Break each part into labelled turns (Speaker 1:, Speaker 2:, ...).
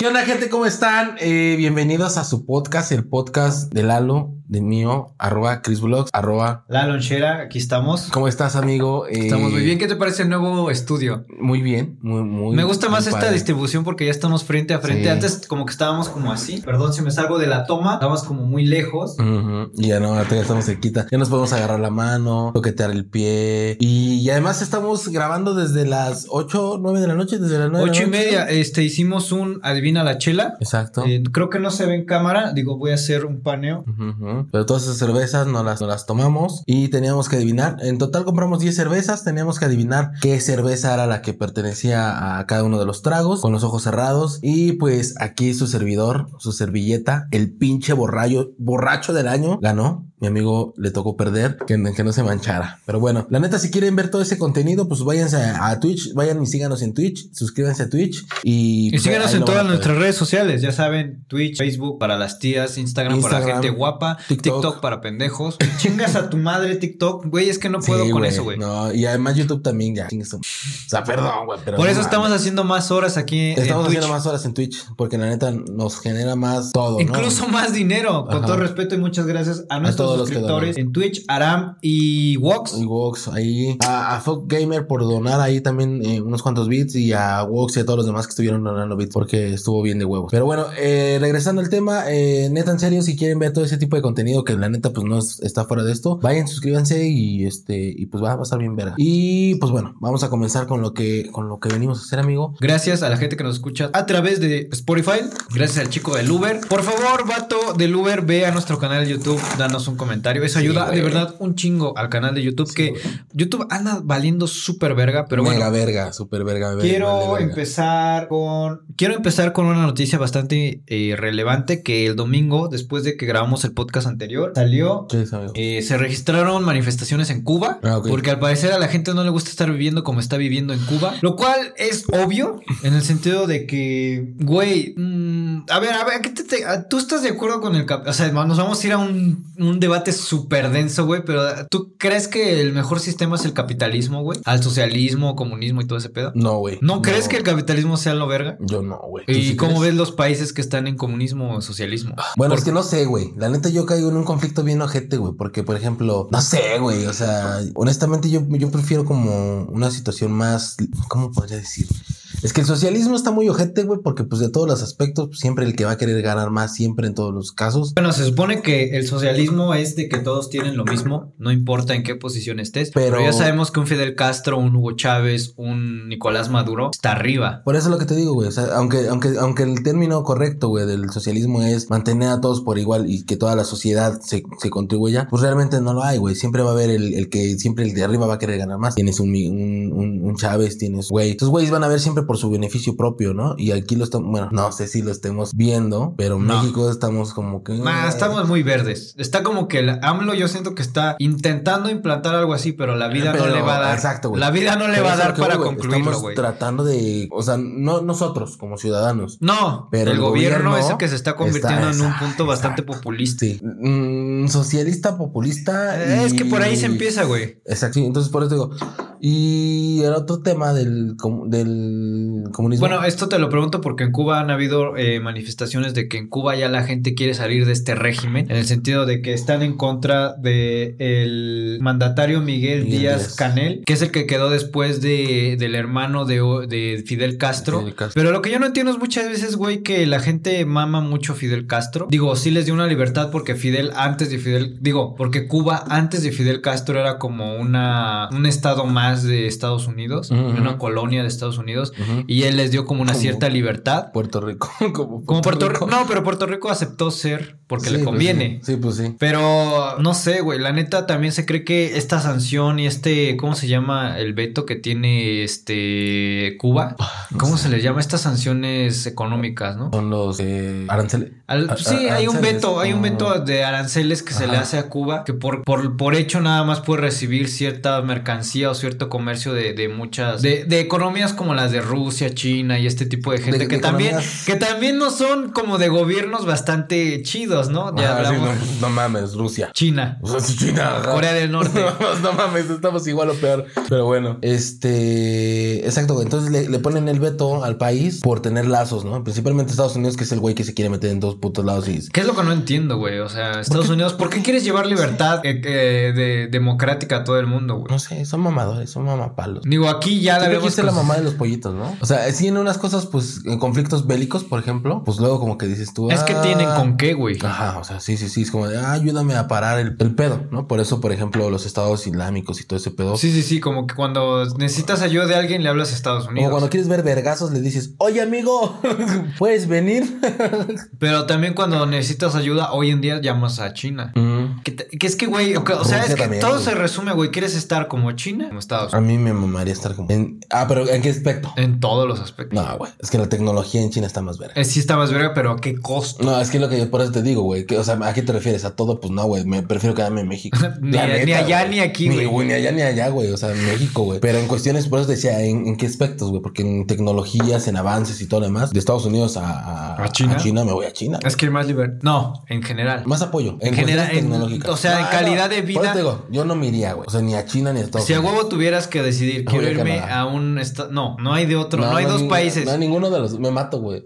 Speaker 1: ¿Qué onda, gente? ¿Cómo están? Eh, bienvenidos a su podcast, el podcast de Lalo, de mío, arroba ChrisVlogs, arroba.
Speaker 2: La lonchera, aquí estamos.
Speaker 1: ¿Cómo estás, amigo? Eh,
Speaker 3: Estamos muy bien. ¿Qué te parece el nuevo estudio?
Speaker 1: Muy bien, muy, muy.
Speaker 3: Me gusta
Speaker 1: muy
Speaker 3: más esta
Speaker 1: padre.
Speaker 3: distribución porque ya estamos frente a frente.
Speaker 1: Sí.
Speaker 3: Antes como que estábamos como así. Perdón si me salgo de la toma. Estábamos como muy lejos.
Speaker 1: Ujú, Y ya no, ahorita ya estamos cerquita. Ya nos podemos agarrar la mano, toquetear el pie. Y, y además estamos grabando desde las 8, 9 de la noche, desde las 9
Speaker 3: Ocho y media, este, hicimos un adivina la chela.
Speaker 1: Exacto.
Speaker 3: Eh, creo que no se ve en cámara. Digo, voy a hacer un paneo.
Speaker 1: Ujú, ujú. Pero todas esas cervezas no las, no las tomamos y teníamos que adivinar. En total compramos 10 cervezas, teníamos que adivinar qué cerveza era la que pertenecía a cada uno de los tragos, con los ojos cerrados. Y pues aquí su servidor, su servilleta, el pinche borracho, borracho del año, ganó. Mi amigo le tocó perder, que, que no se manchara. Pero bueno, la neta, si quieren ver todo ese contenido, pues váyanse a, a Twitch, vayan y síganos en Twitch, suscríbanse a Twitch y...
Speaker 3: Y
Speaker 1: pues,
Speaker 3: síganos
Speaker 1: ahí
Speaker 3: en
Speaker 1: lo van a
Speaker 3: todas
Speaker 1: poder
Speaker 3: nuestras redes sociales. Ya saben, Twitch, Facebook para las tías, Instagram, para la
Speaker 1: Instagram,
Speaker 3: gente guapa,
Speaker 1: TikTok.
Speaker 3: TikTok, para pendejos. Chingas a tu madre TikTok. Güey, es que no puedo
Speaker 1: Sí,
Speaker 3: con eso, güey.
Speaker 1: No, y además YouTube también ya. chingue su- O sea, perdón, güey, pero.
Speaker 3: Por
Speaker 1: no
Speaker 3: eso
Speaker 1: mames.
Speaker 3: estamos haciendo más horas aquí en
Speaker 1: Estamos
Speaker 3: Twitch.
Speaker 1: haciendo más horas en Twitch, porque la neta nos genera más todo. ¿no?
Speaker 3: Incluso más dinero, con
Speaker 1: Ajá.
Speaker 3: todo respeto y muchas gracias a nuestros
Speaker 1: todos los que
Speaker 3: suscriptores en Twitch, Aram y
Speaker 1: Y
Speaker 3: Wox.
Speaker 1: Vox ahí. A, a Fox Gamer por donar ahí también eh, unos cuantos bits. Y a Vox y a todos los demás que estuvieron donando bits. Porque estuvo bien de huevos. Pero bueno, eh, regresando al tema. eh, neta, en serio, si quieren ver todo ese tipo de contenido que la neta pues no es- está fuera de esto. Vayan, suscríbanse y este. Y pues va, va a estar bien verga. Y pues bueno, vamos a comenzar con lo que, con lo que venimos a hacer, amigo.
Speaker 3: Gracias a la gente que nos escucha a través de Spotify. Gracias al chico del Uber. Por favor, vato del Uber, ve a nuestro canal de YouTube, danos un comentario. Eso
Speaker 1: Sí,
Speaker 3: ayuda
Speaker 1: güey.
Speaker 3: de verdad un chingo al canal de YouTube, que YouTube anda valiendo súper verga, pero bueno.
Speaker 1: Mega verga, super verga. verga,
Speaker 3: Quiero
Speaker 1: vale, verga.
Speaker 3: empezar con. Quiero empezar con una noticia bastante eh, relevante que el domingo, después de que grabamos el podcast anterior, salió
Speaker 1: ¿Qué es, amigo?
Speaker 3: Eh, se registraron manifestaciones en Cuba,
Speaker 1: Ah, ok.
Speaker 3: porque al parecer a la gente no le gusta estar viviendo como está viviendo en Cuba, lo cual es obvio en el sentido de que, güey, mm, a ver, a ver, ¿qué te- te- a- ¿tú estás de acuerdo con el... cap- O sea, nos vamos a ir a un, un debate súper denso, güey, pero ah, ¿tú crees que el mejor sistema es el capitalismo, güey? Al socialismo, comunismo y todo ese pedo.
Speaker 1: No, güey.
Speaker 3: ¿No, crees que el capitalismo sea lo verga?
Speaker 1: Yo no, güey. ¿Tú
Speaker 3: ¿Y
Speaker 1: sí
Speaker 3: cómo
Speaker 1: crees?
Speaker 3: ves los países que están en comunismo o socialismo?
Speaker 1: Bueno,
Speaker 3: Por-
Speaker 1: es que no sé, güey. La neta, yo caigo en un conflicto bien ojete, güey. Porque, por ejemplo, no sé, güey. O sea, honestamente, yo, yo prefiero como una situación más. ¿Cómo podría decir? Es que el socialismo está muy ojete, güey, porque pues de todos los aspectos, pues, siempre el que va a querer ganar más, siempre en todos los casos.
Speaker 3: Bueno, se supone que el socialismo es de que todos tienen lo mismo, no importa en qué posición estés,
Speaker 1: Pero-
Speaker 3: pero, ya sabemos que un Fidel Castro, un Hugo Chávez, un Nicolás Maduro está arriba.
Speaker 1: Por eso es lo que te digo, güey. O sea, aunque, aunque, aunque el término correcto, güey, del socialismo es mantener a todos por igual y que toda la sociedad se, se contribuya, pues realmente no lo hay, güey. Siempre va a haber el, el que, siempre el de arriba va a querer ganar más. Tienes un, mi- un, un, un Chávez, tienes, güey. Estos güeyes van a ver siempre por su beneficio propio, ¿no? Y aquí lo estamos, bueno, no sé si lo estemos viendo, pero en
Speaker 3: No.
Speaker 1: México estamos como que. eh,
Speaker 3: Ma, Ah, estamos muy verdes. Está como que el AMLO yo siento que está intentando implantar algo así, pero la vida
Speaker 1: Pero,
Speaker 3: no le va a dar.
Speaker 1: exacto, güey.
Speaker 3: la vida no le
Speaker 1: Pero
Speaker 3: va a
Speaker 1: eso es
Speaker 3: dar
Speaker 1: lo que
Speaker 3: para
Speaker 1: voy, güey.
Speaker 3: concluirlo,
Speaker 1: Estamos
Speaker 3: güey.
Speaker 1: tratando de, o sea, no nosotros como ciudadanos.
Speaker 3: No,
Speaker 1: Pero
Speaker 3: el,
Speaker 1: el
Speaker 3: gobierno,
Speaker 1: gobierno
Speaker 3: es el que se está convirtiendo
Speaker 1: está-
Speaker 3: en un punto bastante
Speaker 1: exacto.
Speaker 3: populista.
Speaker 1: Sí. Mm, socialista, populista.
Speaker 3: Eh, Es que por ahí se
Speaker 1: y-
Speaker 3: empieza, güey.
Speaker 1: Exacto, sí, entonces por eso digo. Y el otro tema del, com- del comunismo.
Speaker 3: Bueno, esto te lo pregunto porque en Cuba han habido eh, manifestaciones de que en Cuba ya la gente quiere salir de este régimen, en el sentido de que están en contra de el mandatario Miguel
Speaker 1: Miguel
Speaker 3: Díaz,
Speaker 1: Díaz.
Speaker 3: Canel, que es el que quedó después de, del hermano de, O- de Fidel Castro.
Speaker 1: Fidel Castro.
Speaker 3: Pero lo que yo no entiendo es muchas veces, güey, que la gente mama mucho a Fidel Castro. Digo, sí les dio una libertad porque Fidel antes de Fidel, digo, porque Cuba antes de Fidel Castro era como una un estado más de Estados Unidos,
Speaker 1: Ujú.
Speaker 3: una colonia de Estados Unidos
Speaker 1: Ujú.
Speaker 3: y él les dio como una
Speaker 1: Como-
Speaker 3: cierta libertad.
Speaker 1: Puerto Rico. Como Puerto,
Speaker 3: Como Puerto
Speaker 1: Rico.
Speaker 3: Rico. No, pero Puerto Rico aceptó ser porque
Speaker 1: Sí,
Speaker 3: le
Speaker 1: pues
Speaker 3: conviene.
Speaker 1: sí. Sí, pues sí.
Speaker 3: Pero no sé, güey. La neta también se cree que esta sanción y este, ¿cómo se llama? El veto que tiene este Cuba.
Speaker 1: Ah, no
Speaker 3: ¿Cómo
Speaker 1: sé.
Speaker 3: se le llama? Estas sanciones económicas, ¿no?
Speaker 1: Son los eh, aranceles.
Speaker 3: Al-
Speaker 1: A-
Speaker 3: sí,
Speaker 1: a-
Speaker 3: hay un
Speaker 1: aranceles,
Speaker 3: veto, hay un
Speaker 1: como-
Speaker 3: veto de aranceles que se le
Speaker 1: Ajá.
Speaker 3: hace a Cuba que por, por, por hecho nada más puede recibir cierta mercancía o cierto comercio de, de muchas, de, de economías como las de Rusia, China y este tipo de gente
Speaker 1: De-
Speaker 3: que
Speaker 1: de
Speaker 3: también,
Speaker 1: economías.
Speaker 3: que también no son como de gobiernos bastante chidos, ¿no? Ya
Speaker 1: Ajá, Ah, sí,
Speaker 3: hablamos.
Speaker 1: no, no mames, Rusia.
Speaker 3: China,
Speaker 1: O sea, sí, China. ajá.
Speaker 3: Corea del Norte.
Speaker 1: no mames, estamos igual o peor. Pero bueno, este. Exacto, entonces le, le ponen el veto al país por tener lazos, ¿no? Principalmente Estados Unidos, que es el güey que se quiere meter en dos putos lados y.
Speaker 3: ¿Qué es lo que no entiendo, güey? O sea, Estados Unidos, ¿por qué quieres llevar libertad eh, eh, de- democrática a todo el mundo, güey?
Speaker 1: No sé, son mamadores, son mamapalos.
Speaker 3: Digo, aquí ya la
Speaker 1: Siempre
Speaker 3: vemos.
Speaker 1: quise la
Speaker 3: cosas-
Speaker 1: mamá de los pollitos, ¿no? O sea, sí en unas cosas, pues, en conflictos bélicos, por ejemplo, pues luego como que dices tú...
Speaker 3: Es que
Speaker 1: ah,
Speaker 3: tienen con qué, güey.
Speaker 1: Ajá, o sea, sí, sí, sí, es como de, ah, ayúdame a parar el, el pedo, ¿no? Por eso, por ejemplo, los estados islámicos y todo ese pedo.
Speaker 3: Sí, sí, sí, como que cuando necesitas ayuda de alguien le hablas a Estados
Speaker 1: Como
Speaker 3: Unidos.
Speaker 1: cuando quieres ver vergazos, le dices, oye amigo, ¿puedes venir?
Speaker 3: Pero también cuando necesitas ayuda, hoy en día llamas a China.
Speaker 1: Mm,
Speaker 3: Que, te- que es que, güey, o, que- o sea,
Speaker 1: Rusia
Speaker 3: es que
Speaker 1: también,
Speaker 3: todo
Speaker 1: güey.
Speaker 3: se resume, güey. ¿Quieres estar como China? Como Estados
Speaker 1: A
Speaker 3: Unidos.
Speaker 1: mí me mamaría estar como... en- ah, pero ¿en qué aspecto?
Speaker 3: En todos los aspectos.
Speaker 1: No, güey, es que la tecnología en China está más verga.
Speaker 3: Eh, sí está más verga, pero ¿a qué costo?
Speaker 1: No, es que lo que yo por eso te digo, güey. que, O sea, ¿a qué te refieres? ¿A todo? Pues no, güey. Me prefiero quedarme en México.
Speaker 3: Ni-
Speaker 1: La
Speaker 3: ni allá
Speaker 1: güey.
Speaker 3: ni aquí,
Speaker 1: Ni,
Speaker 3: güey.
Speaker 1: güey. Ni allá ni allá, güey. O sea, en México, güey. Pero en cuestiones, por eso te decía, ¿en, en qué aspectos, güey? Porque en tecnologías, en avances y todo lo demás, de Estados Unidos a,
Speaker 3: ¿A China?
Speaker 1: me voy a China.
Speaker 3: Es que hay más libertad. No, en general.
Speaker 1: Más apoyo. En,
Speaker 3: general,
Speaker 1: general,
Speaker 3: en-
Speaker 1: tecnológicas.
Speaker 3: o sea, en calidad de
Speaker 1: Por
Speaker 3: vida.
Speaker 1: eso te digo, yo no me iría, güey. O sea, ni a China ni a Estados
Speaker 3: Si a
Speaker 1: Unidos.
Speaker 3: huevo tuvieras que decidir,
Speaker 1: Voy a
Speaker 3: quiero irme
Speaker 1: Canadá.
Speaker 3: a un... esta- No, no hay de otro, no, hay dos
Speaker 1: ni-
Speaker 3: países.
Speaker 1: No hay ninguno de los. Me mato, güey.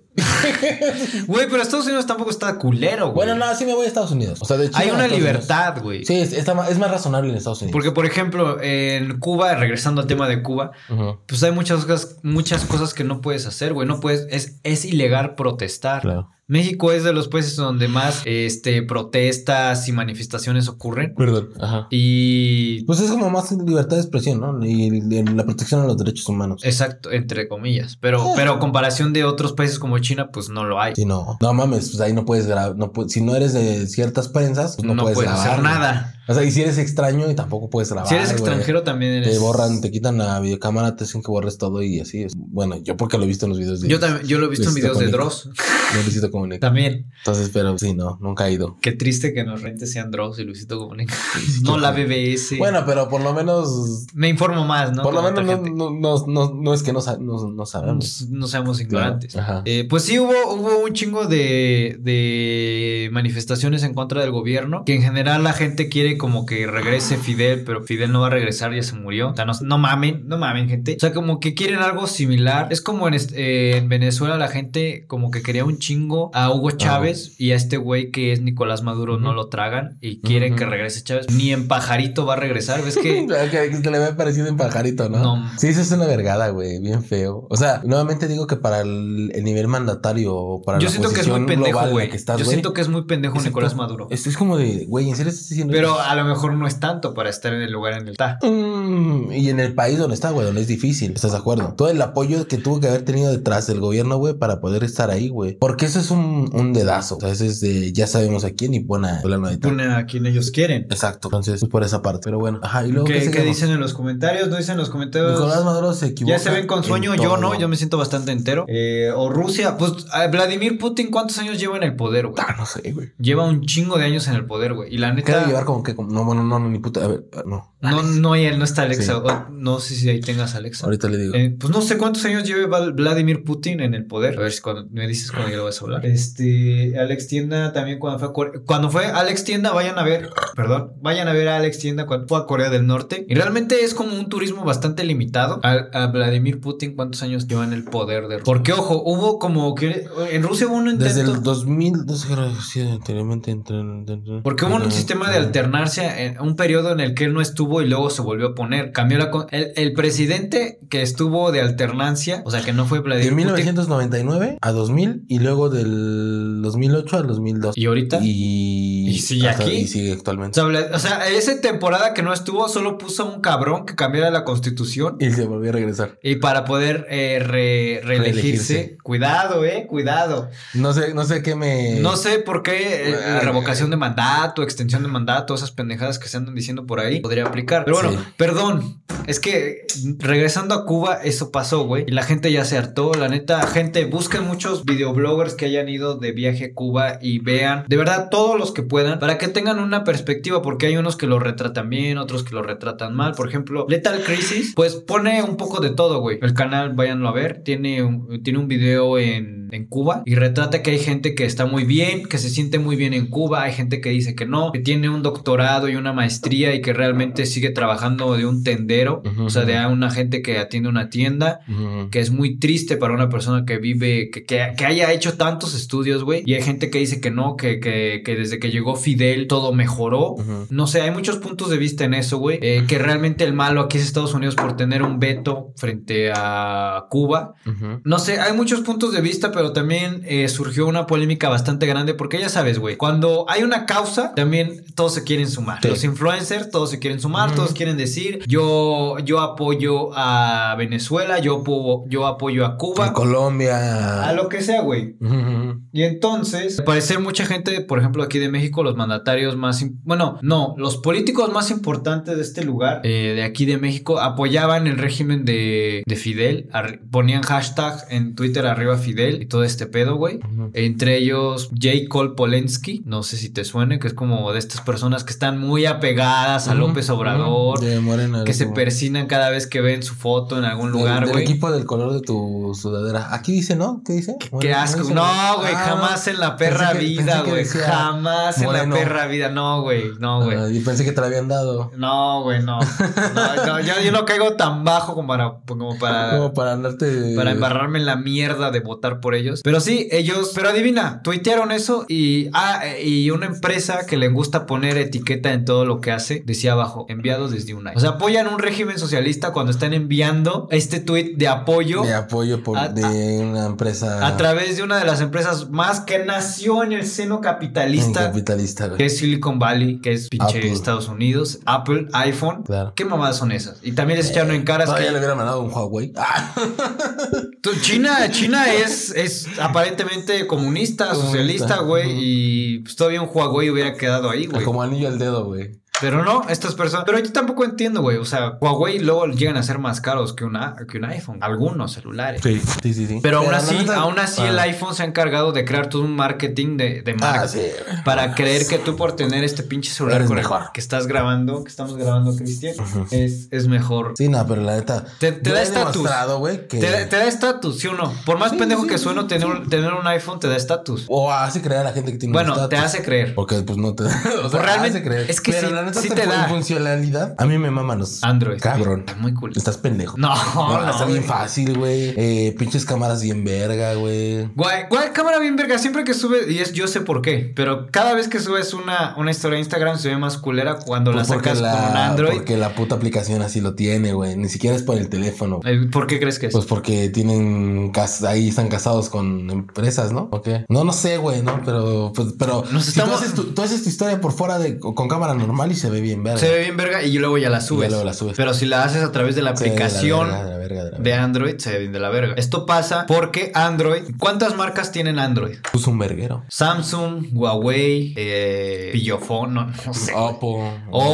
Speaker 3: Güey, pero Estados Unidos tampoco está culero, güey.
Speaker 1: Bueno, no, sí me voy a Estados Unidos. O sea, de China
Speaker 3: hay
Speaker 1: a
Speaker 3: una
Speaker 1: Estados Unidos.
Speaker 3: libertad, güey.
Speaker 1: Sí, es, está ma- es más razonable en Estados Unidos.
Speaker 3: Porque, por ejemplo, en Cuba, regresando al tema de Cuba,
Speaker 1: Ujú.
Speaker 3: pues hay muchas cosas, muchas cosas que no puedes hacer, güey. No puedes, es, es ilegal protestar.
Speaker 1: Claro.
Speaker 3: México es de los países donde más este, protestas y manifestaciones ocurren.
Speaker 1: Perdón. Ajá.
Speaker 3: Y.
Speaker 1: Pues es como más libertad de expresión, ¿no? Y de la protección a los derechos humanos.
Speaker 3: Exacto, entre comillas. Pero,
Speaker 1: Ah.
Speaker 3: pero a comparación de otros países como China, pues no lo hay.
Speaker 1: Si no, no mames, pues ahí no puedes grabar. No pu- si no eres de ciertas prensas, pues no, puedes, grabar.
Speaker 3: hacer
Speaker 1: güey.
Speaker 3: nada.
Speaker 1: O sea, y si eres extraño y tampoco puedes grabar.
Speaker 3: si eres
Speaker 1: güey.
Speaker 3: extranjero también eres.
Speaker 1: Te borran, te quitan la videocámara, te dicen que borres todo y así. es. Bueno, yo porque lo he visto en los videos de.
Speaker 3: Yo también, yo lo he visto en
Speaker 1: Luisito
Speaker 3: videos de
Speaker 1: Comunica.
Speaker 3: Dross.
Speaker 1: de Luisito Comunica.
Speaker 3: También.
Speaker 1: Entonces, pero sí, no, nunca he ido.
Speaker 3: Qué triste que nos rentes sean Dross y Luisito Comunica. no la BBS.
Speaker 1: Bueno, pero por lo menos.
Speaker 3: me informo más, ¿no?
Speaker 1: por lo
Speaker 3: Con otra
Speaker 1: menos
Speaker 3: gente. Ah, pues,
Speaker 1: no, no, no, no- no es que no, sa- no, no sabemos.
Speaker 3: no, seamos ignorantes.
Speaker 1: Ajá.
Speaker 3: Eh, pues sí, hubo, hubo un chingo de, de manifestaciones en contra del gobierno, que en general la gente quiere como que regrese Fidel, pero Fidel no va a regresar, ya se murió. O sea, no, no mamen, no mamen, gente. O sea, como que quieren algo similar. Es como en, est- eh, en Venezuela la gente como que quería un chingo a Hugo Chávez y a este güey que es Nicolás Maduro no
Speaker 1: Ujú.
Speaker 3: lo tragan y quieren
Speaker 1: Ujú.
Speaker 3: que regrese Chávez. Ni en pajarito va a regresar, ¿ves que?
Speaker 1: Que, que le había parecido en pajarito, ¿no?
Speaker 3: No.
Speaker 1: Sí, eso es una vergada, güey, bien feo. O sea, nuevamente digo que para el, el nivel mandatario o para
Speaker 3: Yo
Speaker 1: la
Speaker 3: siento que es
Speaker 1: posición
Speaker 3: muy pendejo,
Speaker 1: global en la
Speaker 3: güey.
Speaker 1: que estás,
Speaker 3: Yo
Speaker 1: güey,
Speaker 3: siento que es muy pendejo
Speaker 1: Exacto.
Speaker 3: Nicolás Maduro.
Speaker 1: Esto es como de, güey, ¿en serio estás diciendo?
Speaker 3: Pero
Speaker 1: eso?
Speaker 3: a lo mejor no es tanto para estar en el lugar en el está.
Speaker 1: Mm, y en el país donde está, güey, donde es difícil, ¿estás de acuerdo? Todo el apoyo que tuvo que haber tenido detrás del gobierno, güey, para poder estar ahí, güey. Porque eso es un, un dedazo. O sea, eso es de, ya sabemos a quién y pone a fulano de tal.
Speaker 3: Pone a quien ellos quieren.
Speaker 1: Exacto. Entonces, pues, por esa parte. Pero bueno. Ajá, y luego,
Speaker 3: ¿Qué, qué
Speaker 1: seguimos?
Speaker 3: dicen en los comentarios? No dicen en los comentarios.
Speaker 1: Nicolás Maduro se equivoca.
Speaker 3: ya se ven con
Speaker 1: en
Speaker 3: sueño, yo
Speaker 1: todo.
Speaker 3: no, yo me siento bastante entero. Eh, o Rusia, pues a Vladimir Putin, ¿cuántos años lleva en el poder, güey?
Speaker 1: Ah, no sé, güey.
Speaker 3: Lleva un chingo de años en el poder, güey. Y la
Speaker 1: ¿Qué debe llevar
Speaker 3: neta,
Speaker 1: como que? como- No, bueno, no, no, ni puta. A ver, ah, no.
Speaker 3: no, no, y él no está Alexa.
Speaker 1: Sí.
Speaker 3: O- no sé si ahí tengas Alexa.
Speaker 1: Ahorita le digo.
Speaker 3: Eh, pues no sé cuántos años lleva Val- Vladimir Putin en el poder. A ver si cuando me dices cuando ya lo vas a hablar. Este, Alex Tienda también cuando fue a Core- Cuando fue Alex Tienda, vayan a ver, perdón, vayan a ver a Alex Tienda cuando fue a Corea del Norte. Y realmente es como un turismo bastante limitado. A, a Vladimir Putin, ¿cuántos años lleva en el poder de Rusia? Porque, ojo, hubo como que... En Rusia hubo un intento...
Speaker 1: Desde el 2000, no sé, creo que sí, anteriormente entré en- en- en-
Speaker 3: Porque hubo un
Speaker 1: en-
Speaker 3: sistema de
Speaker 1: en-
Speaker 3: alternarse en un periodo en el que él no estuvo y luego se volvió a poner. Cambió la. con- El, el presidente que estuvo de alternancia, o sea, que no fue
Speaker 1: De
Speaker 3: Vladimir Putin.
Speaker 1: 1999 a 2000 y luego del 2008 al 2002.
Speaker 3: Y ahorita.
Speaker 1: Y,
Speaker 3: ¿Y sigue
Speaker 1: hasta-
Speaker 3: aquí?
Speaker 1: Y sigue
Speaker 3: O
Speaker 1: actualmente.
Speaker 3: sea, Vla- o sea, esa temporada que no estuvo, solo puso a un cabrón que cambiara la constitución.
Speaker 1: Y se volvió a regresar.
Speaker 3: Y para poder eh, re- reelegirse.
Speaker 1: Reelegirse.
Speaker 3: Cuidado, eh, cuidado.
Speaker 1: No sé, no sé qué me.
Speaker 3: No sé por qué eh, la
Speaker 1: Bueno,
Speaker 3: revocación de mandato, extensión de mandato, esas pendejadas que se andan diciendo por ahí, podría publicar. Pero bueno,
Speaker 1: Sí.
Speaker 3: perdón. Es que regresando a Cuba, eso pasó, güey. Y la gente ya se hartó. La neta, gente, busquen muchos videobloggers que hayan ido de viaje a Cuba y vean, de verdad, todos los que puedan, para que tengan una perspectiva, porque hay unos que lo retratan bien, otros que lo retratan mal. Por ejemplo, Lethal Crisis, pues pone un poco de todo, güey. El canal, váyanlo a ver, tiene un, tiene un video en, en Cuba y retrata que hay gente que está muy bien, que se siente muy bien en Cuba, hay gente que dice que no, que tiene un doctorado y una maestría y que realmente sigue trabajando de un tendero,
Speaker 1: Ujú.
Speaker 3: o sea, de una gente que atiende una tienda
Speaker 1: Ujú.
Speaker 3: que es muy triste para una persona que vive, que, que, que haya hecho tantos estudios, güey. Y hay gente que dice que no, que, que, que desde que llegó Fidel todo mejoró.
Speaker 1: Ujú.
Speaker 3: No sé, hay muchos puntos de vista en eso, güey. eh, que realmente el malo aquí es Estados Unidos por tener un veto frente a Cuba.
Speaker 1: Ujú.
Speaker 3: No sé, hay muchos puntos de vista, pero también eh, surgió una polémica bastante grande porque ya sabes, güey, cuando hay una causa, también todos se quieren sumar.
Speaker 1: Sí.
Speaker 3: Los influencers, todos se quieren sumar,
Speaker 1: Ujú.
Speaker 3: todos quieren decir, yo, yo apoyo a Venezuela, yo, apo- yo apoyo a
Speaker 1: A
Speaker 3: Cuba,
Speaker 1: Colombia.
Speaker 3: a lo que sea, güey.
Speaker 1: Ujú, ujú.
Speaker 3: Y entonces, al parecer mucha gente, por ejemplo, aquí de México, los mandatarios más, im- bueno, no, los políticos más importantes de este lugar, eh, de aquí de México, apoyaban el régimen de, de Fidel, Ar- ponían hashtag en Twitter arriba Fidel y todo este pedo, güey.
Speaker 1: Ujú.
Speaker 3: Entre ellos J. Cole Polensky, no sé si te suene, que es como de estas personas que están muy apegadas a
Speaker 1: Ujú,
Speaker 3: López Obrador,
Speaker 1: ujú. De Morena,
Speaker 3: que se
Speaker 1: como-
Speaker 3: persinan cada vez que ven su foto en algún
Speaker 1: del-
Speaker 3: lugar,
Speaker 1: del
Speaker 3: güey.
Speaker 1: equipo del color de tu sudadera. Aquí dice, ¿no? ¿Qué dice?
Speaker 3: Qué
Speaker 1: Morena,
Speaker 3: asco.
Speaker 1: dice?
Speaker 3: No, güey,
Speaker 1: Ah,
Speaker 3: jamás en la perra
Speaker 1: pensé que-
Speaker 3: vida,
Speaker 1: pensé que
Speaker 3: güey.
Speaker 1: decía
Speaker 3: Jamás en
Speaker 1: moreno.
Speaker 3: la perra vida. No, güey, no, güey.
Speaker 1: ah, yo pensé que te la habían dado.
Speaker 3: No, güey, no. No, no, yo, yo no caigo tan bajo como para, como para,
Speaker 1: Como para andarte.
Speaker 3: para embarrarme en la mierda de votar por ellos. Pero sí, ellos. Pero adivina, tuitearon eso y, ah, eh, y una empresa que le gusta poner etiqueta en todo lo que hace, decía abajo, enviado desde un año. O sea, apoyan un régimen socialista cuando están enviando este tuit de apoyo.
Speaker 1: De apoyo por,
Speaker 3: A-
Speaker 1: de
Speaker 3: a-
Speaker 1: una empresa.
Speaker 3: a través de una de las empresas más que nació en el seno capitalista,
Speaker 1: Capitalista, güey.
Speaker 3: que es Silicon Valley, que es pinche
Speaker 1: Apple.
Speaker 3: Estados Unidos, Apple, iPhone.
Speaker 1: Claro.
Speaker 3: ¿Qué mamadas son esas? Y también les echaron en caras
Speaker 1: Todavía
Speaker 3: que
Speaker 1: le hubieran mandado un Huawei. Ah,
Speaker 3: Tú- China, China es, es aparentemente comunista,
Speaker 1: Comunista.
Speaker 3: socialista, güey,
Speaker 1: Ujú. Ah,
Speaker 3: y pues, todavía un Huawei hubiera quedado ahí, güey.
Speaker 1: como anillo al dedo, güey.
Speaker 3: Pero no, estas personas. Pero yo tampoco entiendo, güey. O sea, Huawei luego llegan a ser más caros que, una, que un iPhone. Algunos celulares.
Speaker 1: Sí, sí, sí. sí.
Speaker 3: Pero, aún
Speaker 1: la
Speaker 3: así,
Speaker 1: neta-
Speaker 3: aún así el
Speaker 1: Ah.
Speaker 3: iPhone se ha encargado de crear todo un marketing de, de marca.
Speaker 1: Ah, sí, güey.
Speaker 3: Para creer que tú por tener este pinche celular
Speaker 1: Eres
Speaker 3: con el
Speaker 1: mejor.
Speaker 3: que estás grabando, que estamos grabando, Cristian,
Speaker 1: Ujú.
Speaker 3: es, es mejor.
Speaker 1: Sí, no, pero la neta.
Speaker 3: Te- te
Speaker 1: yo
Speaker 3: da
Speaker 1: he
Speaker 3: estatus.
Speaker 1: demostrado, güey, que-
Speaker 3: Te, da- te da estatus, ¿sí o no? Por más
Speaker 1: Sí,
Speaker 3: pendejo
Speaker 1: sí,
Speaker 3: que
Speaker 1: sí,
Speaker 3: suene,
Speaker 1: sí.
Speaker 3: tener, un- tener un iPhone te da estatus.
Speaker 1: O hace creer a la gente que tiene un
Speaker 3: Bueno, te
Speaker 1: estatus.
Speaker 3: hace creer.
Speaker 1: Porque pues no te. O
Speaker 3: Pues, realmente,
Speaker 1: hace creer.
Speaker 3: es que
Speaker 1: Pero
Speaker 3: sí-
Speaker 1: la neta,
Speaker 3: sí
Speaker 1: hasta
Speaker 3: te
Speaker 1: por
Speaker 3: da.
Speaker 1: funcionalidad. A mí me maman los.
Speaker 3: Android.
Speaker 1: Cabrón.
Speaker 3: Está muy cool.
Speaker 1: Estás pendejo.
Speaker 3: No,
Speaker 1: No,
Speaker 3: no.
Speaker 1: está bien
Speaker 3: güey.
Speaker 1: fácil, güey. Eh, pinches cámaras bien verga, güey.
Speaker 3: Guay, guay, cámara bien verga. Siempre que sube, y es yo sé por qué, pero cada vez que subes una, una historia a Instagram se ve más culera cuando
Speaker 1: Pues
Speaker 3: la
Speaker 1: porque
Speaker 3: sacas con un
Speaker 1: la-
Speaker 3: Android.
Speaker 1: Porque la puta aplicación así lo tiene, güey. Ni siquiera es por el teléfono.
Speaker 3: Eh, ¿Por qué crees que es?
Speaker 1: Pues porque tienen cas- ahí están casados con empresas, ¿no? ¿O qué? No, no sé, güey, ¿no? Pero, pues, pero
Speaker 3: Nos
Speaker 1: si tú,
Speaker 3: estamos-
Speaker 1: haces tu, tú haces tu historia por fuera de con cámara normal y se ve bien verga.
Speaker 3: Se ve bien verga y luego ya la subes.
Speaker 1: luego la subes.
Speaker 3: Pero si la haces a través de la
Speaker 1: Se ve de la
Speaker 3: aplicación
Speaker 1: verga, de la verga, de la
Speaker 3: de
Speaker 1: verga.
Speaker 3: Android, se ve bien de la verga. Esto pasa porque Android. ¿Cuántas marcas tienen Android?
Speaker 1: Puso un verguero.
Speaker 3: Samsung, Huawei, eh, Pillofón, no, no sé.
Speaker 1: Ah, Oppo.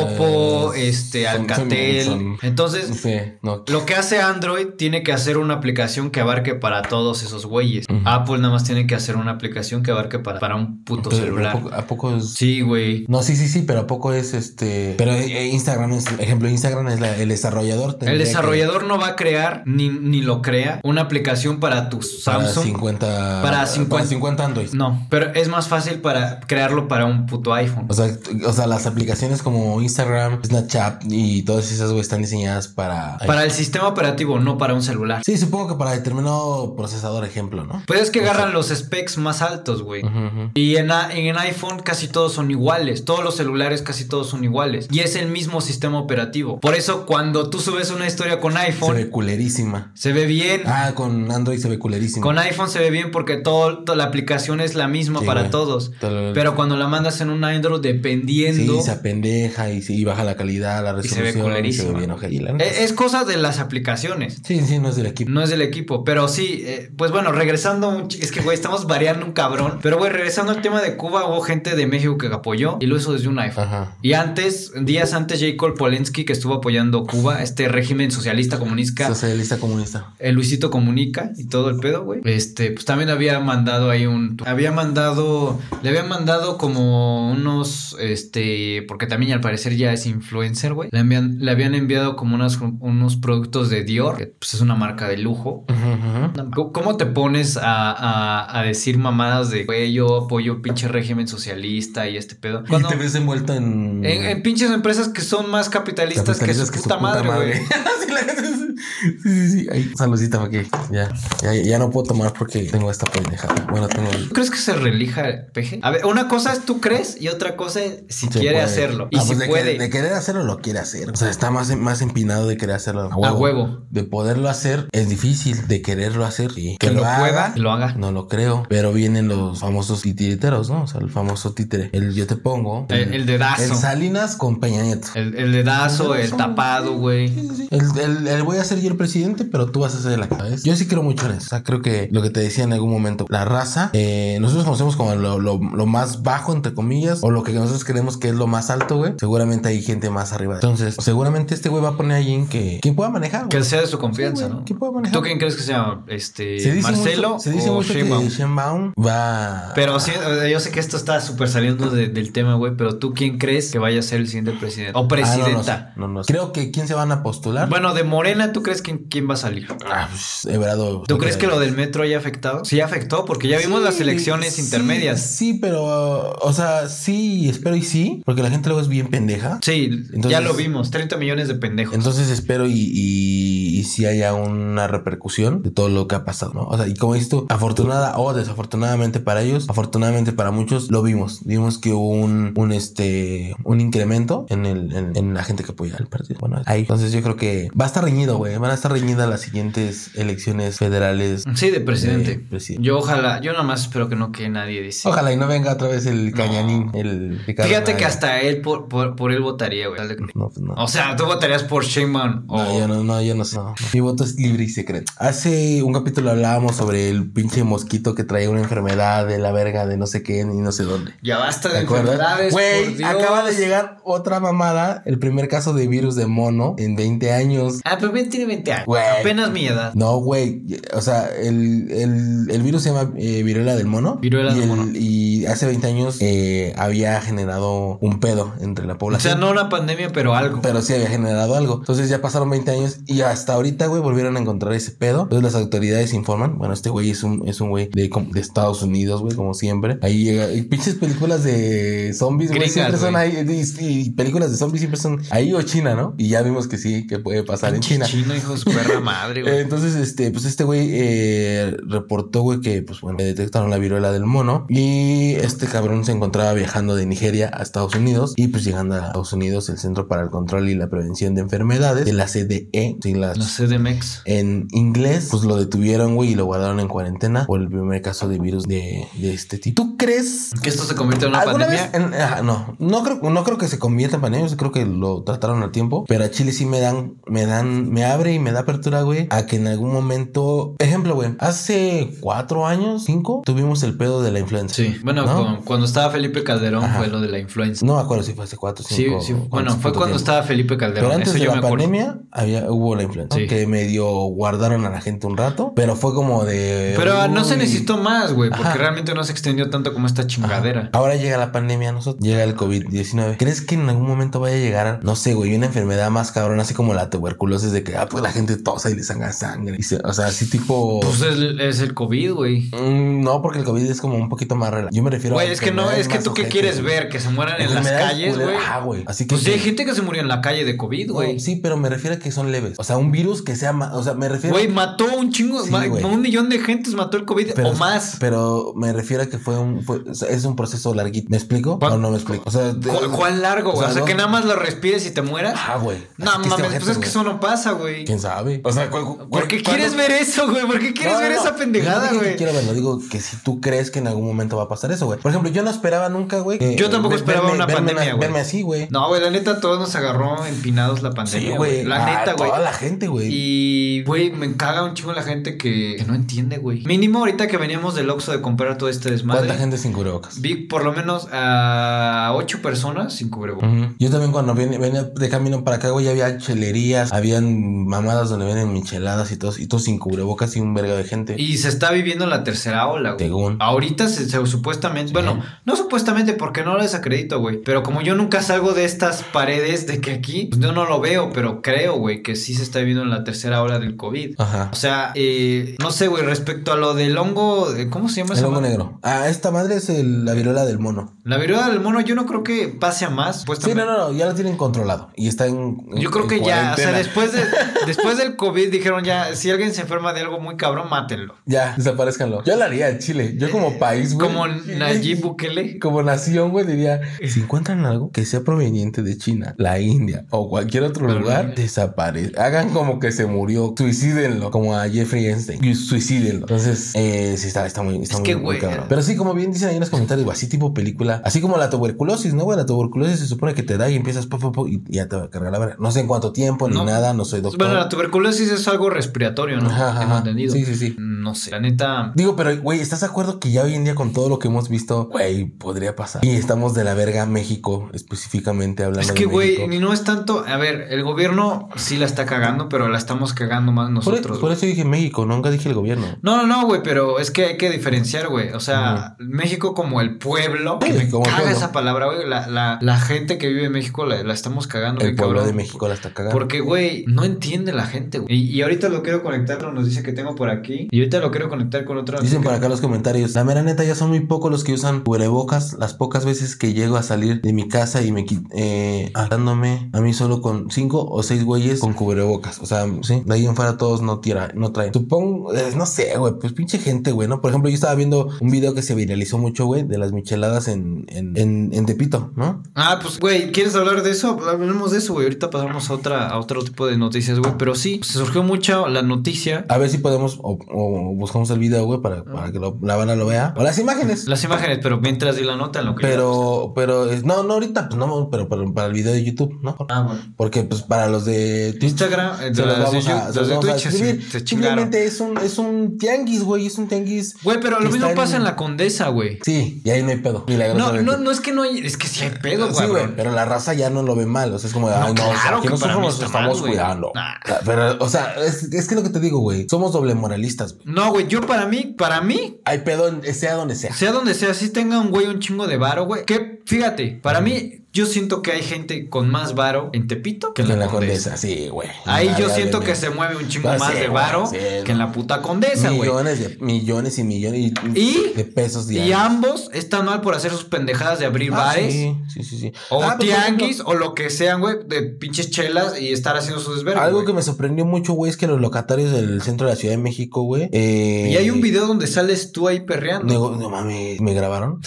Speaker 3: Oppo,
Speaker 1: eh,
Speaker 3: este,
Speaker 1: Samsung,
Speaker 3: Alcatel.
Speaker 1: Samsung.
Speaker 3: Entonces,
Speaker 1: Sí, no.
Speaker 3: lo que hace Android tiene que hacer una aplicación que abarque para todos esos güeyes.
Speaker 1: Ujú.
Speaker 3: Apple nada más tiene que hacer una aplicación que abarque para, para un puto
Speaker 1: Pero, ¿A
Speaker 3: celular.
Speaker 1: poco, a poco es-
Speaker 3: Sí, güey.
Speaker 1: No, sí, sí, sí, pero ¿a poco es este? Pero eh, Instagram es, ejemplo, Instagram es la- el desarrollador.
Speaker 3: El
Speaker 1: tendría
Speaker 3: desarrollador no va a crear ni, ni lo crea una aplicación para tu
Speaker 1: que- para
Speaker 3: Samsung.
Speaker 1: 50.
Speaker 3: Para 50.
Speaker 1: 50 Android.
Speaker 3: No, pero es más fácil para crearlo para un puto iPhone.
Speaker 1: O sea, o sea, las aplicaciones como Instagram, Snapchat y todas esas, güey, están diseñadas para.
Speaker 3: Para el sistema operativo, no para un celular.
Speaker 1: Sí, supongo que para determinado procesador, ejemplo, ¿no?
Speaker 3: Pues es que agarran los specs más altos, güey.
Speaker 1: Ujú, ujú.
Speaker 3: Y en, a- en iPhone casi todos son iguales, todos los celulares casi todos son iguales. Y es el mismo sistema operativo. Por eso cuando tú subes una historia con
Speaker 1: Se
Speaker 3: iPhone,
Speaker 1: ve culerísima.
Speaker 3: bien.
Speaker 1: Ah, con Android se ve culerísima.
Speaker 3: Con iPhone se ve bien porque todo, toda la aplicación es la misma
Speaker 1: Sí,
Speaker 3: para
Speaker 1: güey.
Speaker 3: todos.
Speaker 1: Te lo-
Speaker 3: Pero cuando la mandas en un Android dependiendo...
Speaker 1: Sí, se apendeja y, sí, y baja la calidad, la
Speaker 3: Y
Speaker 1: resolución.
Speaker 3: se ve culerísima.
Speaker 1: se ve bien ojete. Y la
Speaker 3: e-
Speaker 1: neta,
Speaker 3: es, cosa de las aplicaciones.
Speaker 1: Sí, sí, no es del equipo.
Speaker 3: No es del equipo, pero sí, eh, pues bueno, regresando, un ch- es que güey, estamos variando un cabrón, pero güey, regresando al tema de Cuba, hubo gente de México que apoyó y lo hizo desde un iPhone.
Speaker 1: Ajá.
Speaker 3: Y antes, días antes, J. Cole Polensky, que estuvo apoyando Cuba, este régimen socialista comunista,
Speaker 1: Socialista comunista.
Speaker 3: el Luisito Comunica y todo el pedo, güey. Este, pues también había mandado ahí un. tu- Había mandado. Le había mandado como unos. Este. Porque también al parecer ya es influencer, güey. Le, envían- le habían enviado como unas, unos productos de Dior, que pues es una marca de lujo.
Speaker 1: Ujú, ujú.
Speaker 3: ¿Cómo- ¿Cómo te pones a, a- a decir mamadas de, güey, yo apoyo pinche régimen socialista y este pedo?
Speaker 1: Y
Speaker 3: Cuando-
Speaker 1: te ves envuelto en.
Speaker 3: en, en pinches empresas que son más capitalistas,
Speaker 1: capitalistas
Speaker 3: que su puta madre, güey.
Speaker 1: sí, la- sí, sí, sí. Ay, saludcita, porque ya, ya, ya no puedo tomar porque tengo esta pendejada. Bueno, tengo. el-
Speaker 3: ¿Tú ¿Crees que se relija PG? A ver, una cosa es tú crees y otra cosa es si
Speaker 1: se
Speaker 3: quiere
Speaker 1: puede.
Speaker 3: hacerlo. Y
Speaker 1: Ah,
Speaker 3: si
Speaker 1: pues de que-
Speaker 3: puede.
Speaker 1: de querer hacerlo, lo quiere hacer. O sea, está más, más empinado de querer hacerlo.
Speaker 3: A huevo.
Speaker 1: De poderlo hacer es difícil. De quererlo hacer, sí.
Speaker 3: Que lo
Speaker 1: haga,
Speaker 3: pueda, que lo haga.
Speaker 1: No lo creo. Pero vienen los famosos titiriteros, ¿no? O sea, el famoso títere. El yo te pongo.
Speaker 3: El, el dedazo.
Speaker 1: el
Speaker 3: El,
Speaker 1: Salinas con Peña Nieto.
Speaker 3: el dedazo, el tapado, güey.
Speaker 1: El, el- el voy a ser yo el presidente, pero tú vas a ser el acá, ¿sabes? Yo sí creo mucho en eso. O sea, creo que lo que te decía en algún momento, la raza, eh, nosotros conocemos como lo, lo- lo más bajo, entre comillas, o lo que nosotros creemos que es lo más alto, güey. Seguramente hay gente más arriba. Entonces, seguramente este güey va a poner a alguien que, que pueda manejar, güey.
Speaker 3: Que sea de su confianza,
Speaker 1: güey,
Speaker 3: ¿no?
Speaker 1: que pueda manejar.
Speaker 3: ¿Tú quién crees que sea? Este,
Speaker 1: Se dice
Speaker 3: Marcelo
Speaker 1: mucho, se dice
Speaker 3: o
Speaker 1: mucho que
Speaker 3: Sheinbaum?
Speaker 1: Sheinbaum va...
Speaker 3: Pero sí, o sea, yo sé que esto está súper saliendo de- del tema, güey, pero ¿tú quién crees que vaya a ser el siguiente presidente? O
Speaker 1: Ah, no, no sé,
Speaker 3: presidenta.
Speaker 1: no, no sé. Creo que quién se van a postular.
Speaker 3: Bueno, de Morena, ¿tú crees que quién va a salir?
Speaker 1: Ah, pues, Everardo.
Speaker 3: ¿Tú crees que
Speaker 1: Everardo.
Speaker 3: lo del metro haya afectado? Sí afectó, porque ya vimos
Speaker 1: Sí,
Speaker 3: las elecciones
Speaker 1: sí,
Speaker 3: intermedias.
Speaker 1: Sí, pero, uh, o sea, sí, espero y sí, porque la gente luego es bien pendeja.
Speaker 3: Sí, ya
Speaker 1: Entonces-
Speaker 3: lo vimos, 30 millones de pendejos.
Speaker 1: Entonces espero y, y, y si haya una repercusión de todo lo que ha pasado, ¿no? O sea, y como dices tú, afortunada o desafortunadamente para ellos, afortunadamente para muchos, lo vimos. Vimos que hubo un, un, este, un incremento en, el, en, en la gente que apoya al partido. Bueno, ahí. Entonces yo creo que va a estar reñido, güey. Van a estar reñidas las siguientes elecciones federales.
Speaker 3: sí, de presidente.
Speaker 1: de presidente.
Speaker 3: Yo ojalá, yo nada más espero que no quede nadie dice.
Speaker 1: Ojalá y no venga otra vez el cañanín, el Ricardo
Speaker 3: Fíjate que
Speaker 1: Anaya.
Speaker 3: hasta él, por, por, por él votaría, güey.
Speaker 1: No, pues no.
Speaker 3: O sea, tú votarías por Sheinbaum o...
Speaker 1: No, yo no, no, yo no sé. No. Mi voto es libre y secreto. Hace un capítulo hablábamos sobre el pinche mosquito que traía una enfermedad de la verga de no sé qué ni no sé dónde.
Speaker 3: Ya basta
Speaker 1: ¿Te
Speaker 3: de
Speaker 1: acuerdas?
Speaker 3: enfermedades, por
Speaker 1: Güey,
Speaker 3: Dios.
Speaker 1: acaba de llegar otra mamada, el primer caso de virus de mono en 20 años.
Speaker 3: Ah, pero bien tiene 20 años.
Speaker 1: Güey.
Speaker 3: Apenas mi edad.
Speaker 1: No, güey. O sea, el, el- el virus se llama eh, viruela del mono.
Speaker 3: Viruela
Speaker 1: y
Speaker 3: del
Speaker 1: el-
Speaker 3: mono.
Speaker 1: Y hace 20 años eh, había generado un pedo entre la
Speaker 3: O
Speaker 1: población.
Speaker 3: sea, no una pandemia, pero algo.
Speaker 1: Pero sí había generado algo. Entonces ya pasaron 20 años y hasta ahorita, güey, volvieron a encontrar ese pedo. Entonces las autoridades informan. Bueno, este güey es un, es un güey de, com- de Estados Unidos, güey, como siempre. Ahí llega. Y pinches películas de zombies, güey,
Speaker 3: Gringas,
Speaker 1: siempre son
Speaker 3: güey.
Speaker 1: ahí. Y, y películas de zombies siempre son ahí o China, ¿no? Y ya vimos que sí, que puede pasar en
Speaker 3: Pinche
Speaker 1: China.
Speaker 3: Chino, hijo de su perra madre,
Speaker 1: Eh,
Speaker 3: güey.
Speaker 1: Entonces, este, pues este güey eh, reportó, güey, que pues bueno, le detectaron la viruela del mono y este cabrón se encontraba viajando de Nigeria a Estados Unidos y pues llegando a Estados Unidos, el Centro para el Control y la Prevención de Enfermedades, de la CDE, sí, las-
Speaker 3: No sé de Mex.
Speaker 1: en inglés, pues lo detuvieron, güey, y lo guardaron en cuarentena por el primer caso de virus de, de este tipo. ¿Tú crees
Speaker 3: Que esto se convierte en una
Speaker 1: ¿Alguna
Speaker 3: pandemia.
Speaker 1: vez en- ah, no, no creo, no creo que se convierta en pandemia, yo creo que lo trataron a tiempo, pero a Chile sí me dan, me dan, me abre y me da apertura, güey, a que en algún momento, ejemplo, güey, hace cuatro años, cinco, tuvimos el pedo de la influenza.
Speaker 3: Sí. Bueno,
Speaker 1: ¿no?
Speaker 3: con- cuando estaba Felipe Calderón
Speaker 1: Ajá.
Speaker 3: fue lo de la influenza.
Speaker 1: No me acuerdo si fue hace cuatro,
Speaker 3: sí,
Speaker 1: cinco.
Speaker 3: sí.
Speaker 1: cuántos-
Speaker 3: Bueno, fue
Speaker 1: cuánto
Speaker 3: cuando
Speaker 1: tiempo.
Speaker 3: estaba Felipe Calderón.
Speaker 1: Pero antes
Speaker 3: Eso
Speaker 1: de
Speaker 3: yo me
Speaker 1: la
Speaker 3: acuerdo.
Speaker 1: pandia había, hubo la influenza,
Speaker 3: Sí.
Speaker 1: que medio guardaron a la gente un rato, pero fue como de...
Speaker 3: Pero ah, no se
Speaker 1: uy.
Speaker 3: necesitó más, güey, porque
Speaker 1: Ajá.
Speaker 3: realmente no se extendió tanto como esta chingadera.
Speaker 1: Ahora llega la pandemia a nosotros. Llega el COVID-19. ¿Crees que en algún momento vaya a llegar, no sé, güey, una enfermedad más cabrón, así como la tuberculosis, de que ah, pues la gente tosa y le sangra sangre? Y se- o sea, así tipo.
Speaker 3: Pues es, es el COVID, güey.
Speaker 1: Mm, no, porque el COVID es como un poquito más relajado. Yo me refiero
Speaker 3: Güey, es que no, es que tú qué quieres ver, que se mueran en las calles, güey.
Speaker 1: Ah, güey. Así que.
Speaker 3: Pues sí, hay gente que se murió en la calle de COVID,
Speaker 1: No,
Speaker 3: güey.
Speaker 1: sí, pero me refiero a que son leves. O sea, un virus que sea más. O sea, me refiero.
Speaker 3: Güey, mató un chingo,
Speaker 1: Sí,
Speaker 3: ma-
Speaker 1: güey.
Speaker 3: un millón de gentes mató el COVID
Speaker 1: Pero-
Speaker 3: o más.
Speaker 1: Pero me refiero a que fue un. fue- o sea, es un proceso larguito. ¿Me explico?
Speaker 3: ¿Cuál-
Speaker 1: ¿O no me explico? O sea,
Speaker 3: ¿Cu- ¿Cuál largo, güey? O sea,
Speaker 1: no-
Speaker 3: que nada más lo respires y te mueras.
Speaker 1: Ah, güey.
Speaker 3: No
Speaker 1: Así que este
Speaker 3: mames, pues
Speaker 1: ojete,
Speaker 3: es que
Speaker 1: güey.
Speaker 3: eso no pasa, güey.
Speaker 4: güey?
Speaker 1: ¿Quién sabe?
Speaker 5: O sea, cu- cu-
Speaker 4: ¿Por qué
Speaker 5: cuándo-
Speaker 4: quieres ver eso, güey? ¿Por qué quieres
Speaker 1: No, no,
Speaker 4: ver
Speaker 1: no.
Speaker 4: esa pendejada,
Speaker 1: Yo no dije que
Speaker 4: güey?
Speaker 1: quiero verlo, digo que si tú crees que en algún momento va a pasar eso, güey. Por ejemplo, yo no esperaba nunca, güey. que-
Speaker 4: Yo tampoco
Speaker 1: ver-
Speaker 4: esperaba
Speaker 1: verme-
Speaker 4: una
Speaker 1: verme
Speaker 4: pandemia, güey.
Speaker 1: Verme así, güey.
Speaker 4: No,
Speaker 3: No, güey, la neta, todos nos agarró empinados la
Speaker 1: sí,
Speaker 3: pandemia.
Speaker 1: güey.
Speaker 3: La
Speaker 1: A
Speaker 3: neta, güey.
Speaker 1: Toda la gente, güey.
Speaker 3: Y, güey, me caga un chingo la gente que, que no entiende, güey. Mínimo ahorita que veníamos del Oxxo de comprar todo este desmadre.
Speaker 1: ¿Cuánta gente sin cubrebocas?
Speaker 3: Vi por lo menos a ocho personas sin cubrebocas.
Speaker 1: Ujú. Yo también cuando venía, venía de camino para acá, güey, ya había chelerías, habían mamadas donde venden micheladas y todo, y todo sin cubrebocas y un verga de gente.
Speaker 3: Y se está viviendo la tercera ola, güey.
Speaker 4: Ah,
Speaker 1: Según.
Speaker 3: Ahorita se, se- supuestamente, bueno, no supuestamente porque no lo desacredito, güey. Pero como yo nunca salgo de estas paredes de que aquí, pues yo no lo veo, pero creo, güey, que sí se está viviendo la tercera ola del COVID.
Speaker 1: Ajá.
Speaker 3: O
Speaker 4: pues,
Speaker 3: sea, eh, no sé, güey, respecto a lo del hongo, eh, ¿cómo se llama
Speaker 1: El
Speaker 3: esa
Speaker 1: hongo
Speaker 3: madre?
Speaker 1: negro. Ah, esta madre es el- la viruela del mono.
Speaker 3: La viruela del mono, yo no creo que pase a más.
Speaker 1: Sí,
Speaker 3: supuestamente.
Speaker 1: no, no, no, ya lo tienen controlado. Y está en. en-
Speaker 3: Yo creo
Speaker 1: en
Speaker 3: que ya, o sea,
Speaker 1: cuarentena.
Speaker 3: después, de, después del COVID dijeron ya, si alguien se enferma de algo muy cabrón, mátenlo.
Speaker 1: Ya, desaparezcanlo. Yo lo haría en Chile. Yo como país, güey.
Speaker 3: Eh, Como Nayib Bukele. Eh.
Speaker 1: Como nación, güey, diría, si encuentran algo que sea proveniente de China, la India o cualquier otro
Speaker 3: Pero
Speaker 1: lugar,
Speaker 3: no.
Speaker 1: desaparezcan. Hagan como que se murió, suicídenlo, como a Jeffrey Einstein, Y suicídenlo. Entonces, eh, sí, está, está muy, está
Speaker 3: Es
Speaker 1: muy,
Speaker 3: que,
Speaker 1: muy
Speaker 3: güey, eh.
Speaker 1: cabrón. Pero sí, como bien dicen ahí en los comentarios, güey, así tipo película, así como la tuberculosis, ¿no, güey? La tuberculosis se supone que te da y empiezas, po, po, po, y ya te va a cargar la verga. No sé en cuánto tiempo, ni
Speaker 3: No.
Speaker 1: nada, no soy doctor.
Speaker 3: Bueno, la tuberculosis es algo respiratorio, ¿no?
Speaker 1: Ajá, ajá,
Speaker 3: Tengo
Speaker 1: ajá.
Speaker 3: entendido.
Speaker 1: Sí, sí, sí.
Speaker 3: No sé, la neta.
Speaker 1: Digo, pero, güey, ¿estás de acuerdo que ya hoy en día con todo lo que hemos visto, güey, podría pasar? Y estamos de la verga México, específicamente hablando
Speaker 3: Es que,
Speaker 1: de
Speaker 3: güey,
Speaker 1: México.
Speaker 3: ni no es tanto. A ver, el gobierno sí la está cagando, pero la estamos cagando más
Speaker 1: Por, e-, por
Speaker 3: nosotros.
Speaker 1: e-,
Speaker 3: güey.
Speaker 1: eso dije México, nunca dije el gobierno.
Speaker 3: No, no, no, güey, pero es que hay que diferenciar, güey. O sea, México como el pueblo. Que
Speaker 1: Sí,
Speaker 3: me
Speaker 1: como el
Speaker 3: caga
Speaker 1: pueblo.
Speaker 3: esa palabra, güey. La, la- la gente que vive en México la, la estamos cagando,
Speaker 1: El
Speaker 3: bien
Speaker 1: pueblo
Speaker 3: cabrón.
Speaker 1: de México la está cagando.
Speaker 3: Porque, güey, no entiende la gente, güey. Y, y ahorita lo quiero conectar, pero nos dice que tengo por aquí. Y ahorita lo quiero conectar con otra.
Speaker 1: Dicen por acá los comentarios, la mera neta ya son muy pocos los que usan cubrebocas, las pocas veces que llego a salir de mi casa y me qui- eh, atándome a mí solo con cinco o seis güeyes con cubrebocas, o sea, sí, de ahí en fuera todos no tira, no traen. Supongo, eh, no sé, güey, pues pinche gente, güey, ¿no? Por ejemplo, yo estaba viendo un video que se viralizó mucho, güey, de las micheladas en, en, en, en Tepito, ¿no?
Speaker 3: Ah, pues, güey, ¿quieres hablar de eso? Hablemos de eso, güey. Ahorita pasamos a otra, a otro tipo de noticias, güey. Pero sí, se surgió mucha la noticia.
Speaker 1: A ver si podemos o, o buscamos el video, güey, para, para que lo- la banda lo vea. O las imágenes.
Speaker 3: Las imágenes, pero mientras di la nota en lo que
Speaker 1: Pero, pero, eh, no, no ahorita, pues no, pero, pero para el video de YouTube, ¿no?
Speaker 3: Ah, bueno.
Speaker 1: Porque, pues, para los de Twitch.
Speaker 3: Instagram, eh, de
Speaker 1: se los
Speaker 3: las de
Speaker 1: vamos a-
Speaker 3: Yu-
Speaker 1: se los
Speaker 3: de
Speaker 1: vamos a
Speaker 3: Twitch, sí,
Speaker 1: escribir.
Speaker 3: se chingaron.
Speaker 1: Simplemente es un, es un tianguis, güey. Es un tianguis.
Speaker 3: Güey, pero lo
Speaker 1: que
Speaker 3: mismo
Speaker 1: está
Speaker 3: pasa en la condesa, güey.
Speaker 1: Sí, y ahí no hay pedo.
Speaker 3: No,
Speaker 1: milagrosamente.
Speaker 3: no, no es que no hay. Es que sí hay pedo, güey.
Speaker 1: Sí, güey,
Speaker 3: bro.
Speaker 1: pero la raza ya no lo ve mal. O sea, es como, de, ay, no, o sea,
Speaker 3: claro
Speaker 1: aquí
Speaker 3: que para
Speaker 1: nosotros
Speaker 3: mí
Speaker 1: nos
Speaker 3: está
Speaker 1: estamos
Speaker 3: mal, güey.
Speaker 1: cuidando.
Speaker 3: Nah.
Speaker 1: Pero, o sea, es, es que lo que te digo, güey, somos doble moralistas, güey.
Speaker 3: No, güey, yo para mí, para mí,
Speaker 1: Hay pedo, en- sea donde sea.
Speaker 3: Sea donde sea, si tenga un güey un chingo de varo, güey. Que fíjate, para mí, yo siento que hay gente con más varo en Tepito que en la, condesa.
Speaker 1: sí, güey.
Speaker 3: Ahí yo siento
Speaker 1: Indudablemente.
Speaker 3: que se mueve un chingo
Speaker 1: Ah, sí,
Speaker 3: más de
Speaker 1: güey,
Speaker 3: varo
Speaker 1: sí,
Speaker 3: que en la puta condesa, güey.
Speaker 1: Millones de millones y millones y-
Speaker 3: Y-
Speaker 1: de pesos
Speaker 3: Y
Speaker 1: diarios.
Speaker 3: ambos están mal por hacer sus pendejadas de abrir
Speaker 1: Ah,
Speaker 3: bares.
Speaker 1: sí, sí, sí, sí.
Speaker 3: O
Speaker 1: Ah, pues, por ejemplo,
Speaker 3: tianguis, o lo que sean, güey, de pinches chelas y estar haciendo sus desvergos.
Speaker 1: Algo
Speaker 3: güey.
Speaker 1: que me sorprendió mucho, güey, es que los locatarios del centro de la Ciudad de México, güey. eh,
Speaker 3: Y hay un video donde sales tú ahí perreando.
Speaker 1: No, no mames, me grabaron.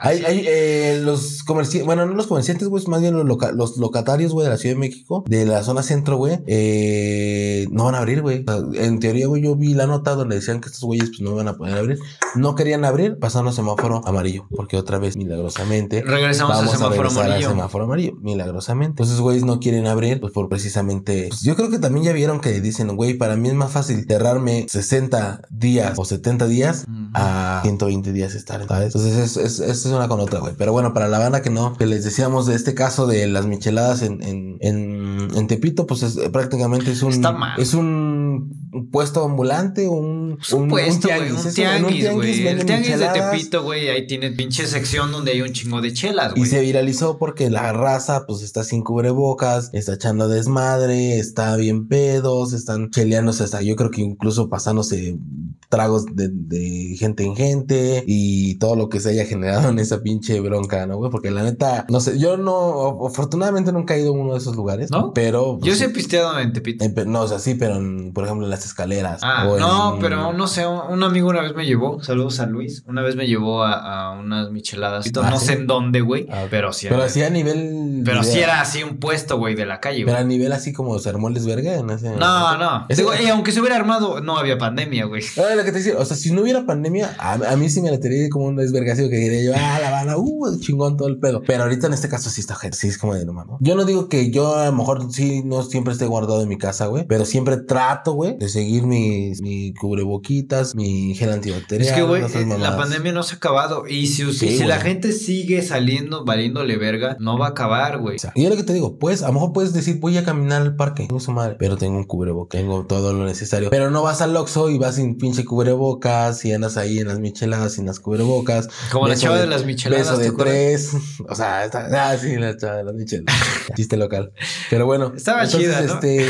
Speaker 1: Hay, hay, eh, los comerciantes, bueno, no los comerciantes, güey, más bien los, loca- los locatarios, güey, de la Ciudad de México, de la zona centro, güey, eh, no van a abrir, güey. O sea, en teoría, güey, yo vi la nota donde decían que estos güeyes pues no van a poder abrir. No querían abrir, pasaron a semáforo amarillo, porque otra vez, milagrosamente,
Speaker 3: Regresamos al semáforo
Speaker 1: regresar al
Speaker 3: amarillo.
Speaker 1: semáforo amarillo, milagrosamente. Entonces, güeyes no quieren abrir, pues por precisamente. pues, yo creo que también ya vieron que dicen, güey, para mí es más fácil cerrarme 60 días o 70 días a 120 días estar, ¿sabes? Entonces, es, es, es una con otra, güey. Pero bueno, para la banda que no, que les decíamos de este caso de las micheladas en, en, en, en Tepito, pues es- prácticamente es un.
Speaker 3: Está mal.
Speaker 1: Es un puesto ambulante, un.
Speaker 3: Pues un puesto, güey, un
Speaker 1: es en
Speaker 3: tianguis, güey. El
Speaker 1: venden
Speaker 3: tianguis de
Speaker 1: micheladas.
Speaker 3: Tepito, güey, ahí tiene pinche sección donde hay un chingo de chelas,
Speaker 1: Y
Speaker 3: güey.
Speaker 1: se viralizó porque la raza, pues, está sin cubrebocas, está echando desmadre, está bien pedos, están cheleándose hasta, yo creo que incluso pasándose tragos de, de gente en gente y todo lo que se haya generado en esa pinche bronca, ¿no, güey? Porque la neta, no sé, yo no, afortunadamente nunca he ido a uno de esos lugares,
Speaker 3: ¿No?
Speaker 1: Pero...
Speaker 3: Yo
Speaker 1: pues,
Speaker 3: sí he pisteado en Tepito.
Speaker 1: en pe- no, o sea, sí, pero en- por ejemplo en la las escaleras.
Speaker 3: Ah,
Speaker 1: o en-
Speaker 3: no, pero no sé, un un amigo una vez me llevó, saludos a Luis, una vez me llevó a, a unas micheladas,
Speaker 1: Ah,
Speaker 3: no
Speaker 1: ¿sí?
Speaker 3: sé en dónde, güey,
Speaker 1: Ah, ok.
Speaker 3: pero sí
Speaker 1: Pero
Speaker 3: era,
Speaker 1: así a nivel.
Speaker 3: pero sí
Speaker 1: idea.
Speaker 3: era así un puesto, güey, de la calle,
Speaker 1: Pero
Speaker 3: güey.
Speaker 1: a nivel así como Sermoles Verga. En ese...
Speaker 3: No, no.
Speaker 1: Ese-
Speaker 3: Digo, eh, aunque se hubiera armado, no había pandemia, güey.
Speaker 1: Ah, lo que te decía, o sea, si no hubiera pandemia, a, a mí sí me la tería como un desvergacido que diría yo, ah, la bala, uh, chingón todo el pedo. Pero ahorita en este caso sí está gente, sí es como de no mames. Yo no digo que yo a lo mejor sí no siempre esté guardado en mi casa, güey, pero siempre trato, güey, de seguir mis, mi cubreboquitas, mi gel antibacterial.
Speaker 3: Es que, güey,
Speaker 1: esas
Speaker 3: eh, la
Speaker 1: mamadas.
Speaker 3: pandemia no se ha acabado. Y si, si-
Speaker 1: Sí,
Speaker 3: si
Speaker 1: güey.
Speaker 3: la gente sigue saliendo, valiéndole verga, no va a acabar, güey.
Speaker 1: O sea, y yo lo que te digo, pues a lo mejor puedes decir, voy a caminar al parque, tengo su madre, pero tengo un cubrebocas, tengo todo lo necesario. Pero no vas al Oxxo y vas sin pinche cubrebocas y andas ahí en las micheladas sin las cubrebocas.
Speaker 3: Como la
Speaker 1: Beso
Speaker 3: chava de las micheladas.
Speaker 1: Beso
Speaker 3: ¿te
Speaker 1: de
Speaker 3: acuerdas?
Speaker 1: tres. O sea, está, ah, sí, la chava de las micheladas. Chiste local. Pero bueno.
Speaker 3: Estaba chida, ¿no?
Speaker 1: este,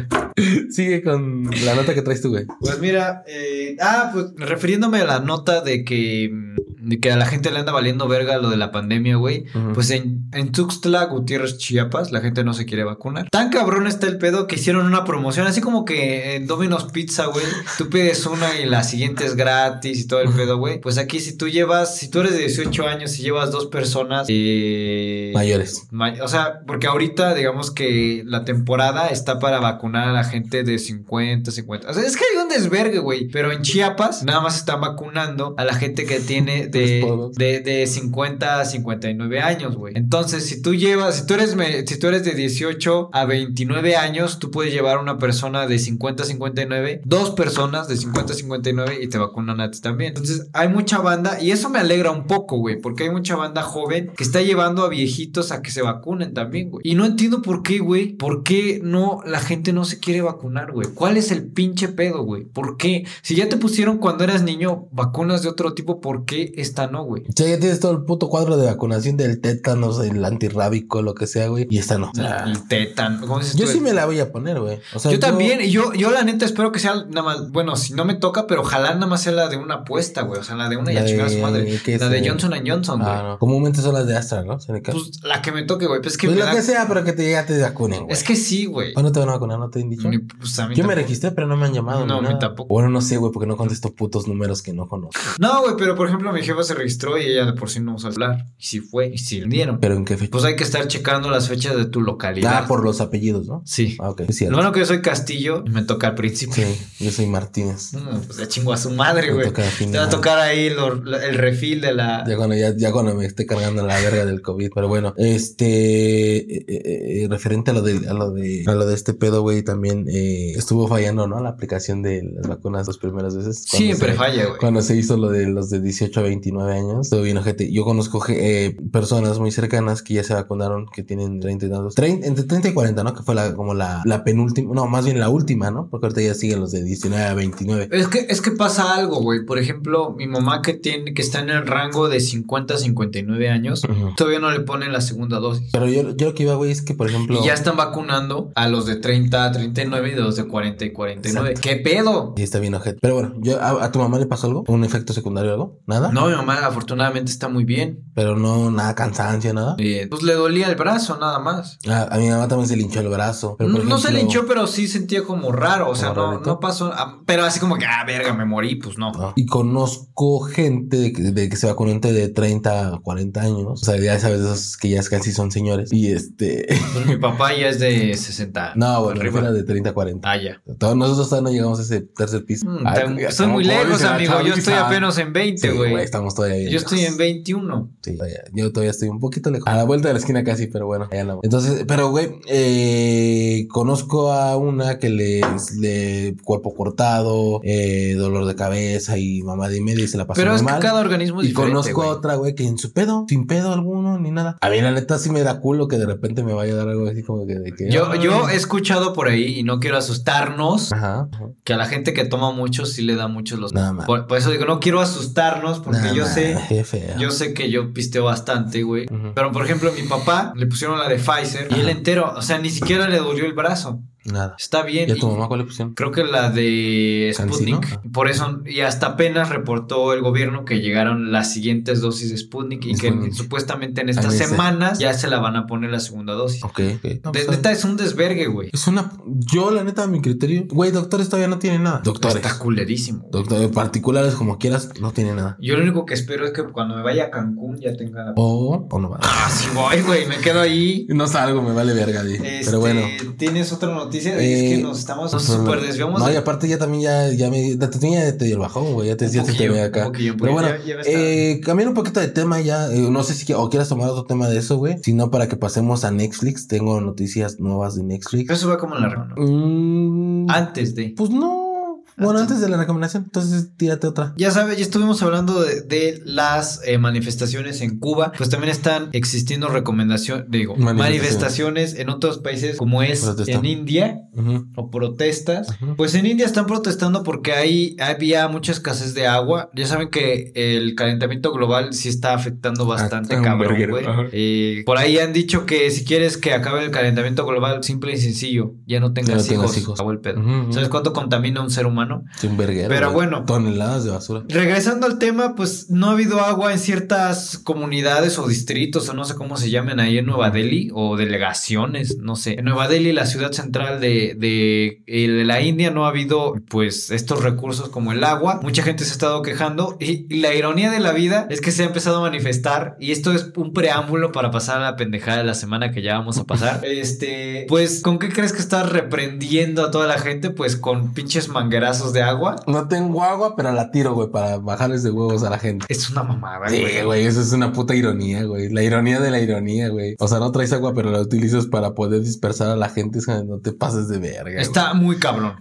Speaker 1: sigue con la nota que traes tú, güey.
Speaker 3: Pues mira, eh, ah, pues refiriéndome a la nota de que, mm, de que a la gente le anda valiendo verga lo de la pandemia, güey.
Speaker 1: Ujú.
Speaker 3: Pues en, en Tuxtla, Gutiérrez, Chiapas, la gente no se quiere vacunar. Tan cabrón está el pedo que hicieron una promoción, así como que en Domino's Pizza, güey, tú pides una y la siguiente es gratis y todo el pedo, güey. Pues aquí si tú llevas, si tú eres de 18 años y llevas dos personas... eh,
Speaker 1: Mayores.
Speaker 3: Ma- O sea, porque ahorita digamos que la temporada está para vacunar a la gente de 50, 50. O sea, es que hay un desvergue, güey. Pero en Chiapas nada más están vacunando a la gente que tiene
Speaker 1: Tres
Speaker 3: de,
Speaker 1: podos.
Speaker 3: de, de 50 a 59 años, güey. Entonces, si tú llevas, si tú eres me- si tú eres de 18 a 29 años, tú puedes llevar una persona de 50 a 59, dos personas de 50 a 59 y te vacunan a ti también. Entonces, hay mucha banda y eso me alegra un poco, güey, porque hay mucha banda joven que está llevando a viejitos a que se vacunen también, güey. Y no entiendo por qué, güey, por qué no la gente no se quiere vacunar, güey. ¿Cuál es el pinche pedo, güey? ¿Por qué? Si ya te pusieron cuando eras niño vacunas de otro tipo, ¿por qué esta no, güey?
Speaker 1: O sea, ya tienes todo el puto cuadro de vacunación del tétanos, el antirrábico, lo que sea, güey. Y esta no. O sea,
Speaker 3: El tétano. ¿cómo dices
Speaker 1: yo
Speaker 3: tú?
Speaker 1: sí me la voy a poner, güey. O sea,
Speaker 3: yo también, y yo, yo la neta espero que sea nada más, bueno, si no me toca, pero ojalá nada más sea la de una apuesta, güey. O sea, la de una y
Speaker 1: La
Speaker 3: a chingar a su
Speaker 1: de-
Speaker 3: madre.
Speaker 1: ¿qué
Speaker 3: La
Speaker 1: es,
Speaker 3: de
Speaker 1: eh?
Speaker 3: Johnson Johnson, güey.
Speaker 1: Ah, no. Comúnmente son las de Astra, ¿no? Se me cae. Pues,
Speaker 3: Pues la que me toque, güey. Pues es que me
Speaker 1: lo
Speaker 3: da-
Speaker 1: que sea, pero que te, ya te vacunen, güey.
Speaker 3: Es que sí, güey.
Speaker 1: ¿O no te van a vacunar? ¿No te han dicho?
Speaker 3: Ni- pues, a mí
Speaker 1: Yo me
Speaker 3: tampoco.
Speaker 1: registré, pero no me han llamado.
Speaker 3: No,
Speaker 1: ni
Speaker 3: a mí
Speaker 1: nada.
Speaker 3: tampoco.
Speaker 1: Bueno, no sé, güey, porque no contesto putos números que no conozco.
Speaker 3: No, güey, pero por ejemplo, mi jefa se registró y ella de por sí no usa hablar. Y si fue, y si le dieron.
Speaker 1: Pero en qué fecha.
Speaker 3: Pues hay que estar checando las fechas de tu localidad.
Speaker 1: Ah, por los apellidos, ¿no?
Speaker 3: Sí.
Speaker 1: Ah, ok. Es
Speaker 3: Lo
Speaker 1: cierto.
Speaker 3: bueno que yo soy Castillo, me toca al principio.
Speaker 1: Sí, yo soy Martínez.
Speaker 3: Mm, pues ya chingo a su madre,
Speaker 1: Me
Speaker 3: güey.
Speaker 1: toca al
Speaker 3: Te va a
Speaker 1: final.
Speaker 3: tocar ahí lo- lo- el refil de la.
Speaker 1: Ya cuando, ya, ya cuando me esté cargando la verga del COVID. Pero bueno, este. eh, eh, eh, referente a lo, de, a, lo de, a lo de este pedo, güey, también eh, estuvo fallando, ¿no? La aplicación de las vacunas dos primeras veces. cuando
Speaker 3: Siempre
Speaker 1: se-
Speaker 3: falla, güey.
Speaker 1: Cuando se hizo lo de los de 18 a 29 años, todo bien, gente. Yo conozco ge- eh, personas muy cercanas que ya se vacunaron, que tienen 30 y tantos. 30, entre 30 y 40, ¿no? Que fue la, como la, la penúltima, no, más bien la última, ¿no? Porque ahorita ya siguen los de 19 a 29.
Speaker 3: Es que, es que pasa algo, güey. Por ejemplo, mi mamá que tiene, que está en el rango de 50 a 59 años,
Speaker 1: Ujú.
Speaker 3: todavía no le ponen la segunda dosis.
Speaker 1: Pero yo, yo lo que iba, güey, es que, por ejemplo.
Speaker 3: Y ya están vacunando a los de 30 a 39 y los de 40 y 49. ¿Qué pedo?
Speaker 1: Sí, está bien, ojete. Pero bueno, yo, ¿a, a tu mamá le pasó algo? ¿Un efecto secundario o algo? ¿Nada?
Speaker 3: No, mi mamá afortunadamente está muy bien.
Speaker 1: Pero no, nada, cansancio, nada.
Speaker 3: Eh, pues le dolía el brazo nada más.
Speaker 1: A, a mi mamá también se le hinchó el brazo. Pero,
Speaker 3: No,
Speaker 1: por
Speaker 3: no se le
Speaker 1: ejemplo,
Speaker 3: hinchó, pero sí sentía como raro. O sea,
Speaker 1: Como
Speaker 3: no,
Speaker 1: rarito.
Speaker 3: no pasó. ah, Pero así como que, ah, verga, me morí. Pues no.
Speaker 1: ¿no? Y conozco gente de, que- de que se vacunó entre de 30 a 40 años. O sea, ya sabes, esos que ya casi son señores. Y este.
Speaker 3: Pues mi papá ya es de 60.
Speaker 1: No, bueno,
Speaker 3: arriba.
Speaker 1: de 30 a 40.
Speaker 3: Ah, ya.
Speaker 1: Todos nosotros todavía no llegamos a ese tercer piso.
Speaker 3: Mm,
Speaker 1: Ay,
Speaker 3: tan-
Speaker 1: ya
Speaker 3: estoy muy
Speaker 1: estamos
Speaker 3: lejos,
Speaker 1: jóvenes, la
Speaker 3: amigo. Yo estoy
Speaker 1: chaviza.
Speaker 3: apenas en 20,
Speaker 1: Sí,
Speaker 3: güey.
Speaker 1: güey, estamos todavía bien
Speaker 3: Yo estoy
Speaker 1: lejos.
Speaker 3: en 21.
Speaker 1: Sí, todavía- yo todavía estoy un poquito lejos. A la vuelta de la esquina casi, pero bueno, allá andamos. Entonces, pero güey, eh, conozco a una que le, le- cuerpo cortado, eh, dolor de cabeza y mamá de media y se la pasó
Speaker 3: Pero
Speaker 1: muy
Speaker 3: es que
Speaker 1: mal.
Speaker 3: cada organismo es
Speaker 1: y
Speaker 3: diferente.
Speaker 1: conozco a
Speaker 3: güey.
Speaker 1: otra, güey, que en su pedo, sin pedo alguno, ni nada. A mí la neta sí me da culo que de repente me vaya a dar algo así como que de que...
Speaker 3: Yo,
Speaker 1: ay.
Speaker 3: yo he escuchado por ahí, y no quiero asustarnos,
Speaker 1: Ajá, ajá.
Speaker 3: que a la gente que toma mucho sí le da muchos los.
Speaker 1: Nada más.
Speaker 3: Por, por eso digo, no quiero asustarnos, porque
Speaker 1: Nada Mm.
Speaker 3: yo
Speaker 1: más,
Speaker 3: sé,
Speaker 1: qué feo.
Speaker 3: yo sé que yo pisteo bastante, güey.
Speaker 1: Ujú.
Speaker 3: Pero por ejemplo, mi papá le pusieron la de Pfizer y él entero, o sea, ni siquiera le dolió el brazo.
Speaker 1: Nada.
Speaker 3: Está bien.
Speaker 1: ¿Y a tu
Speaker 3: y-
Speaker 1: mamá cuál le pusieron?
Speaker 3: Creo que la de
Speaker 1: ¿Cancino?
Speaker 3: Sputnik. Por eso, y hasta apenas reportó el gobierno que llegaron las siguientes dosis de Sputnik y que
Speaker 1: Sputnik.
Speaker 3: supuestamente en
Speaker 1: Ah,
Speaker 3: estas
Speaker 1: ese.
Speaker 3: semanas ya se la van a poner la segunda dosis.
Speaker 1: Ok, ok. No,
Speaker 3: De-
Speaker 1: pues,
Speaker 3: neta, es un desvergue, güey.
Speaker 1: es una. Yo, la neta, a mi criterio. Güey, doctores todavía no tienen nada. Doctores.
Speaker 3: Está culerísimo. güey.
Speaker 1: Doctores particulares, como quieras, no tiene nada.
Speaker 3: Yo lo único que espero es que cuando me vaya a Cancún ya tenga
Speaker 1: Oh. O,
Speaker 3: la...
Speaker 1: o no va.
Speaker 3: Ah, sí voy, güey, me quedo ahí.
Speaker 1: No salgo, me vale verga, di.
Speaker 3: Este,
Speaker 1: Pero bueno.
Speaker 3: ¿Tienes otra noticia? es
Speaker 1: Eh,
Speaker 3: que nos estamos nos
Speaker 1: Pues,
Speaker 3: súper desviamos.
Speaker 1: No,
Speaker 3: de-
Speaker 1: y aparte ya también ya, ya me... Ya te, ya te dio el bajón, güey. Ya te,
Speaker 3: Un
Speaker 1: ya te
Speaker 3: poquillo,
Speaker 1: ve
Speaker 3: un
Speaker 1: acá.
Speaker 3: poquillo, un
Speaker 1: Pero
Speaker 3: poquillo,
Speaker 1: bueno,
Speaker 3: ya- ya me está-
Speaker 1: eh, cambiar un poquito de tema ya. eh, no sé si qui- o quieras tomar otro tema de eso, güey. Si no, para que pasemos a Netflix. Tengo noticias nuevas de Netflix.
Speaker 3: Eso va como en la reunión. ¿no?
Speaker 1: Mm,
Speaker 3: Antes de...
Speaker 1: pues no. Bueno,
Speaker 3: Antes-
Speaker 1: antes de la recomendación. Entonces, tírate otra.
Speaker 3: Ya sabes, ya estuvimos hablando de, de las eh, manifestaciones en Cuba, pues también están existiendo recomendaciones, digo,
Speaker 1: Manifestaciones.
Speaker 3: manifestaciones en otros países como es
Speaker 1: Protesta.
Speaker 3: en India
Speaker 1: Ujú,
Speaker 3: o protestas.
Speaker 1: ujú.
Speaker 3: Pues en India están protestando porque ahí había mucha escasez de agua. Ya saben que el calentamiento global sí está afectando bastante
Speaker 1: Ah, un
Speaker 3: cabrón,
Speaker 1: verguero,
Speaker 3: güey.
Speaker 1: ajá.
Speaker 3: Eh, por ahí han dicho que si quieres que acabe el calentamiento global, simple y sencillo, ya no tengas,
Speaker 1: tengas
Speaker 3: hijos.
Speaker 1: hijos.
Speaker 3: Acabó el pedo.
Speaker 1: Ujú, ujú.
Speaker 3: ¿Sabes cuánto contamina un ser humano?
Speaker 1: Sí, un Mm, verguero,
Speaker 3: Pero
Speaker 1: güey.
Speaker 3: bueno.
Speaker 1: Toneladas de basura.
Speaker 3: Regresando al tema, pues no ha habido agua en ciertas comunidades o distritos o no sé cómo se llamen ahí en Nueva Delhi o delegaciones, no sé. En Nueva Delhi, la ciudad central de, de, eh, de la India, no ha habido pues estos recursos como el agua. Mucha gente se ha estado quejando y, y la ironía de la vida es que se ha empezado a manifestar y esto es un preámbulo para pasar a la pendejada de la semana que ya vamos a pasar. Este, pues, ¿con qué crees que estás reprendiendo a toda la gente? Pues con pinches manguerazos de agua.
Speaker 1: No tengo agua, pero la tiro, güey, para bajarles de huevos a la gente.
Speaker 3: Es una mamada,
Speaker 1: Sí,
Speaker 3: güey.
Speaker 1: güey, eso es una puta ironía, güey. La ironía de la ironía, güey. O sea, no traes agua, pero la utilizas para poder dispersar a la gente. Es que no te pases de verga. güey.
Speaker 3: Está muy cabrón.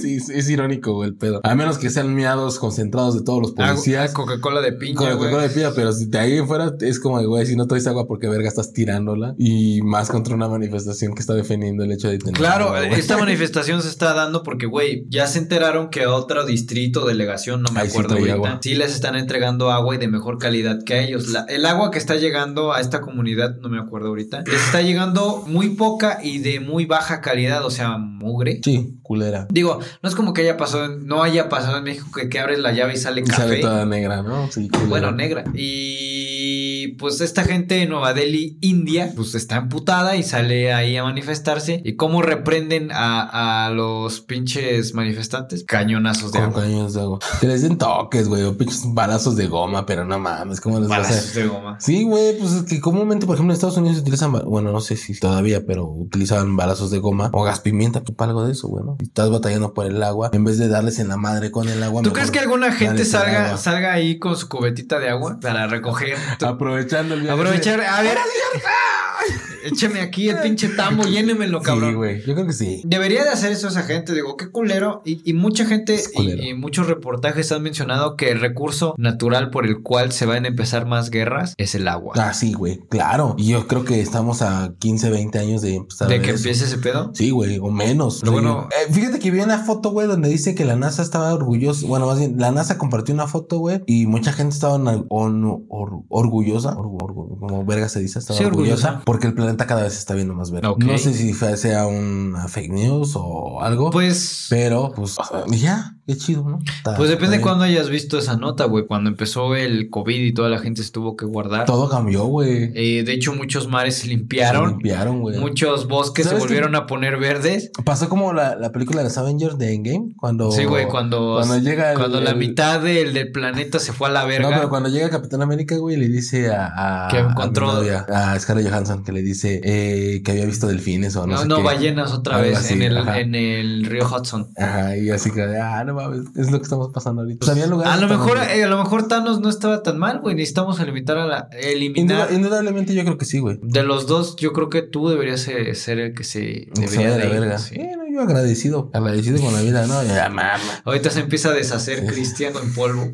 Speaker 1: Sí, sí, es irónico, güey, el pedo. A menos que sean miados concentrados de todos los
Speaker 3: Hago
Speaker 1: policías.
Speaker 3: Ah, Coca-Cola de
Speaker 1: Con
Speaker 3: piña,
Speaker 1: el
Speaker 3: güey.
Speaker 1: de pila, pero si de ahí en fuera es como, de, güey, si no traes agua porque verga estás tirándola y más contra una manifestación que está defendiendo el hecho de tener.
Speaker 3: Claro,
Speaker 1: agua, güey.
Speaker 3: esta manifestación se está dando porque, güey, ya se enteraron que a otro distrito, delegación, no me
Speaker 1: Ahí sí
Speaker 3: acuerdo
Speaker 1: traía
Speaker 3: ahorita,
Speaker 1: agua.
Speaker 3: sí les están entregando agua y de mejor calidad que a ellos. La- el agua que está llegando a esta comunidad, no me acuerdo ahorita, les está llegando muy poca y de muy baja calidad, o sea, mugre.
Speaker 1: Sí, culera.
Speaker 3: Digo, no es como que haya pasado, en- no haya pasado en México que, que abres la llave y sale
Speaker 1: Y
Speaker 3: café.
Speaker 1: Sale toda negra, ¿no? Sí, culera.
Speaker 3: Bueno, negra. Y pues esta gente de Nueva Delhi, India, pues está emputada y sale ahí a manifestarse. ¿Y cómo reprenden a, a los pinches manifestantes? Cañonazos de
Speaker 1: Con
Speaker 3: agua.
Speaker 1: cañones de agua. Que les den toques, güey, o pinches balazos de goma, pero no mames, ¿cómo les vas a
Speaker 3: Balazos de goma.
Speaker 1: Sí, güey, pues es que comúnmente, por ejemplo, en Estados Unidos se utilizan, ba- bueno, no sé si todavía, pero utilizaban balazos de goma o gas pimienta, que algo de eso, güey, ¿no? Y Estás batallando por el agua, en vez de darles en la madre con el agua.
Speaker 3: ¿Tú
Speaker 1: mejor
Speaker 3: crees que alguna gente
Speaker 1: darles el
Speaker 3: salga,
Speaker 1: agua.
Speaker 3: salga ahí con su cubetita de agua para recoger? Tú-
Speaker 1: Aprovechando el viaje.
Speaker 3: Aprovechar, a ver, écheme aquí el pinche tambo, llénemelo,
Speaker 1: Sí,
Speaker 3: cabrón.
Speaker 1: güey, yo creo que sí.
Speaker 3: Debería de hacer eso esa gente, digo, qué culero. Y, y mucha gente
Speaker 1: Es culero.
Speaker 3: y, y muchos reportajes han mencionado que el recurso natural por el cual se van a empezar más guerras es el agua.
Speaker 1: Ah, sí, güey, claro. Y yo creo que estamos a 15, 20 años de empezar a
Speaker 3: de
Speaker 1: ver
Speaker 3: que
Speaker 1: eso.
Speaker 3: empiece ese pedo.
Speaker 1: Sí, güey, o menos.
Speaker 3: Pero
Speaker 1: Sí.
Speaker 3: bueno-
Speaker 1: Eh, fíjate que vi una foto, güey, donde dice que la NASA estaba orgullosa. Bueno, más bien, la NASA compartió una foto, güey, y mucha gente estaba en- on- or- orgullosa. orgu- orgu- como verga se dice, estaba
Speaker 3: Sí,
Speaker 1: orgullosa,
Speaker 3: orgullosa.
Speaker 1: Porque el planeta cada vez se está viendo más verde.
Speaker 3: Ok.
Speaker 1: No sé si fue- sea una fake news o algo.
Speaker 3: Pues,
Speaker 1: pero, pues, ya, qué chido, ¿no? Está-
Speaker 3: pues
Speaker 1: está
Speaker 3: depende
Speaker 1: bien.
Speaker 3: cuando hayas visto esa nota, güey. Cuando empezó el COVID y toda la gente se tuvo que guardar.
Speaker 1: Todo cambió, güey.
Speaker 3: Eh, de hecho, muchos mares se
Speaker 1: Se
Speaker 3: limpiaron.
Speaker 1: Limpiaron, güey.
Speaker 3: Muchos bosques se
Speaker 1: ¿Sabes qué?
Speaker 3: volvieron a poner verdes.
Speaker 1: Pasó como la, la película de los Avengers de Endgame, cuando...
Speaker 3: Sí, güey, cuando,
Speaker 1: Oh. Cuando llega el-
Speaker 3: cuando la
Speaker 1: el-
Speaker 3: mitad del, del planeta se fue a la verga.
Speaker 1: No, pero cuando llega Capitán América, güey, le dice a. a
Speaker 3: Que encontró-
Speaker 1: A, mi novia, a Scarlett Johansson, que le dice eh, que había visto delfines o no,
Speaker 3: No,
Speaker 1: sé
Speaker 3: no,
Speaker 1: qué.
Speaker 3: ballenas otra
Speaker 1: Algo
Speaker 3: vez
Speaker 1: así,
Speaker 3: en, el,
Speaker 1: ajá.
Speaker 3: en el río Hudson.
Speaker 1: Ajá, y así que, ah, no mames, es lo que estamos pasando ahorita. Pues, había lugares
Speaker 3: A lo
Speaker 1: tan-
Speaker 3: mejor, eh, a lo mejor Thanos no estaba tan mal, güey. Necesitamos limitar a la, eliminar.
Speaker 1: Indudab- indudablemente yo creo que sí, güey.
Speaker 3: De los dos, yo creo que tú deberías eh, ser, ser el que se
Speaker 1: Se
Speaker 3: debería
Speaker 1: vaya a
Speaker 3: de
Speaker 1: la
Speaker 3: ir,
Speaker 1: verga.
Speaker 3: sí.
Speaker 1: Eh, no, yo yo agradecido, agradecido con la vida, ¿no? Ya, mamá.
Speaker 3: Ahorita se empieza a deshacer Cristiano en polvo.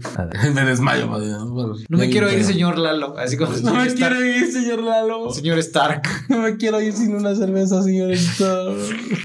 Speaker 1: Me desmayo, madre, ¿no? Bueno,
Speaker 3: No me
Speaker 1: ya
Speaker 3: quiero
Speaker 1: bien
Speaker 3: ir,
Speaker 1: pedo.
Speaker 3: señor Lalo. Así como
Speaker 1: No
Speaker 3: señor
Speaker 1: me
Speaker 3: Stark.
Speaker 1: quiero ir, señor Lalo.
Speaker 3: Señor Stark.
Speaker 1: No me quiero ir sin una cerveza, señor Stark.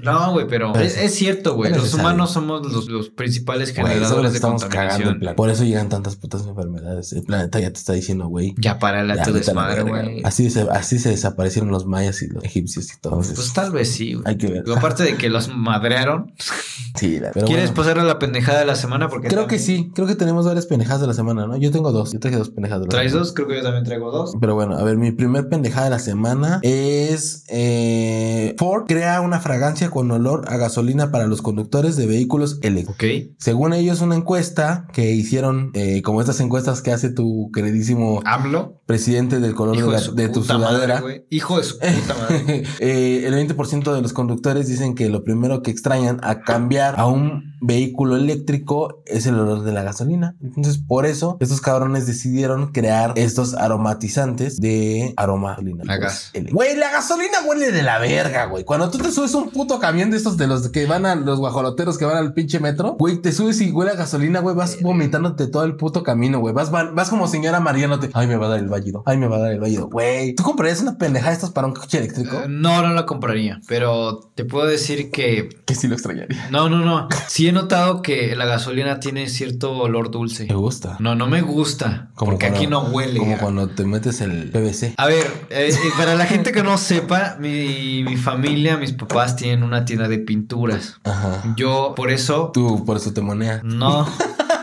Speaker 3: No, güey, pero
Speaker 1: Pero
Speaker 3: es, es cierto, güey.
Speaker 1: es
Speaker 3: Los
Speaker 1: necesario.
Speaker 3: humanos somos los, los principales
Speaker 1: Güey, solo
Speaker 3: generadores
Speaker 1: nos
Speaker 3: de
Speaker 1: estamos cagando el
Speaker 3: contaminación.
Speaker 1: planeta. Por eso llegan tantas putas enfermedades. El planeta ya te está diciendo, güey.
Speaker 3: Ya para
Speaker 1: ya,
Speaker 3: la tu
Speaker 1: vete a la
Speaker 3: desmadre,
Speaker 1: verga,
Speaker 3: güey.
Speaker 1: Así se, así se desaparecieron los mayas y los egipcios y todos.
Speaker 3: Pues
Speaker 1: esos.
Speaker 3: tal vez sí, güey.
Speaker 1: Hay que ver.
Speaker 3: Aparte de que los madrearon.
Speaker 1: Sí, la- pero
Speaker 3: ¿Quieres pues
Speaker 1: bueno.
Speaker 3: pasar a la pendejada de la semana? Porque
Speaker 1: Creo que
Speaker 3: también-
Speaker 1: sí. Creo que tenemos varias pendejadas de la semana, ¿no? Yo tengo dos. Yo traje dos pendejadas. de la
Speaker 3: ¿Traes
Speaker 1: semana.
Speaker 3: dos? Creo que yo también traigo dos.
Speaker 1: Pero bueno, a ver, mi primer pendejada de la semana es eh, Ford crea una fragancia con olor a gasolina para los conductores de vehículos eléctricos.
Speaker 3: Ok.
Speaker 1: Según ellos, una encuesta que hicieron, eh, como estas encuestas que hace tu queridísimo
Speaker 3: AMLO.
Speaker 1: presidente del color
Speaker 3: Hijo
Speaker 1: de,
Speaker 3: de
Speaker 1: la-
Speaker 3: su
Speaker 1: de tu
Speaker 3: puta madre,
Speaker 1: sudadera.
Speaker 3: güey. Hijo de su puta madre.
Speaker 1: Eh, el 20% de los conductores dicen que lo primero que extrañan a cambiar a un vehículo eléctrico es el olor de la gasolina. Entonces, por eso, estos cabrones decidieron crear estos aromatizantes de aroma. gasolina. Pues,
Speaker 3: A gas.
Speaker 1: El- Güey, la gasolina huele de la verga, güey. Cuando tú te subes a un puto camión de estos de los que van a los guajoloteros que van al pinche metro, güey, te subes y huele a gasolina, güey, vas
Speaker 3: Eh,
Speaker 1: vomitándote todo el puto camino, güey. Vas, vas, vas como señora Marianote. Ay, me va a dar el válido. Ay, me va a dar el válido, güey. ¿Tú comprarías una pendeja de estas para un coche eléctrico?
Speaker 3: Eh, No, no la compraría. Pero te puedo decir que.
Speaker 1: Que sí lo extrañaría.
Speaker 3: No, no, no. Sí he notado que la gasolina tiene cierto olor dulce.
Speaker 1: Me gusta.
Speaker 3: No, no me gusta.
Speaker 1: Como
Speaker 3: porque
Speaker 1: cuando-
Speaker 3: aquí no huele.
Speaker 1: Como
Speaker 3: a-
Speaker 1: cuando te metes el PVC.
Speaker 3: A ver, eh, eh, para la gente que no sepa, mi, mi familia, mis papás tienen una tienda de pinturas.
Speaker 1: Ajá.
Speaker 3: Yo por eso
Speaker 1: Tú, por eso te monea.
Speaker 3: no.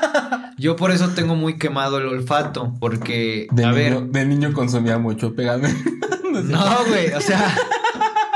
Speaker 3: Yo por eso tengo muy quemado el olfato, porque
Speaker 1: De,
Speaker 3: a
Speaker 1: niño,
Speaker 3: ver,
Speaker 1: de niño consumía mucho, pégame.
Speaker 3: no, güey, o sea,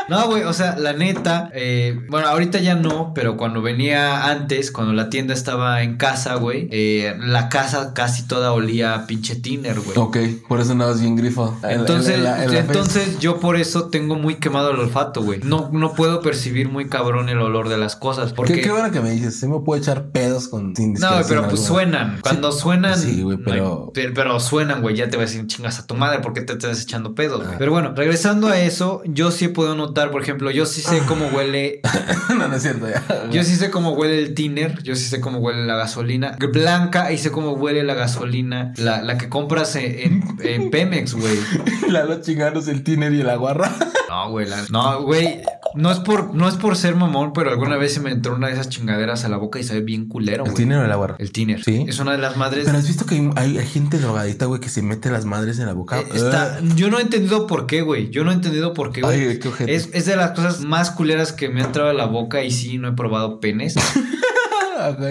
Speaker 3: no, güey, o sea, la neta, eh, bueno, ahorita ya no, pero cuando venía antes, cuando la tienda estaba en casa, güey, eh, la casa casi toda olía a pinche tiner, güey.
Speaker 1: ok, por eso andabas bien grifo. En la- en la-
Speaker 3: Entonces,
Speaker 1: en la- en la face.
Speaker 3: entonces yo por eso tengo muy quemado el olfato, güey. No, no puedo percibir muy cabrón el olor de las cosas. Porque,
Speaker 1: Qué, qué bueno que me dices, se me puede echar pedos con sin
Speaker 3: no, güey,
Speaker 1: discreción
Speaker 3: pero pues
Speaker 1: alguna.
Speaker 3: suenan. Cuando suenan.
Speaker 1: Sí, güey,
Speaker 3: no
Speaker 1: pero-
Speaker 3: hay- pero, pero suenan, güey. Ya te vas a decir chingas a tu madre porque te estás echando pedo.
Speaker 1: Ah.
Speaker 3: güey. Pero bueno, regresando a eso, yo sí puedo notar, por ejemplo, yo sí sé cómo huele.
Speaker 1: no, no es cierto, ya.
Speaker 3: Yo sí sé cómo huele el tiner. Yo sí sé cómo huele la gasolina blanca y sé cómo huele la gasolina, la, la que compras en, en- en Pemex, güey.
Speaker 1: Lalo chingados el tiner y el aguarra.
Speaker 3: No, güey, la- no, güey, no es por no es por ser mamón, pero alguna vez se me entró una de esas chingaderas a la boca y sabe bien culero, güey.
Speaker 1: o el aguarra.
Speaker 3: El tiner.
Speaker 1: Sí.
Speaker 3: Es una de las madres.
Speaker 1: Pero has visto que hay, hay- hay gente drogadita, güey, que se mete las madres en la boca.
Speaker 3: Eh, está- yo no he entendido por qué, güey. Yo no he entendido por qué, güey.
Speaker 1: Eh, Ay, qué ojete.
Speaker 3: Es, es de las cosas más culeras que me ha entrado a la boca y sí, no he probado penes,
Speaker 1: Ah, ok.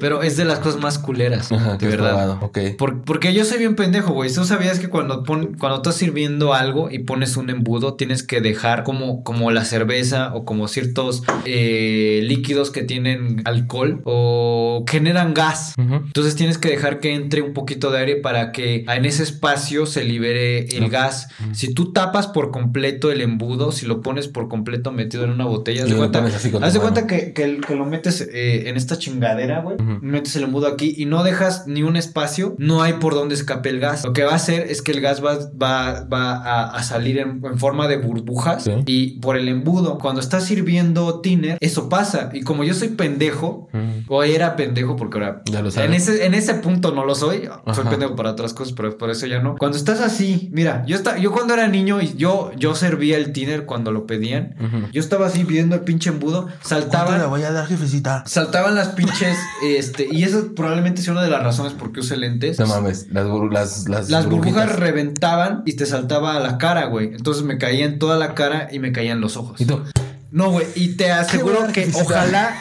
Speaker 3: pero es de las cosas más culeras,
Speaker 1: Ajá, que
Speaker 3: de
Speaker 1: has
Speaker 3: verdad.
Speaker 1: probado, Ok.
Speaker 3: Por- porque yo soy bien pendejo, güey. Tú sabías que cuando, pon- cuando estás sirviendo algo y pones un embudo, tienes que dejar como, como la cerveza o como ciertos eh, líquidos que tienen alcohol o generan gas.
Speaker 1: Ujú.
Speaker 3: Entonces tienes que dejar que entre un poquito de aire para que en ese espacio se libere el
Speaker 1: Ok.
Speaker 3: gas. Si tú tapas por completo el embudo, si lo pones por completo metido en una botella, haz
Speaker 1: Y
Speaker 3: de
Speaker 1: lo
Speaker 3: cuenta,
Speaker 1: pones así con tu
Speaker 3: haz de
Speaker 1: mano.
Speaker 3: cuenta que, que el- que lo metes eh, en esta chingadera, güey.
Speaker 1: Ujú.
Speaker 3: Metes el embudo aquí y no dejas ni un espacio, no hay por dónde escape el gas. Lo que va a hacer es que el gas va, va, va a, a salir en, en forma de burbujas
Speaker 1: Sí.
Speaker 3: y por el embudo. Cuando estás sirviendo tiner, eso pasa. Y como yo soy pendejo,
Speaker 1: Mm.
Speaker 3: o era pendejo porque ahora...
Speaker 1: Ya lo
Speaker 3: En
Speaker 1: sabes.
Speaker 3: ese, en ese punto no lo soy, soy
Speaker 1: Ajá.
Speaker 3: pendejo para otras cosas, pero por eso ya no. Cuando estás así, mira, yo, esta- yo cuando era niño, y yo, yo servía el tiner cuando lo pedían.
Speaker 1: Ujú.
Speaker 3: Yo estaba así viendo el pinche embudo,
Speaker 1: ¿Cuánto le
Speaker 3: saltaban,
Speaker 1: voy a dar, jefecita?
Speaker 3: saltaban las pinches, este, y eso probablemente sea una de las razones por qué usé lentes.
Speaker 1: No mames, las, bur- las, las,
Speaker 3: Las burbujas
Speaker 1: burbujitas.
Speaker 3: reventaban y te saltaba a la cara, güey. Entonces me caía en toda la cara y me caían los ojos.
Speaker 1: Y tú,
Speaker 3: No, güey, y te aseguro
Speaker 1: buena
Speaker 3: que
Speaker 1: artista.
Speaker 3: ojalá,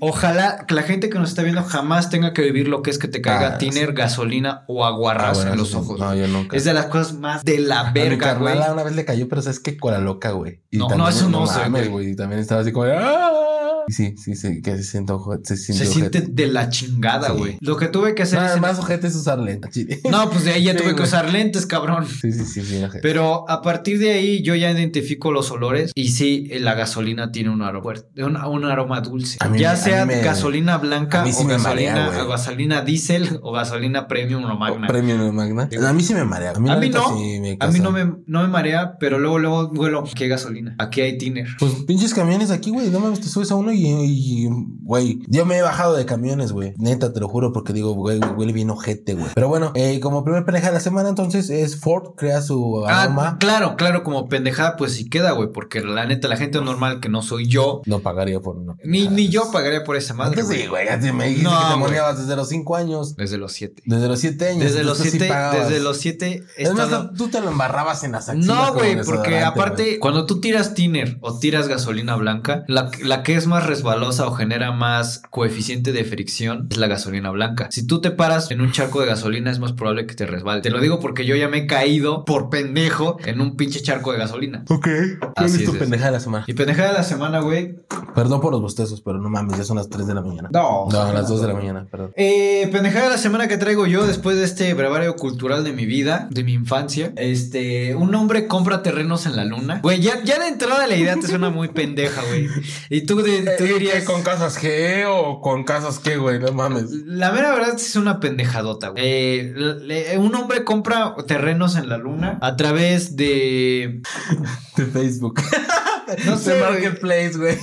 Speaker 3: ojalá que la gente que nos está viendo jamás tenga que vivir lo que es que te caiga
Speaker 1: Ah,
Speaker 3: tiner, gasolina o aguarras
Speaker 1: Ah, bueno,
Speaker 3: en los
Speaker 1: sí,
Speaker 3: ojos.
Speaker 1: no,
Speaker 3: güey.
Speaker 1: yo nunca.
Speaker 3: Es de las cosas más de la
Speaker 1: A mi
Speaker 3: verga, güey.
Speaker 1: carnala una vez le cayó, pero sabes que cola loca, güey. Y
Speaker 3: No,
Speaker 1: también,
Speaker 3: no, eso no soy,
Speaker 1: mames,
Speaker 3: güey.
Speaker 1: güey. Y también estaba así como. ¡Ah! Y sí, sí, sí, que se siente ojo- Se siente.
Speaker 3: Se siente
Speaker 1: ojete.
Speaker 3: de la chingada,
Speaker 1: Sí.
Speaker 3: güey. Lo que tuve que hacer
Speaker 1: Nada
Speaker 3: es.
Speaker 1: más ojete es usar lenta, chile.
Speaker 3: No, pues de ahí ya
Speaker 1: Sí,
Speaker 3: tuve que
Speaker 1: güey.
Speaker 3: usar lentes, cabrón.
Speaker 1: Sí, sí, sí, sí, ojete.
Speaker 3: Pero a partir de ahí yo ya identifico los olores y sí, eh, la gasolina tiene un aroma, fuerte, un, un aroma dulce.
Speaker 1: A mí
Speaker 3: ya
Speaker 1: me- a
Speaker 3: sea
Speaker 1: mí me-
Speaker 3: gasolina
Speaker 1: a
Speaker 3: blanca
Speaker 1: mí sí
Speaker 3: o,
Speaker 1: me
Speaker 3: gasolina,
Speaker 1: marea, güey.
Speaker 3: o gasolina diésel o gasolina premium o magna.
Speaker 1: Oh, Premio no magna. A mí sí me marea. A mí,
Speaker 3: A
Speaker 1: la
Speaker 3: mí
Speaker 1: neta
Speaker 3: no.
Speaker 1: sí me
Speaker 3: A mí
Speaker 1: causa.
Speaker 3: no me, no me marea, pero luego, luego, vuelo. Aquí hay gasolina. Aquí hay tiner.
Speaker 1: Pues pinches camiones aquí, güey. No mames, te subes a uno y y, y, güey, yo me he bajado de camiones, güey. Neta, te lo juro, porque digo, güey, huele bien ojete, güey. Pero bueno, eh, como primer pendeja de la semana, entonces es Ford, crea su
Speaker 3: Ah,
Speaker 1: aroma.
Speaker 3: claro, claro, como pendejada, pues sí queda, güey, porque la neta, la gente normal que no soy yo,
Speaker 1: No pagaría por una.
Speaker 3: ni, ni yo pagaría por esa madre.
Speaker 1: Antes sí,
Speaker 3: Ah, güey.
Speaker 1: güey, ya te me dijiste
Speaker 3: No,
Speaker 1: que te
Speaker 3: güey.
Speaker 1: moneabas desde los 5 años.
Speaker 3: Desde los siete.
Speaker 1: Desde los 7 años.
Speaker 3: Desde
Speaker 1: entonces
Speaker 3: los
Speaker 1: Pues sí
Speaker 3: siete,
Speaker 1: pagabas.
Speaker 3: desde los siete.
Speaker 1: Es más,
Speaker 3: estaba-
Speaker 1: tú te lo embarrabas en las axilas.
Speaker 3: No,
Speaker 1: con
Speaker 3: güey,
Speaker 1: el
Speaker 3: porque
Speaker 1: desodorante,
Speaker 3: aparte,
Speaker 1: güey.
Speaker 3: cuando tú tiras tiner o tiras gasolina blanca, la, la que es más resbalosa o genera más coeficiente de fricción es la gasolina blanca. Si tú te paras en un charco de gasolina, es más probable que te resbale. Te lo digo porque yo ya me he caído por pendejo en un pinche charco de gasolina.
Speaker 1: Ok. ¿Cuál
Speaker 3: Así
Speaker 1: es tu
Speaker 3: es.
Speaker 1: pendeja de la semana?
Speaker 3: Y pendejada de la semana, güey.
Speaker 1: Perdón por los bostezos, pero no mames, ya son las 3 de la mañana.
Speaker 3: No,
Speaker 1: No, a las 2 de la mañana, perdón.
Speaker 3: Eh, pendejada de la semana que traigo yo después de este brevario cultural de mi vida, de mi infancia. Este, un hombre compra terrenos en la luna. Güey, ya, ya de entrada la idea te suena muy pendeja, güey. Y tú, de-
Speaker 1: Eh,
Speaker 3: tú dirías.
Speaker 1: casas G o con casas qué, güey? No mames.
Speaker 3: La mera verdad sí es una pendejadota, güey. Eh, le- un hombre compra terrenos en la luna a través de.
Speaker 1: De Facebook.
Speaker 3: No sé,
Speaker 1: De
Speaker 3: güey.
Speaker 1: Marketplace, güey.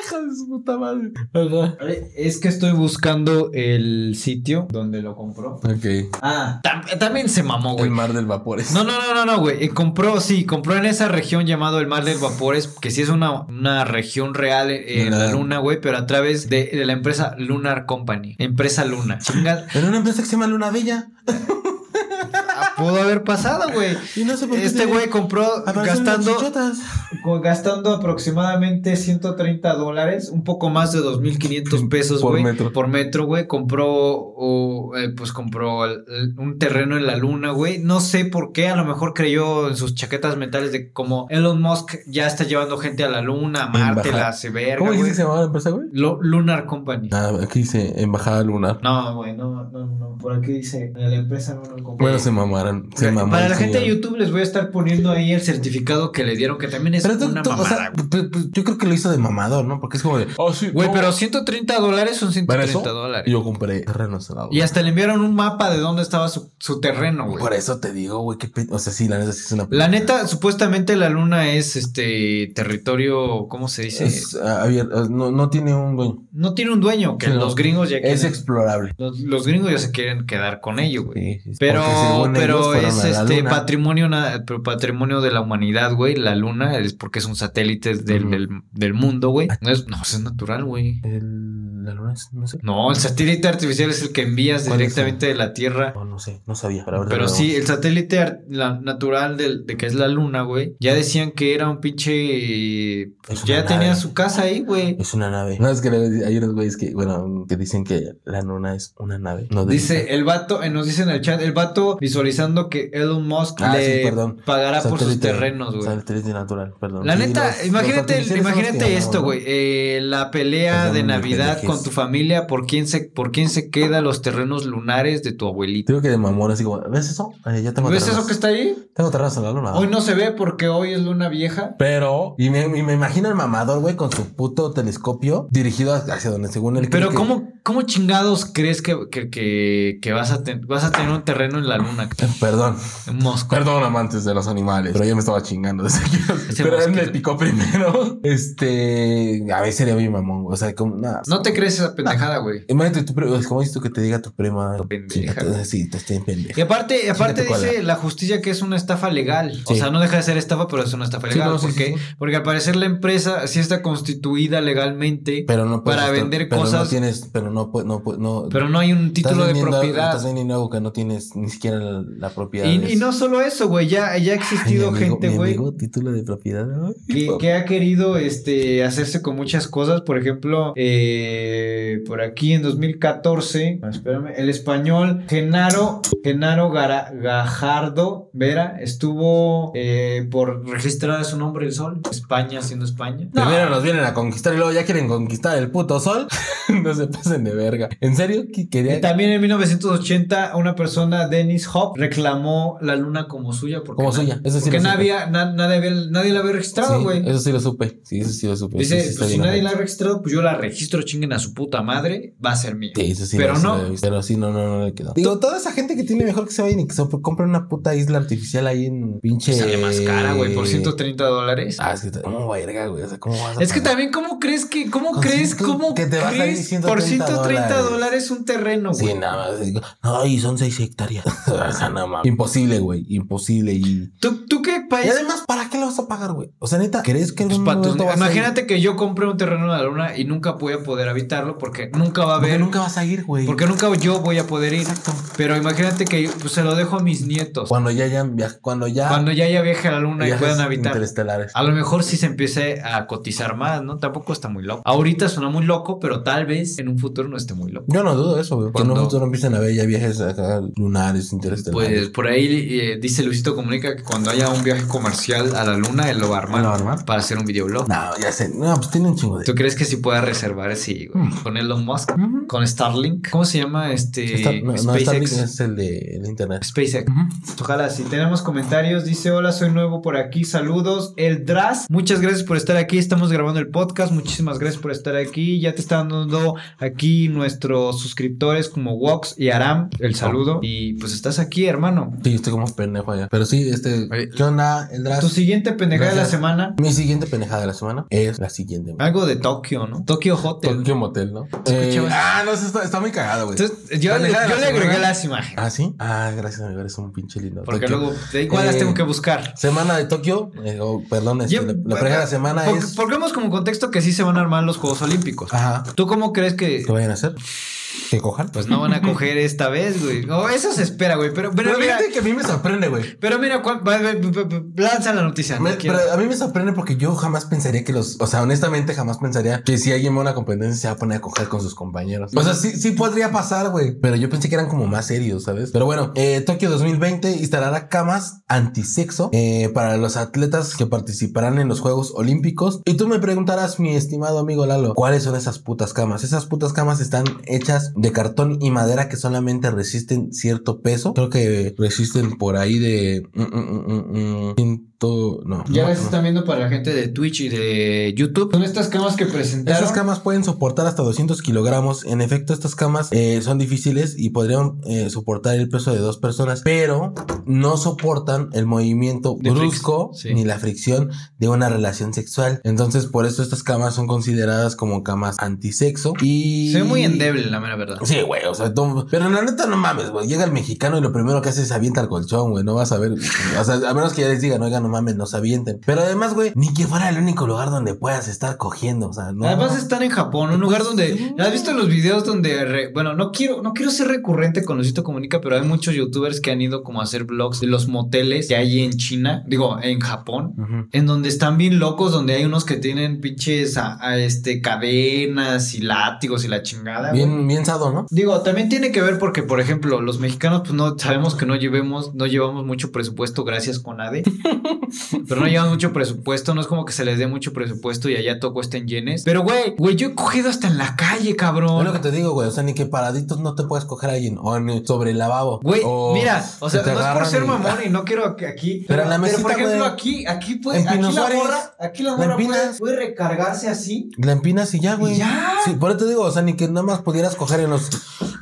Speaker 1: Hija de su puta madre. Ajá.
Speaker 3: Eh, Es que estoy buscando el sitio donde lo compró.
Speaker 1: Ok.
Speaker 3: Ah, tam- también se mamó, güey.
Speaker 1: El mar del vapores.
Speaker 3: No, no, no, no, no, güey. Eh, compró, sí, compró en esa región llamado el Mar del Vapores, que sí es una, una región real eh, en la
Speaker 1: Claro.
Speaker 3: luna, güey, pero a través de, de la empresa Lunar Company. Empresa Luna. Chinga,
Speaker 1: En una empresa que se llama Luna Bella.
Speaker 3: ah, pudo haber pasado, güey.
Speaker 1: Y no sé por qué.
Speaker 3: Este güey compró
Speaker 1: aparecen unas
Speaker 3: gastando,
Speaker 1: chichotas.
Speaker 3: co- gastando aproximadamente 130 dólares, un poco más de 2.500 pesos,
Speaker 1: Por
Speaker 3: güey.
Speaker 1: metro.
Speaker 3: Por metro, güey. Compró, o, eh, pues compró el- el- un terreno en la luna, güey. No sé por qué, a lo mejor creyó en sus chaquetas mentales de como Elon Musk ya está llevando gente a la luna, a Marte,
Speaker 1: Embajada.
Speaker 3: la hace verga,
Speaker 1: ¿Cómo dijiste
Speaker 3: güey.
Speaker 1: que se llamaba la empresa, güey?
Speaker 3: Lo- Lunar Company.
Speaker 1: Ah, aquí dice Embajada Lunar.
Speaker 3: No, güey, no, no, no. Por aquí dice, la empresa Lunar Company.
Speaker 1: Bueno, se mamaron. Se
Speaker 3: Para
Speaker 1: mamaron.
Speaker 3: la gente de YouTube les voy a estar poniendo ahí el certificado que le dieron, que también es
Speaker 1: Pero tú,
Speaker 3: una
Speaker 1: tú, o
Speaker 3: mamada,
Speaker 1: sea,
Speaker 3: güey.
Speaker 1: p- p- yo creo que lo hizo de mamador, ¿no? Porque es como de. Oh, sí.
Speaker 3: Güey,
Speaker 1: no.
Speaker 3: pero 130 dólares son
Speaker 1: Para
Speaker 3: 130
Speaker 1: eso,
Speaker 3: dólares.
Speaker 1: yo compré terrenos en la
Speaker 3: Y hasta le enviaron un mapa de dónde estaba su, su terreno, güey.
Speaker 1: Por eso te digo, güey, que o sea, sí, la neta sí es una
Speaker 3: La neta, supuestamente la luna es este territorio, ¿cómo se dice?
Speaker 1: es, ah, abier- ah, no, no tiene un dueño.
Speaker 3: no tiene un dueño, que
Speaker 1: Sí, no.
Speaker 3: los gringos ya
Speaker 1: Es
Speaker 3: quieren-
Speaker 1: explorable.
Speaker 3: los, los gringos ya se quieren quedar con ello, güey.
Speaker 1: Sí, sí,
Speaker 3: Pero,
Speaker 1: porque según ellos
Speaker 3: pero
Speaker 1: fueron
Speaker 3: es
Speaker 1: a la
Speaker 3: este
Speaker 1: luna.
Speaker 3: patrimonio, na- pero patrimonio de la humanidad, güey. La luna es porque es un satélite del,
Speaker 1: Ujú. Ah.
Speaker 3: del, del mundo, güey. No, es, no, es natural, güey.
Speaker 1: El- la luna es, no sé.
Speaker 3: No, el satélite artificial es el que envías
Speaker 1: ¿Cuál es
Speaker 3: directamente de la Tierra.
Speaker 1: No, no sé, no sabía. Pero, ahora
Speaker 3: Pero
Speaker 1: lo
Speaker 3: sí,
Speaker 1: vemos.
Speaker 3: el satélite ar- la- natural del- de que es la Luna, güey. Ya decían que era un pinche.
Speaker 1: Es una
Speaker 3: Ya tenía
Speaker 1: nave.
Speaker 3: su casa ahí, güey.
Speaker 1: Es una nave. No, es que le- hay unos güeyes que, bueno, que dicen que la luna es una nave. No de-
Speaker 3: Dice el vato, eh, nos dice en el chat, el vato visualizando que Elon Musk
Speaker 1: Ah, sí,
Speaker 3: le
Speaker 1: perdón.
Speaker 3: pagará por sus
Speaker 1: satélite-
Speaker 3: terrenos, güey.
Speaker 1: Satélite natural, perdón.
Speaker 3: La
Speaker 1: Sí,
Speaker 3: neta,
Speaker 1: los- los
Speaker 3: imagínate,
Speaker 1: satélites son los que
Speaker 3: imagínate
Speaker 1: ganamos,
Speaker 3: esto,
Speaker 1: ¿no?
Speaker 3: güey. eh, la pelea
Speaker 1: Perdón,
Speaker 3: de
Speaker 1: mi
Speaker 3: Navidad
Speaker 1: pendejez.
Speaker 3: con tu familia por quién se, por quién se queda los terrenos lunares de tu abuelito.
Speaker 1: Digo que de mamón, así como, ¿ves eso? Eh, yo tengo
Speaker 3: ¿Ves eso
Speaker 1: terrenos. Ah.
Speaker 3: que está ahí?
Speaker 1: Tengo terrenos en la luna.
Speaker 3: Hoy no se ve porque hoy es luna vieja.
Speaker 1: Pero, y me, y me imagino el mamador, güey, con su puto telescopio dirigido hacia donde según él. cree
Speaker 3: Pero
Speaker 1: que-
Speaker 3: ¿cómo, ¿cómo chingados crees que, que, que- que vas, a ten- vas a tener un terreno en la luna?
Speaker 1: Eh, Perdón,
Speaker 3: Un mosco.
Speaker 1: perdón, amantes de los animales, pero yo me estaba chingando desde aquí.
Speaker 3: Ese
Speaker 1: pero él me
Speaker 3: mosquito.
Speaker 1: picó primero. Este, a veces sería mi mamón, güey. O sea, como, nada.
Speaker 3: No te crees esa pendejada, güey.
Speaker 1: Imagínate, tu prima, es como dices tú que te diga tu prima.
Speaker 3: Pendeja.
Speaker 1: "Chingate, Sí, te estoy en pendeja.
Speaker 3: Y aparte, aparte
Speaker 1: te cuadra.
Speaker 3: dice la justicia que es una estafa legal. O
Speaker 1: Sí.
Speaker 3: sea, no deja de ser estafa, pero es una estafa
Speaker 1: Sí,
Speaker 3: legal.
Speaker 1: no, sí,
Speaker 3: ¿Por
Speaker 1: sí,
Speaker 3: qué?
Speaker 1: sí.
Speaker 3: Porque al parecer la empresa sí está constituida legalmente,
Speaker 1: Pero no puedes
Speaker 3: Para
Speaker 1: estar-
Speaker 3: vender
Speaker 1: pero
Speaker 3: cosas-
Speaker 1: No tienes, pero no puedes, no puedes, no.
Speaker 3: pero no hay un
Speaker 1: estás
Speaker 3: título de
Speaker 1: vendiendo algo-
Speaker 3: propiedad.
Speaker 1: Estás vendiendo algo que no tienes ni siquiera la, la propiedad.
Speaker 3: Y,
Speaker 1: de
Speaker 3: y
Speaker 1: eso.
Speaker 3: no solo eso, güey, ya, ya ha
Speaker 1: Ay, mi
Speaker 3: existido
Speaker 1: amigo-
Speaker 3: gente,
Speaker 1: mi
Speaker 3: güey,
Speaker 1: amigo, título de propiedad. Ay,
Speaker 3: que,
Speaker 1: papá.
Speaker 3: que ha querido este, hacerse con muchas cosas. Por ejemplo, eh, por aquí en 2014, ah, espérame, el español Genaro, Genaro Gara- Gajardo Vera estuvo eh, por registrar su nombre el sol, España siendo España. No,
Speaker 1: Primero nos vienen a conquistar y luego ya quieren conquistar el puto sol. no se pasen de verga. ¿En serio? ¿Qué
Speaker 3: Eh,
Speaker 1: quería?
Speaker 3: También en 1980 una persona, Dennis Hop, reclamó la luna como suya porque,
Speaker 1: Como
Speaker 3: na-
Speaker 1: suya. Eso sí
Speaker 3: porque
Speaker 1: lo supe.
Speaker 3: nadie, na- nadie, había- nadie la había
Speaker 1: Sí,
Speaker 3: registrado, güey.
Speaker 1: Eso sí lo supe. Sí, eso sí lo supe.
Speaker 3: Dice,
Speaker 1: Sí, sí está
Speaker 3: pues si
Speaker 1: bien
Speaker 3: nadie la
Speaker 1: ojete.
Speaker 3: ha registrado, pues yo la registro, chinguen a su puta madre, va a ser mío.
Speaker 1: Sí, eso sí,
Speaker 3: Pero
Speaker 1: sí
Speaker 3: no.
Speaker 1: lo había visto. Pero sí, no, no, no le quedó. Digo, toda esa gente que tiene mejor que se vayan y que se compren una puta isla artificial ahí en pinche.
Speaker 3: Pues Sale más cara, güey, por 130 dólares.
Speaker 1: Ah, es que. te- ¿Cómo verga, güey? O sea, ¿cómo vas a
Speaker 3: Es que
Speaker 1: pagar?
Speaker 3: también, ¿cómo crees que, cómo
Speaker 1: Con
Speaker 3: crees,
Speaker 1: ciento-
Speaker 3: cómo
Speaker 1: que te va a salir
Speaker 3: crees por
Speaker 1: 130
Speaker 3: 130
Speaker 1: dólares?
Speaker 3: dólares un terreno, güey?
Speaker 1: Sí, nada más. digo, Ay, son seis hectáreas. o sea, nada más. Imposible, güey. Imposible. Y...
Speaker 3: ¿Tú, tú qué
Speaker 1: y
Speaker 3: país?
Speaker 1: además, ¿para qué lo vas a pagar, güey? O sea, neta, ¿crees que
Speaker 3: Pues,
Speaker 1: algún
Speaker 3: patos,
Speaker 1: momento vas a ir?
Speaker 3: imagínate que yo compré un terreno en la luna y nunca voy a poder habitarlo porque nunca va a
Speaker 1: Porque
Speaker 3: haber,
Speaker 1: nunca vas a ir, güey.
Speaker 3: porque nunca yo voy a poder ir.
Speaker 1: Exacto.
Speaker 3: Pero imagínate que pues, se lo dejo a mis nietos
Speaker 1: Cuando ya, ya, via- cuando ya.
Speaker 3: cuando ya ya viaje a la luna y
Speaker 1: viajes
Speaker 3: puedan habitar. Ah.
Speaker 1: Interestelares.
Speaker 3: A lo mejor si se empiece a cotizar más, ¿no? Tampoco está muy loco. Ahorita suena muy loco, pero tal vez en un futuro no esté muy loco.
Speaker 1: Yo no dudo eso, güey. Cuando
Speaker 3: Cuando-
Speaker 1: nosotros empiezan a ver ya viajes acá lunares, interestelares.
Speaker 3: Pues por ahí eh, dice Luisito Comunica que cuando haya un viaje comercial a la luna, él lo va a armar
Speaker 1: ¿Lo va a armar?
Speaker 3: para hacer un videoblog.
Speaker 1: No, ya sé. No, pues tiene un chingo de.
Speaker 3: ¿Tú crees que si pueda reservar así, güey?
Speaker 1: Hmm.
Speaker 3: Con Elon Musk,
Speaker 1: Ujú.
Speaker 3: con Starlink. ¿Cómo se llama este?
Speaker 1: Está- no, no, Starlink
Speaker 3: SpaceX.
Speaker 1: es el de el internet.
Speaker 3: SpaceX. Ojalá, si tenemos comentarios, dice hola, soy nuevo por aquí, saludos. El Dras, muchas gracias por estar aquí, estamos grabando el podcast, muchísimas gracias por estar aquí. Ya te están dando aquí nuestros suscriptores como Wox y Aram, el saludo.
Speaker 1: Oh.
Speaker 3: Y pues estás aquí, hermano.
Speaker 1: Sí, estoy como pendejo allá. Pero sí, este.
Speaker 3: Oye.
Speaker 1: ¿Qué onda, el
Speaker 3: Tu
Speaker 1: Dras?
Speaker 3: siguiente pendejada de la
Speaker 1: Gracias.
Speaker 3: semana,
Speaker 1: Mi siguiente pendejada de la semana es la siguiente. güey.
Speaker 3: algo de Tokio, ¿no? Tokio Hotel.
Speaker 1: Tokyo Motel, ¿no? Eh,
Speaker 3: escuchabas?
Speaker 1: ah, no, sí, está, está muy cagado, güey.
Speaker 3: Entonces, yo, le-
Speaker 1: Pendejada de
Speaker 3: yo
Speaker 1: la
Speaker 3: le agregué
Speaker 1: semana.
Speaker 3: las imágenes.
Speaker 1: Ah, sí. Ah, gracias, amigo. Eres un pinche lindo.
Speaker 3: Porque
Speaker 1: Tokio.
Speaker 3: luego, de igual las
Speaker 1: Eh,
Speaker 3: tengo que buscar.
Speaker 1: Semana de Tokio. eh, oh, perdón, este,
Speaker 3: Ya-
Speaker 1: la, la primera semana
Speaker 3: Porque-
Speaker 1: es.
Speaker 3: Pongamos como contexto que sí se van a armar los Juegos Olímpicos.
Speaker 1: Ajá.
Speaker 3: ¿Tú cómo crees que,
Speaker 1: ¿Qué vayan a hacer? ¿Que cojan?
Speaker 3: Pues no van a coger esta vez, güey. O eso se espera, güey. Pero, pero, mira,
Speaker 1: que a mí me sorprende, güey.
Speaker 3: pero mira, cuál- va- va- va- va- lanza la noticia. no
Speaker 1: Me-
Speaker 3: quiero-
Speaker 1: pero a mí me sorprende porque yo jamás pensaría que los, o sea, honestamente jamás pensaría que si alguien va a una competencia se va a poner a coger con sus compañeros. O sea, sí, sí podría pasar, güey. Pero yo pensé que eran como más serios, ¿sabes? Pero bueno, eh, Tokio 2020 instalará camas antisexo eh, para los atletas que participarán en los Juegos Olímpicos. Y tú me preguntarás, mi estimado amigo Lalo, ¿cuáles son esas putas camas? Esas putas camas están hechas de cartón y madera que solamente resisten cierto peso. Creo que resisten por ahí de... mm, mm, mm, mm, mm, ciento- no,
Speaker 3: Ya
Speaker 1: no,
Speaker 3: las
Speaker 1: no.
Speaker 3: están viendo para la gente de Twitch y de YouTube. Son estas camas que presentaron.
Speaker 1: Estas camas pueden soportar hasta 200 kilogramos. En efecto, estas camas eh, son difíciles y podrían eh, soportar el peso de dos personas, pero no soportan el movimiento
Speaker 3: De fric-
Speaker 1: brusco
Speaker 3: sí.
Speaker 1: ni la fricción de una relación sexual. Entonces, por eso estas camas son consideradas como camas antisexo y
Speaker 3: Se ve muy endeble, la mera verdad.
Speaker 1: Sí, güey, o sea, tú- pero la neta no mames, güey. Llega el mexicano y lo primero que hace es avienta el colchón, güey. No vas a ver, o sea, a menos que ya les digan, oiga, no mames, no se avienten. Pero además, güey, ni que fuera el único lugar donde puedas estar cogiendo, o sea, no. Pues
Speaker 3: Además están en Japón, un lugar donde has visto los videos donde re- bueno, no quiero no quiero ser recurrente con Luisito Comunica, pero hay muchos youtubers que han ido como a hacer vlogs de los moteles que hay en China, digo, en Japón,
Speaker 1: Ujú.
Speaker 3: En donde están bien locos, donde hay unos que tienen pinches a- a, este, cadenas y látigos y la chingada. güey.
Speaker 1: Bien, bien sado, ¿no?
Speaker 3: Pues, Digo, también tiene que ver porque, por ejemplo, los mexicanos, pues no sabemos que no llevemos, no llevamos mucho presupuesto, gracias con ADE. pero no llevan mucho presupuesto, no es como que se les dé mucho presupuesto y allá todo cuesta en yenes. Pero, güey, güey, yo he cogido hasta en la calle,
Speaker 1: Es lo que
Speaker 3: cabrón.
Speaker 1: te digo, güey. O sea, ni que paraditos no te puedes coger a alguien. O en- sobre el lavabo.
Speaker 3: Güey, mira, o
Speaker 1: que
Speaker 3: sea,
Speaker 1: Oh, te
Speaker 3: no es por
Speaker 1: agarran
Speaker 3: ser
Speaker 1: y- ah.
Speaker 3: mamón y no quiero que aquí.
Speaker 1: Pero en la mesita,
Speaker 3: por ejemplo,
Speaker 1: güey.
Speaker 3: aquí, aquí puede,
Speaker 1: En
Speaker 3: aquí la
Speaker 1: Pino Suárez.
Speaker 3: morra, aquí la
Speaker 1: La
Speaker 3: morra puede,
Speaker 1: empinas.
Speaker 3: puede recargarse así.
Speaker 1: La empinas y ya, Ah, güey.
Speaker 3: ¿Y ya?
Speaker 1: Sí, por eso te digo, o sea, ni que nada más pudieras coger en los.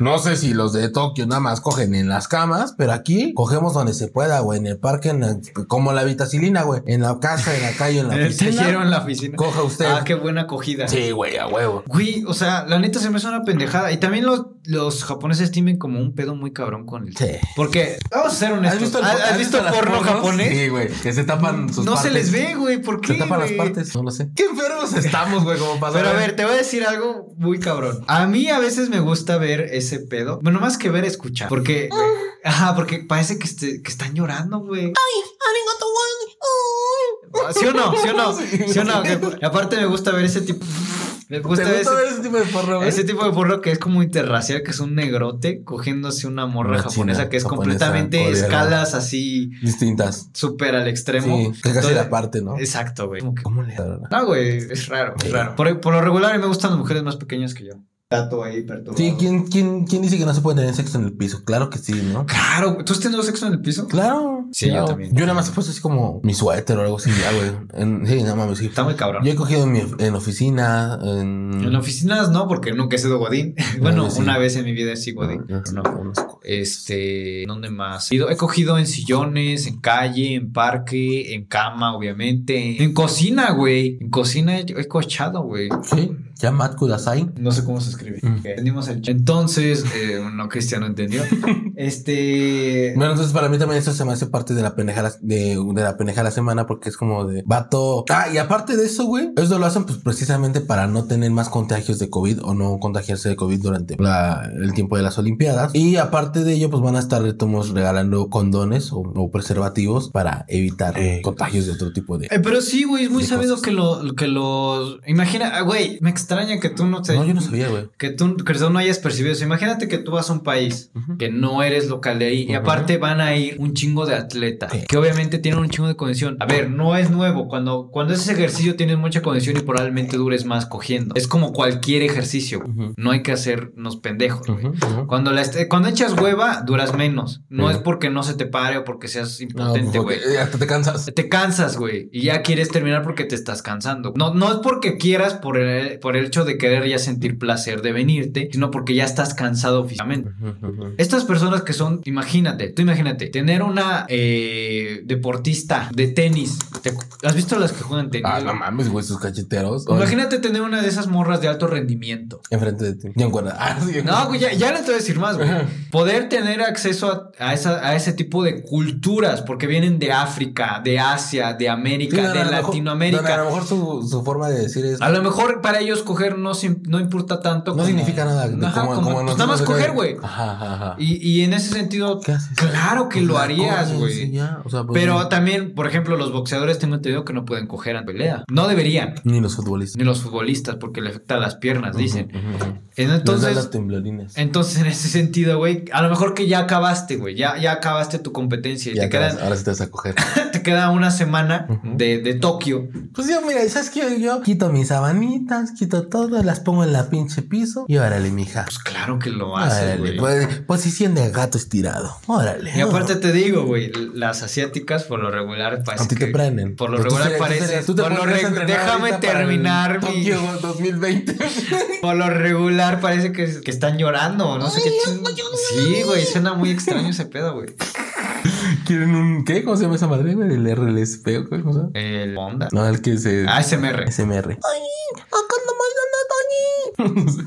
Speaker 1: No sé si los de Tokio nada más cogen en las camas, pero aquí cogemos donde se pueda, güey. En el parque, en la- como la vitacilina, güey. En la casa, en la calle, en la este
Speaker 3: El tejero
Speaker 1: oficina.
Speaker 3: en la oficina.
Speaker 1: Coja usted.
Speaker 3: Este Ah, qué buena acogida.
Speaker 1: Sí, güey, a huevo.
Speaker 3: Güey, o sea, la neta se me hace una pendejada. Y también los, los japoneses tienen como un pedo muy cabrón con el...
Speaker 1: Sí.
Speaker 3: Porque, vamos a ser honestos.
Speaker 1: ¿Has visto, el-
Speaker 3: ¿Has- has visto
Speaker 1: las
Speaker 3: porno
Speaker 1: pornos?
Speaker 3: japonés?
Speaker 1: Sí, güey. Que se tapan sus
Speaker 3: no se
Speaker 1: partes.
Speaker 3: les ve, güey. ¿Por qué,
Speaker 1: Se tapan las
Speaker 3: güey?
Speaker 1: partes. No lo sé. Qué enfermos estamos, güey, como pasa.
Speaker 3: Pero a ver, te voy a decir algo muy cabrón. A mí a veces me gusta ver ese pedo. Bueno, más que ver, escuchar. Porque... Ajá, porque parece que, este- que están llorando, güey. ¿Sí o no? ¿Sí o no?
Speaker 1: Sí.
Speaker 3: ¿Sí o no? Que- aparte me gusta ver ese tipo... Me gusta,
Speaker 1: ¿Te gusta
Speaker 3: ese-
Speaker 1: ver ese tipo de porno, güey?
Speaker 3: Ese tipo de porno que es como interracial, que es un negrote cogiéndose una morra
Speaker 1: Una china,
Speaker 3: japonesa que es
Speaker 1: japonesa,
Speaker 3: completamente
Speaker 1: coreana.
Speaker 3: escalas así
Speaker 1: Distintas.
Speaker 3: súper al
Speaker 1: Sí,
Speaker 3: extremo.
Speaker 1: que casi
Speaker 3: Entonces-
Speaker 1: la parte, ¿no?
Speaker 3: Exacto, güey. Como que-
Speaker 1: ¿Cómo le harán?
Speaker 3: No, güey, es raro, es
Speaker 1: Sí.
Speaker 3: raro. Por, por lo regular a mí me gustan las mujeres más pequeñas que yo.
Speaker 6: dato ahí perturbador.
Speaker 1: Sí, ¿quién, quién, ¿quién dice que no se puede tener sexo en el piso? Claro que sí, ¿no?
Speaker 7: Claro, güey. ¿tú has tenido sexo en el piso?
Speaker 1: Claro.
Speaker 7: Sí, yo
Speaker 1: Claro.
Speaker 7: también.
Speaker 1: Yo nada más he puesto así como mi suéter o algo así, ya, güey. En- Sí, nada más, sí.
Speaker 7: Está muy cabrón.
Speaker 1: Yo he cogido en, mi, en oficina, en...
Speaker 7: En oficinas no, porque nunca he sido godín.
Speaker 1: No,
Speaker 7: Bueno,
Speaker 1: yo sí.
Speaker 7: una vez en mi vida he sido godín.
Speaker 1: Ah,
Speaker 7: pero no. Este, ¿dónde más? He ido- He cogido en sillones, en calle, en parque, en cama, obviamente. En cocina, güey. En cocina he he cochado, güey.
Speaker 1: Sí, ya Matt Kudasai.
Speaker 7: No sé cómo se escribe.
Speaker 1: Mm.
Speaker 7: Ok. Entendimos el ch- Entonces, eh, no, Cristiano entendió. este.
Speaker 1: Bueno, entonces para mí también eso se me hace parte de la pendeja la- de, de la pendeja de la semana porque es como de vato. Ah, y aparte de eso, güey, eso lo hacen pues precisamente para no tener más contagios de COVID o no contagiarse de COVID durante la- el tiempo de las Olimpiadas. Y aparte de ello, pues van a estar de tomos regalando condones o, o preservativos para evitar
Speaker 6: Eh,
Speaker 1: contagios de otro tipo de.
Speaker 3: Eh, pero sí, güey, es muy
Speaker 1: De
Speaker 3: sabido
Speaker 1: cosas.
Speaker 3: que lo, que los. Imagina, ah, güey, me extraña que tú no te.
Speaker 1: No, yo no sabía, güey.
Speaker 3: que tú, que tú no hayas percibido eso. Imagínate que tú vas a un país
Speaker 1: Ujú.
Speaker 3: que no eres local de ahí y
Speaker 1: Ujú.
Speaker 3: aparte van a ir un chingo de atletas
Speaker 1: Sí.
Speaker 3: que obviamente tienen un chingo de condición. A ver, no es nuevo. Cuando, cuando haces ejercicio tienes mucha condición y probablemente dures más cogiendo. Es como cualquier ejercicio. güey.
Speaker 1: Ujú.
Speaker 3: No hay que hacernos pendejos. güey.
Speaker 1: Ujú, ujú.
Speaker 3: Cuando, la est- cuando echas hueva, duras menos. No
Speaker 1: Sí.
Speaker 3: es porque no se te pare o porque seas
Speaker 1: No,
Speaker 3: impotente,
Speaker 1: porque-
Speaker 3: güey.
Speaker 1: eh, hasta te cansas.
Speaker 3: Te cansas, güey, y ya quieres terminar porque te estás cansando. No, no es porque quieras por el, por el hecho de querer ya sentir placer de venirte, sino porque ya estás cansado físicamente.
Speaker 1: Ujú, ujú.
Speaker 3: Estas personas que son, imagínate, tú imagínate, tener una eh, deportista de tenis. ¿Te- ¿Has visto las que juegan tenis?
Speaker 1: Ah,
Speaker 3: güey?
Speaker 1: no mames, güey, sus cacheteros. Ay,
Speaker 3: imagínate tener una de esas morras de alto rendimiento.
Speaker 1: Enfrente de ti. Ya en cuerda. Ah, sí, en
Speaker 3: No, güey, ya, ya no te voy a decir más, güey.
Speaker 1: Ajá.
Speaker 3: Poder tener acceso a, a esa- a ese tipo de culturas, porque vienen de África, de Asia, de América,
Speaker 1: Sí, no, no, no,
Speaker 3: de
Speaker 1: a lo mejor-
Speaker 3: Latinoamérica.
Speaker 1: no, no, a lo mejor su, su forma de decir es.
Speaker 3: A lo mejor para ellos coger no, sim- no importa tanto.
Speaker 1: No
Speaker 3: como-
Speaker 1: significa nada. de
Speaker 3: Ajá,
Speaker 1: cómo-
Speaker 3: como-
Speaker 1: cómo
Speaker 3: pues
Speaker 1: nos-
Speaker 3: nada más
Speaker 1: nos-
Speaker 3: coger, güey.
Speaker 1: Ajá, ajá, ajá.
Speaker 3: Y, y en ese sentido,
Speaker 1: ¿Qué haces?
Speaker 3: claro que lo
Speaker 1: Pues la
Speaker 3: harías,
Speaker 1: coges, y
Speaker 3: güey.
Speaker 1: ya, o sea, pues,
Speaker 3: Pero
Speaker 1: no.
Speaker 3: también, por ejemplo, los boxeadores tengo entendido que no pueden coger a pelea. No deberían.
Speaker 1: Ni los futbolistas.
Speaker 3: Ni los futbolistas, porque le afecta las piernas, dicen.
Speaker 1: Ujú, ujú, ujú. Les dan
Speaker 3: Entonces,
Speaker 1: las temblorines.
Speaker 3: entonces, en ese sentido, güey, a lo mejor que ya acabaste, güey. Ya, ya acabaste tu competencia y
Speaker 1: Ya
Speaker 3: te,
Speaker 1: acabas,
Speaker 3: quedan-
Speaker 1: Ahora sí te vas a coger.
Speaker 3: te queda una semana
Speaker 1: Ujú.
Speaker 3: de, de Tokio.
Speaker 1: Pues yo, mira, ¿sabes qué? Yo quito mis sabanitas, quito todo, las pongo en la pinche piso y órale, mija.
Speaker 3: Pues claro que lo haces,
Speaker 1: Órale,
Speaker 3: güey.
Speaker 1: pues, posición de gato estirado. Órale.
Speaker 3: Y aparte te digo, güey, las asiáticas por lo regular
Speaker 1: A
Speaker 3: parece
Speaker 1: ti te
Speaker 3: que-
Speaker 1: prenden.
Speaker 3: Por lo
Speaker 1: Tú
Speaker 3: regular
Speaker 1: serías- tú
Speaker 3: parece.
Speaker 1: serías- tú te
Speaker 3: por lo
Speaker 1: pondrías a
Speaker 3: regu-
Speaker 1: entrenar
Speaker 3: déjame
Speaker 1: ahorita para el
Speaker 3: terminar mi.
Speaker 1: Tokio 2020.
Speaker 3: Por lo regular parece que, que están llorando. No sé qué ching- Sí, güey, suena muy extraño ese pedo, güey.
Speaker 1: ¿Quieren un qué? ¿Cómo se llama esa madre? güey? El RLSP o qué cosa.
Speaker 3: El onda.
Speaker 1: No, el que se.
Speaker 3: ASMR.
Speaker 1: SMR.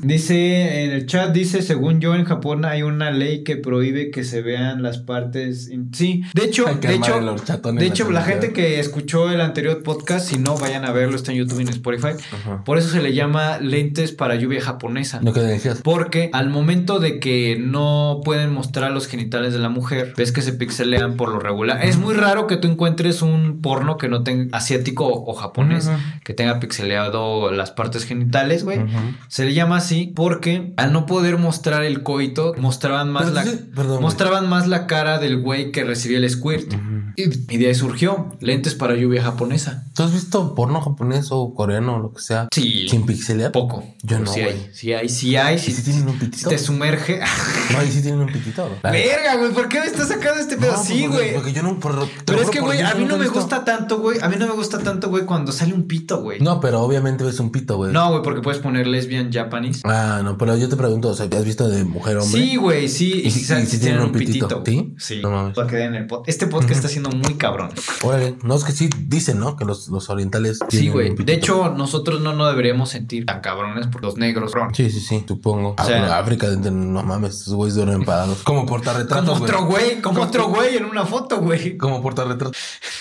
Speaker 3: Dice en el chat, dice, según yo en Japón hay una ley que prohíbe que se vean las partes... in- Sí, de hecho,
Speaker 1: Hay que
Speaker 3: de
Speaker 1: armar
Speaker 3: hecho,
Speaker 1: el horchatón en
Speaker 3: de
Speaker 1: la
Speaker 3: hecho la
Speaker 1: comunidad.
Speaker 3: gente que escuchó el anterior podcast, si no, vayan a verlo, está en YouTube y en Spotify.
Speaker 1: Ajá.
Speaker 3: Por eso se le llama lentes para lluvia japonesa.
Speaker 1: No que decías.
Speaker 3: Porque al momento de que no pueden mostrar los genitales de la mujer, ves que se pixelean por lo regular. Es muy raro que tú encuentres un porno que no tenga asiático o, o japonés,
Speaker 1: Ujú.
Speaker 3: que tenga pixeleado las partes genitales, güey.
Speaker 1: Ujú.
Speaker 3: Se le llama así porque al no poder mostrar el coito, mostraban más,
Speaker 1: Pero
Speaker 3: la,
Speaker 1: entonces- Perdón.
Speaker 3: mostraban más la cara del güey que recibía el squirt.
Speaker 1: güey. Ujú.
Speaker 3: Y, y de ahí surgió lentes para lluvia japonesa.
Speaker 1: ¿Tú has visto porno japonés o coreano o lo que sea?
Speaker 3: Sí,
Speaker 1: Sin pixelear.
Speaker 3: poco.
Speaker 1: Yo no,
Speaker 3: Sí hay,
Speaker 1: güey.
Speaker 3: sí hay, sí hay,
Speaker 1: ¿Y
Speaker 3: sí-
Speaker 1: si tienen un
Speaker 3: si
Speaker 1: pitito?
Speaker 3: te sumerge.
Speaker 1: No, y si tienen un pitito. La-
Speaker 3: Verga, güey, ¿por qué me estás sacando este pedo
Speaker 1: No, pues,
Speaker 3: así,
Speaker 1: porque-
Speaker 3: güey?
Speaker 1: Porque yo no. por- te
Speaker 3: Pero
Speaker 1: lo
Speaker 3: es
Speaker 1: juro
Speaker 3: que,
Speaker 1: por
Speaker 3: güey,
Speaker 1: Dios,
Speaker 3: a
Speaker 1: yo
Speaker 3: mí no
Speaker 1: nunca he
Speaker 3: me
Speaker 1: visto.
Speaker 3: gusta tanto, güey. A mí no me gusta tanto, güey, cuando sale un pito, güey.
Speaker 1: No, pero obviamente ves un pito, güey.
Speaker 3: No, güey, porque puedes poner lesbian japanese.
Speaker 1: Ah, no, pero yo te pregunto, o sea, ¿has visto de mujer hombre?
Speaker 3: Sí, güey, sí. Y
Speaker 1: ¿Y
Speaker 3: si,
Speaker 1: si-
Speaker 3: sal-
Speaker 1: y
Speaker 3: si tienen un pitito.
Speaker 1: ¿Sí?
Speaker 3: güey. Sí.
Speaker 1: No mames.
Speaker 3: Lo quedé en el pod- Este podcast está siendo muy cabrón.
Speaker 1: Órale, no es que sí dicen, ¿no? Que los, los orientales.
Speaker 3: Sí,
Speaker 1: tienen
Speaker 3: güey.
Speaker 1: un
Speaker 3: De
Speaker 1: pitito.
Speaker 3: hecho, nosotros no nos deberíamos sentir tan cabrones por los negros. cabrón.
Speaker 1: Sí, sí, sí, supongo.
Speaker 3: O sea-
Speaker 1: Ah, África, no mames, esos güeyes duermen parados. Como portarretratos,
Speaker 3: Como
Speaker 1: güey.
Speaker 3: otro güey, como otro güey en una foto, güey.
Speaker 1: Como portarretratos.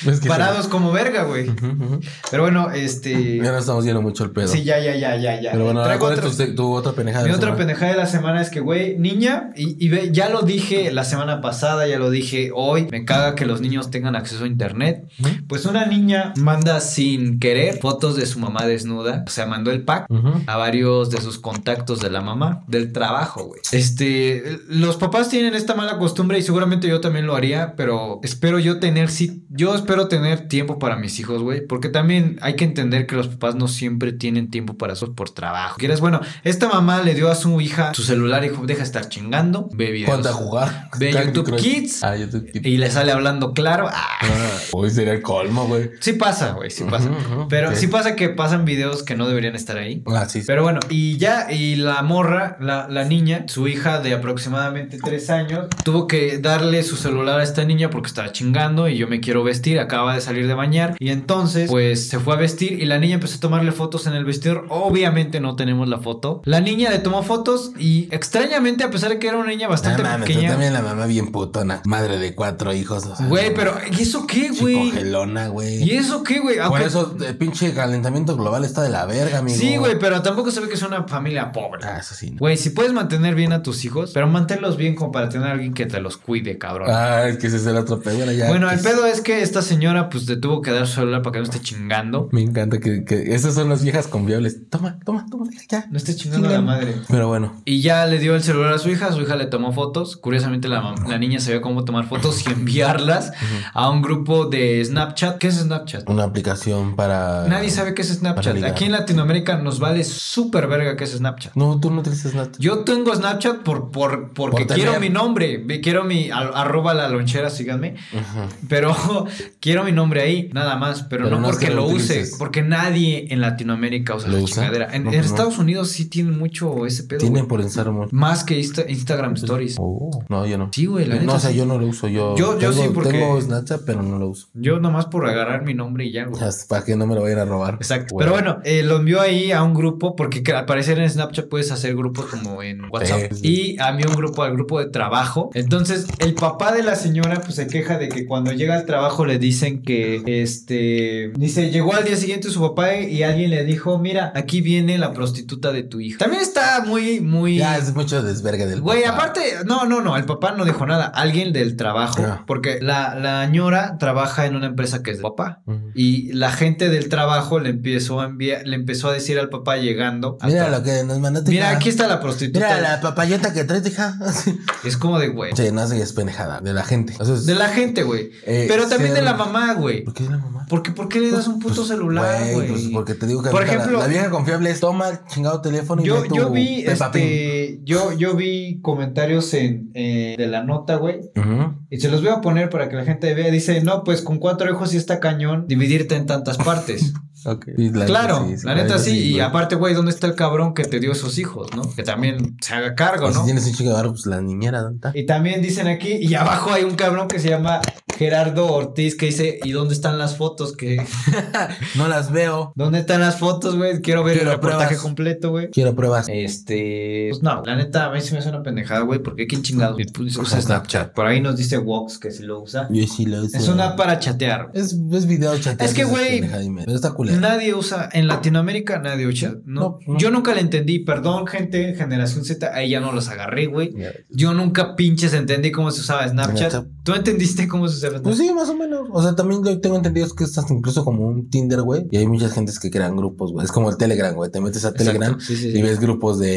Speaker 1: Es que
Speaker 3: Parados como verga, güey.
Speaker 1: sí. Ujú, ujú.
Speaker 3: Pero bueno, este.
Speaker 1: Ya no estamos yendo mucho el pedo.
Speaker 3: Sí, ya, ya, ya, ya, ya.
Speaker 1: Pero bueno, ahora
Speaker 3: Traigo
Speaker 1: cuál
Speaker 3: otro-
Speaker 1: es tu, tu otra penejada.
Speaker 3: Mi otra pendejada de la semana es que, güey, niña, y, y ve, ya lo dije la semana pasada, ya lo dije hoy, me caga que los niños tengan acceso a internet. Pues una niña manda sin querer fotos de su mamá desnuda, o sea, mandó el pack a varios de sus contactos de la mamá, del trabajo, güey. Este, los papás tienen esta mala costumbre y seguramente yo también lo haría, pero espero yo tener, sí, yo espero tener tiempo para mis hijos, güey, porque también hay que entender que los papás no siempre tienen tiempo para eso por trabajo. Quieres Bueno, esta mamá le dio a su hija su celular y dijo, deja de estar chingando, ve videos".
Speaker 1: Ponte a jugar.
Speaker 3: Ve
Speaker 1: Candy
Speaker 3: YouTube
Speaker 1: Crush.
Speaker 3: Kids.
Speaker 1: Ah, YouTube Kids.
Speaker 3: Y le sale hablando claro. Ah,
Speaker 1: Ah, Uy, sería el colmo, güey.
Speaker 3: sí pasa, güey, sí pasa.
Speaker 1: Ujú, ujú,
Speaker 3: Pero
Speaker 1: ok.
Speaker 3: sí pasa que pasan videos que no deberían estar ahí.
Speaker 1: Ah, sí. sí.
Speaker 3: Pero bueno, y ya, y la morra, la, la niña, su hija de aproximadamente tres años, tuvo que darle su celular a esta niña porque estaba chingando y yo me quiero vestir, acaba de salir de bañar. Y entonces, pues se fue a vestir y la niña empezó a tomarle fotos en el vestidor. Obviamente no tenemos la foto. La niña le tomó fotos y extrañamente, a pesar de que era una niña
Speaker 1: Ah,
Speaker 3: bastante
Speaker 1: mames, pero
Speaker 3: pequeña.
Speaker 1: también la mamá bien putona. Madre de cuatro hijos. o sea,
Speaker 3: Güey,
Speaker 1: no,
Speaker 3: pero ¿y eso qué,
Speaker 1: pinche
Speaker 3: güey?
Speaker 1: Cogelona, güey.
Speaker 3: ¿Y eso qué, güey?
Speaker 1: Por
Speaker 3: Aunque-
Speaker 1: eso, eh, pinche calentamiento global está de la verga, amigo.
Speaker 3: Sí, güey, pero tampoco se ve que es una familia pobre.
Speaker 1: Ah, eso sí. no.
Speaker 3: Güey, si puedes mantener bien a tus hijos, pero manténlos bien como para tener a alguien que te los cuide, cabrón.
Speaker 1: Ah, es que ese es el otro pedo. Bueno, ya,
Speaker 3: bueno, el
Speaker 1: pues,
Speaker 3: pedo es que esta señora pues te tuvo que dar su celular para que no esté chingando.
Speaker 1: Me encanta que, que esas son las viejas confiables. Toma, toma, toma, ya.
Speaker 3: No esté chingando a la madre.
Speaker 1: Pero bueno,
Speaker 3: Y ya le dio el celular a su hija, su hija le tomó fotos. Curiosamente la, mam- la niña sabía cómo tomar fotos y enviarlas a un grupo de Snapchat. ¿Qué es Snapchat?
Speaker 1: una aplicación para.
Speaker 3: Nadie sabe qué es
Speaker 1: Ah, Para
Speaker 3: Snapchat.
Speaker 1: ligar.
Speaker 3: Aquí en Latinoamérica nos vale súper verga qué es Snapchat.
Speaker 1: No, tú no utilizas nada.
Speaker 3: Yo tengo Snapchat por, por, porque
Speaker 1: Por tener.
Speaker 3: quiero mi nombre. me- Quiero mi al- arroba la lonchera, síganme.
Speaker 1: Ajá.
Speaker 3: Pero quiero mi nombre ahí, nada más. Pero,
Speaker 1: Pero
Speaker 3: no,
Speaker 1: no es
Speaker 3: porque
Speaker 1: que lo
Speaker 3: lo use.
Speaker 1: utilices.
Speaker 3: Porque nadie en Latinoamérica usa
Speaker 1: ¿Lo
Speaker 3: la
Speaker 1: usa?
Speaker 3: chingadera. En,
Speaker 1: No,
Speaker 3: en
Speaker 1: pues no.
Speaker 3: Estados Unidos sí tienen mucho ese pedo.
Speaker 1: Tienen
Speaker 3: güey.
Speaker 1: por pensar mucho.
Speaker 3: Más que Insta- Instagram Stories.
Speaker 1: Oh, no, yo no.
Speaker 3: Sí, güey, la
Speaker 1: no,
Speaker 3: neta
Speaker 1: o sea,
Speaker 3: sí.
Speaker 1: yo no lo uso. Yo,
Speaker 3: Yo- yo
Speaker 1: tengo,
Speaker 3: sí, porque-
Speaker 1: tengo Snapchat, pero no lo uso.
Speaker 3: Yo nomás por agarrar mi nombre y ya, güey.
Speaker 1: Hasta para que no me lo vayan a robar.
Speaker 3: Exacto.
Speaker 1: Güey.
Speaker 3: Pero bueno, eh, lo envió ahí a un grupo, porque que al parecer en Snapchat puedes hacer grupos como en WhatsApp.
Speaker 1: Sí, sí.
Speaker 3: Y a mí un grupo, al grupo de trabajo. Entonces, el papá de la señora, pues se queja de que cuando llega al trabajo le dicen que, este, dice, llegó al día siguiente su papá y alguien le dijo, mira, aquí viene la prostituta de tu hija. También está muy, muy...
Speaker 1: Ya es mucho desvergue del.
Speaker 3: Güey,
Speaker 1: papá.
Speaker 3: aparte, no, no, no, el papá no dijo nada, alguien del trabajo,
Speaker 1: Ah.
Speaker 3: porque la, la ñora trabaja en una empresa que es de papá.
Speaker 1: Ujú.
Speaker 3: Y la gente del trabajo le empezó a enviar, le empezó a decir al papá llegando. al
Speaker 1: Mira
Speaker 3: tra-
Speaker 1: lo que nos mandaste.
Speaker 3: Mira,
Speaker 1: hija.
Speaker 3: aquí está la prostituta.
Speaker 1: Mira la papayota que traes, hija. Sí,
Speaker 3: Es como de güey.
Speaker 1: no hace es pendejada. De la gente. Eso es-
Speaker 3: De la gente, güey.
Speaker 1: Eh,
Speaker 3: Pero también
Speaker 1: sí,
Speaker 3: de la
Speaker 1: no.
Speaker 3: mamá, güey.
Speaker 1: ¿Por qué es la mamá?
Speaker 3: ¿Por qué, por qué le das un puto
Speaker 1: Pues,
Speaker 3: celular, güey?
Speaker 1: Pues porque te digo que
Speaker 3: Por
Speaker 1: ahorita la-
Speaker 3: ejemplo-
Speaker 1: la, vieja confiable es toma el chingado teléfono y
Speaker 3: Yo,
Speaker 1: ve tu
Speaker 3: yo vi
Speaker 1: Peppa Pig.
Speaker 3: este, yo, yo vi comentarios en, eh, de la nota, güey.
Speaker 1: Ujú.
Speaker 3: Y se los voy a poner para que la gente vea. Dice, no, pues con cuatro hijos y está cañón dividirte en tantas partes.
Speaker 1: Ok. Y la
Speaker 3: Claro,
Speaker 1: neta sí,
Speaker 3: la neta sí. Y
Speaker 1: güey.
Speaker 3: aparte, güey, ¿dónde está el cabrón que te dio esos hijos, no? Que también se haga cargo,
Speaker 1: Y Si
Speaker 3: ¿no? Eh,
Speaker 1: tienes un chico de barro, pues la niñera, ¿dónde está?
Speaker 3: Y también dicen aquí, y abajo hay un cabrón que se llama Gerardo Ortiz que dice, ¿y dónde están las fotos? Que,
Speaker 1: No las veo.
Speaker 3: ¿Dónde están las fotos, güey? Quiero ver
Speaker 1: Quiero
Speaker 3: el reportaje
Speaker 1: pruebas.
Speaker 3: completo, güey.
Speaker 1: Quiero pruebas.
Speaker 3: Este, pues no, la neta, a mí sí me suena pendejada, güey, porque quién chingado usa Snapchat. Por ahí nos dice Vox que si lo usa.
Speaker 1: Yo pues, sí lo uso.
Speaker 3: Es una para chatear.
Speaker 1: Es, es video chat.
Speaker 3: Es que, güey,
Speaker 1: Pero está culero.
Speaker 3: Nadie usa, en Latinoamérica nadie usa, no,
Speaker 1: No, no.
Speaker 3: Yo nunca la entendí, perdón, gente, generación Z, ahí ya no los agarré, güey.
Speaker 1: Ya.
Speaker 3: Yo nunca pinches entendí cómo se usaba Snapchat.
Speaker 1: Snapchat.
Speaker 3: ¿Tú entendiste cómo se usaba
Speaker 1: Pues
Speaker 3: Snapchat?
Speaker 1: sí, más o menos. O sea, también lo que tengo entendido es que estás incluso como un Tinder, güey. Y hay muchas gentes que crean grupos, güey. Es como el Telegram, güey. Te metes a Pues, Telegram
Speaker 3: Exacto, sí, sí, sí.
Speaker 1: y ves grupos de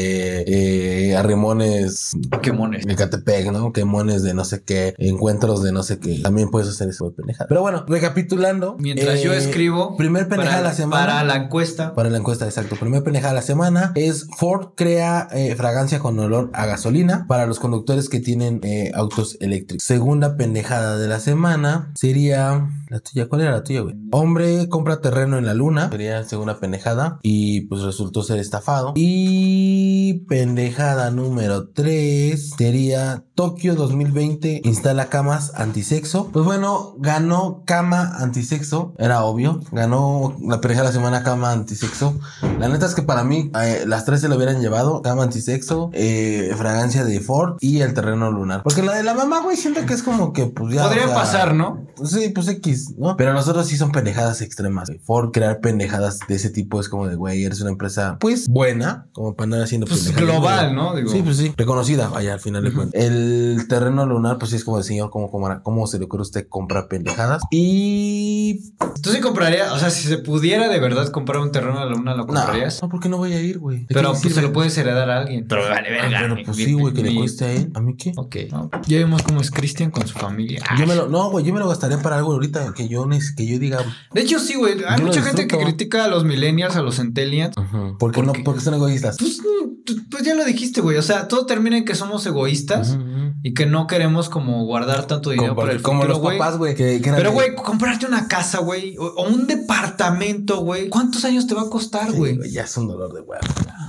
Speaker 1: eh, arremones
Speaker 3: Pokémones.
Speaker 1: de Catepec, ¿no? Quemones de no sé qué, encuentros de no sé qué. También puedes hacer eso de pendejada. Pero bueno, recapitulando.
Speaker 3: Mientras
Speaker 1: eh,
Speaker 3: yo escribo.
Speaker 1: Primer pendejada
Speaker 3: para,
Speaker 1: de la semana.
Speaker 3: Para la encuesta.
Speaker 1: Para la encuesta, exacto. Primer pendejada de la semana es Ford crea eh, fragancia con olor a gasolina para los conductores que tienen eh, autos eléctricos. Segunda pendejada de la semana sería... La tuya, ¿cuál era la tuya, güey? Hombre compra terreno en la luna. Sería segunda pendejada. Y pues resultó ser estafado. Y pendejada número 3 sería Tokio 2020 instala camas antisexo. Pues bueno, ganó cama antisexo. Era obvio. Ganó la pareja de la semana cama antisexo. La neta es que para mí eh, las tres se lo hubieran llevado. Cama antisexo, eh, fragancia de Ford y el terreno lunar. Porque la de la mamá, güey, siento que es como que pues ya... o
Speaker 3: Podría
Speaker 1: sea,
Speaker 3: pasar, ¿no?
Speaker 1: Sí, pues X, ¿no? Pero nosotros sí son pendejadas extremas. güey. Ford crear pendejadas de ese tipo es como de, güey, eres una empresa, pues, buena, como para andar haciendo
Speaker 3: Pues
Speaker 1: pendejadas,
Speaker 3: global,
Speaker 1: güey.
Speaker 3: ¿no? Digo,
Speaker 1: Sí, pues sí, reconocida, vaya, al final de
Speaker 3: Ujú.
Speaker 1: cuentas. El terreno lunar, pues sí es como de señor, ¿cómo, cómo, cómo se le ocurre a usted comprar pendejadas? Y
Speaker 3: Tú sí comprarías, o sea, si se pudiera de verdad comprar un terreno a la luna, ¿lo
Speaker 1: No,
Speaker 3: comprarías?
Speaker 1: no, porque no voy a ir, güey. ¿De
Speaker 3: Pero
Speaker 1: qué me
Speaker 3: pues, se
Speaker 1: sirve?
Speaker 3: lo puedes heredar a alguien. Pero vale,
Speaker 1: Ah,
Speaker 8: verga,
Speaker 1: Pero
Speaker 8: mi-
Speaker 1: pues
Speaker 8: mi-
Speaker 1: sí, güey, que le
Speaker 8: mi-
Speaker 1: cueste a él. ¿A mí qué?
Speaker 3: Ok. ¿no? Ya vemos cómo es Cristian con su familia. Ah,
Speaker 1: Yo me lo, no, güey, yo me lo gastaría para algo ahorita que yo, neces- que yo diga.
Speaker 3: De hecho, sí, güey. Hay
Speaker 1: Yo lo
Speaker 3: mucha gente que
Speaker 1: disfruto.
Speaker 3: critica a los millennials, a los centennials.
Speaker 1: Porque
Speaker 3: ¿Por
Speaker 1: no,
Speaker 3: qué?
Speaker 1: porque son egoístas.
Speaker 3: Pues, mm, tú- pues ya lo dijiste, güey. O sea, todo termina en que somos egoístas
Speaker 1: Ujú, ujú.
Speaker 3: y que no queremos como guardar tanto dinero
Speaker 1: Como,
Speaker 3: para el
Speaker 1: como
Speaker 3: futuro,
Speaker 1: los
Speaker 3: güey.
Speaker 1: papás, güey. que- que eran
Speaker 3: Pero,
Speaker 1: de-
Speaker 3: güey, comprarte una casa, güey, o, o un departamento, güey. ¿Cuántos años te va a costar,
Speaker 1: Sí,
Speaker 3: güey?
Speaker 1: güey, Ya es un dolor de huevo.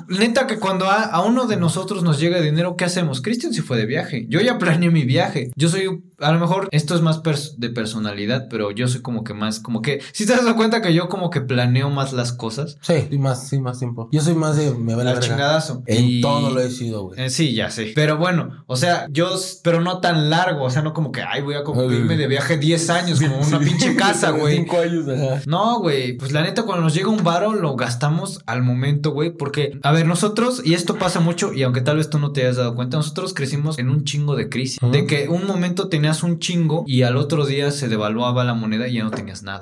Speaker 3: Neta que cuando a, a uno de nosotros nos llega dinero, ¿qué hacemos? Cristian se fue de viaje. Yo ya planeé mi viaje. Yo soy, un- a lo mejor, esto es más pers- de personalidad, pero yo soy como que más, como que, si te das cuenta que yo como que planeo más las cosas.
Speaker 1: Sí, sí, más, sí, más tiempo. Yo soy más de me va la
Speaker 3: Al
Speaker 1: verga.
Speaker 3: chingadazo.
Speaker 1: En
Speaker 3: Y-
Speaker 1: todo lo he sido, güey.
Speaker 3: Eh, sí, ya sé. Pero bueno, o sea, yo, s- pero no tan largo, o sea, no como que, ay, voy a como que
Speaker 1: Ay.
Speaker 3: irme de viaje 10 años, como una pinche casa, güey.
Speaker 1: Cinco años, ajá.
Speaker 3: No, güey, pues la neta cuando nos llega un varo lo gastamos al momento, güey, porque, a ver, nosotros, y esto pasa mucho, y aunque tal vez tú no te hayas dado cuenta, nosotros crecimos en un chingo de crisis,
Speaker 1: Ujú.
Speaker 3: de que un momento tenías un chingo y al otro día se devaluaba la moneda y ya no tenías nada.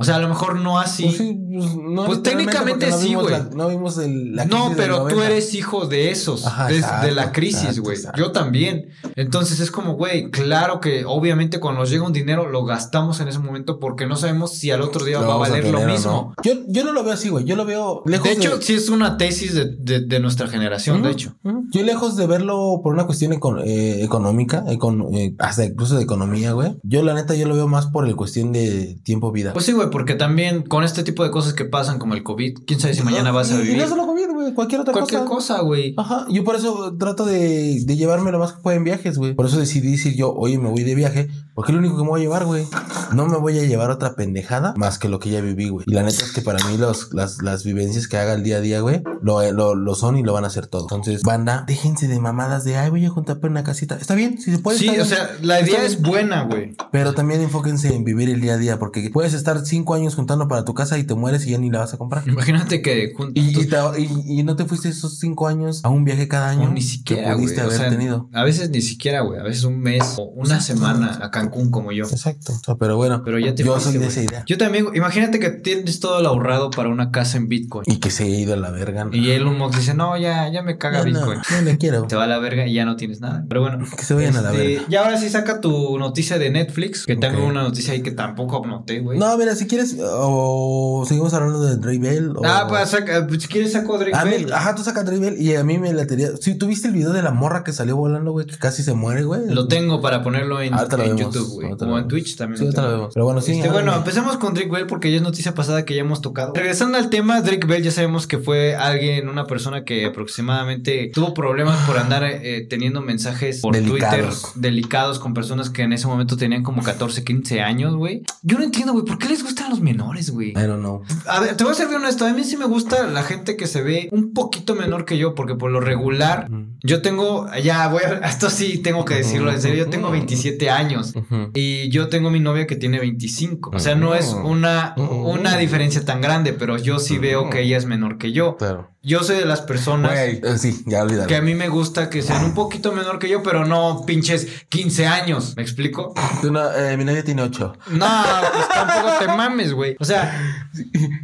Speaker 3: O sea, a lo mejor no así.
Speaker 1: Pues sí, pues, no,
Speaker 3: Pues
Speaker 1: literalmente,
Speaker 3: técnicamente
Speaker 1: porque no
Speaker 3: sí,
Speaker 1: vimos
Speaker 3: güey.
Speaker 1: la- No vimos el, la
Speaker 3: no,
Speaker 1: crisis del
Speaker 3: pero tú
Speaker 1: 90.
Speaker 3: eres hijo de esos,
Speaker 1: Ajá,
Speaker 3: de,
Speaker 1: exacto,
Speaker 3: de la crisis,
Speaker 1: exacto,
Speaker 3: güey.
Speaker 1: exacto.
Speaker 3: Yo también. Entonces es como, güey, claro que obviamente cuando nos llega un dinero lo gastamos en ese momento porque no sabemos si al otro día
Speaker 1: Lo
Speaker 3: va a
Speaker 1: vamos
Speaker 3: valer lo
Speaker 1: tener o
Speaker 3: mismo.
Speaker 1: no. Yo, yo no lo veo así, güey. Yo lo veo lejos
Speaker 3: de hecho, sí es una tesis de, de- de nuestra generación, de
Speaker 1: Ujú,
Speaker 3: hecho.
Speaker 1: ujú. Yo lejos de verlo por una cuestión eco- eh, económica, econ- eh, hasta incluso de economía, güey. Yo la neta, yo lo veo más por el cuestión de tiempo-vida.
Speaker 3: Pues sí, güey, porque también con este tipo de cosas que pasan como el COVID, quién sabe si mañana vas a
Speaker 1: Y- y
Speaker 3: vivir
Speaker 1: no solo COVID, güey. Cualquier otra
Speaker 3: cualquier
Speaker 1: cosa. Ah,
Speaker 3: cosa, güey.
Speaker 1: Ajá, yo por eso trato de, de llevarme lo más que pueda en viajes, güey. Por eso decidí decir yo, oye, me voy de viaje, porque es lo único que me voy a llevar, güey. No me voy a llevar otra pendejada más que lo que ya viví, güey. Y la neta es que para mí los, las, las vivencias que haga el día a día, güey, lo, lo, lo son y lo van a hacer todo. Entonces, banda, déjense de mamadas de, ay, voy a juntar para una casita. Está bien, si se puede.
Speaker 3: Sí,
Speaker 1: está
Speaker 3: o
Speaker 1: bien.
Speaker 3: sea, la idea es buena, güey.
Speaker 1: Pero también enfóquense en vivir el día a día, porque puedes estar cinco años juntando para tu casa y te mueres y ya ni la vas a comprar.
Speaker 3: Imagínate que juntos.
Speaker 1: Y, y te- y- y no te fuiste esos cinco años a un viaje cada año
Speaker 3: O ni
Speaker 1: que
Speaker 3: siquiera, güey.
Speaker 1: pudiste
Speaker 3: O
Speaker 1: haber
Speaker 3: sea,
Speaker 1: tenido.
Speaker 3: A veces ni siquiera, güey. A veces un mes o una semana a Cancún como yo.
Speaker 1: Exacto. O sea, pero bueno,
Speaker 3: Pero ya te
Speaker 1: yo
Speaker 3: fuiste,
Speaker 1: soy de
Speaker 3: güey.
Speaker 1: esa idea.
Speaker 3: Yo también, güey, imagínate que tienes todo lo ahorrado para una casa en Bitcoin.
Speaker 1: Y que se ha ido a la verga. ¿no?
Speaker 3: Y Elon Musk dice, no, ya, ya me caga
Speaker 1: no, no,
Speaker 3: Bitcoin.
Speaker 1: no le quiero.
Speaker 3: Te va a la verga y ya no tienes nada. Pero bueno.
Speaker 1: Que se vayan a la
Speaker 3: este,
Speaker 1: verga.
Speaker 3: Y ahora sí saca tu noticia de Netflix. Que tengo
Speaker 1: Ok.
Speaker 3: una noticia ahí que tampoco noté, güey.
Speaker 1: No, mira, si quieres, o seguimos hablando de Dre Bell. O...
Speaker 3: Ah, pues saca- pues, si quieres saco a Drake
Speaker 1: A mí-
Speaker 3: Bell.
Speaker 1: ajá, tú sacas Dre Bell y a mí me la teoría. Si ¿Sí, tuviste el video de la morra que salió volando, güey, que casi se muere, güey.
Speaker 3: Lo tengo para ponerlo en,
Speaker 1: Ahorita lo
Speaker 3: en
Speaker 1: vemos,
Speaker 3: YouTube, güey.
Speaker 1: ahorita lo
Speaker 3: O en
Speaker 1: vemos.
Speaker 3: Twitch también.
Speaker 1: Sí,
Speaker 3: lo
Speaker 1: otra
Speaker 3: tengo.
Speaker 1: vez. Pero bueno, sí.
Speaker 3: Este,
Speaker 1: ah,
Speaker 3: bueno, empecemos con Drake Bell porque ya es noticia pasada que ya hemos tocado. Regresando al tema, Drake Bell ya sabemos que fue alguien, una persona que aproximadamente tuvo problemas por andar eh, teniendo mensajes por
Speaker 1: Delicados.
Speaker 3: Twitter delicados con personas que en ese momento tenían como 14, 15 años, güey. Yo no entiendo, güey, ¿por qué les gustan los menores, güey?
Speaker 1: I don't know.
Speaker 3: A ver, te voy a ser bien honesto, a mí sí me gusta la gente que se ve un poquito menor que yo porque por lo regular...
Speaker 1: Ujú.
Speaker 3: Yo tengo, ya voy a, esto sí tengo que decirlo, en serio, yo tengo 27 años.
Speaker 1: Ujú.
Speaker 3: Y yo tengo mi novia que tiene 25. O sea, no es
Speaker 1: Oh.
Speaker 3: una,
Speaker 1: Ujú.
Speaker 3: una diferencia tan grande, pero yo
Speaker 1: Oh.
Speaker 3: sí veo que ella es menor que yo.
Speaker 1: Claro.
Speaker 3: Yo soy de las personas
Speaker 1: Güey, eh, sí, ya olvidalo.
Speaker 3: que a mí me gusta que sean un poquito menor que yo, pero no pinches 15 años. ¿Me explico?
Speaker 1: Tú no, eh, mi novia tiene ocho.
Speaker 3: No, pues tampoco te mames, güey. O sea,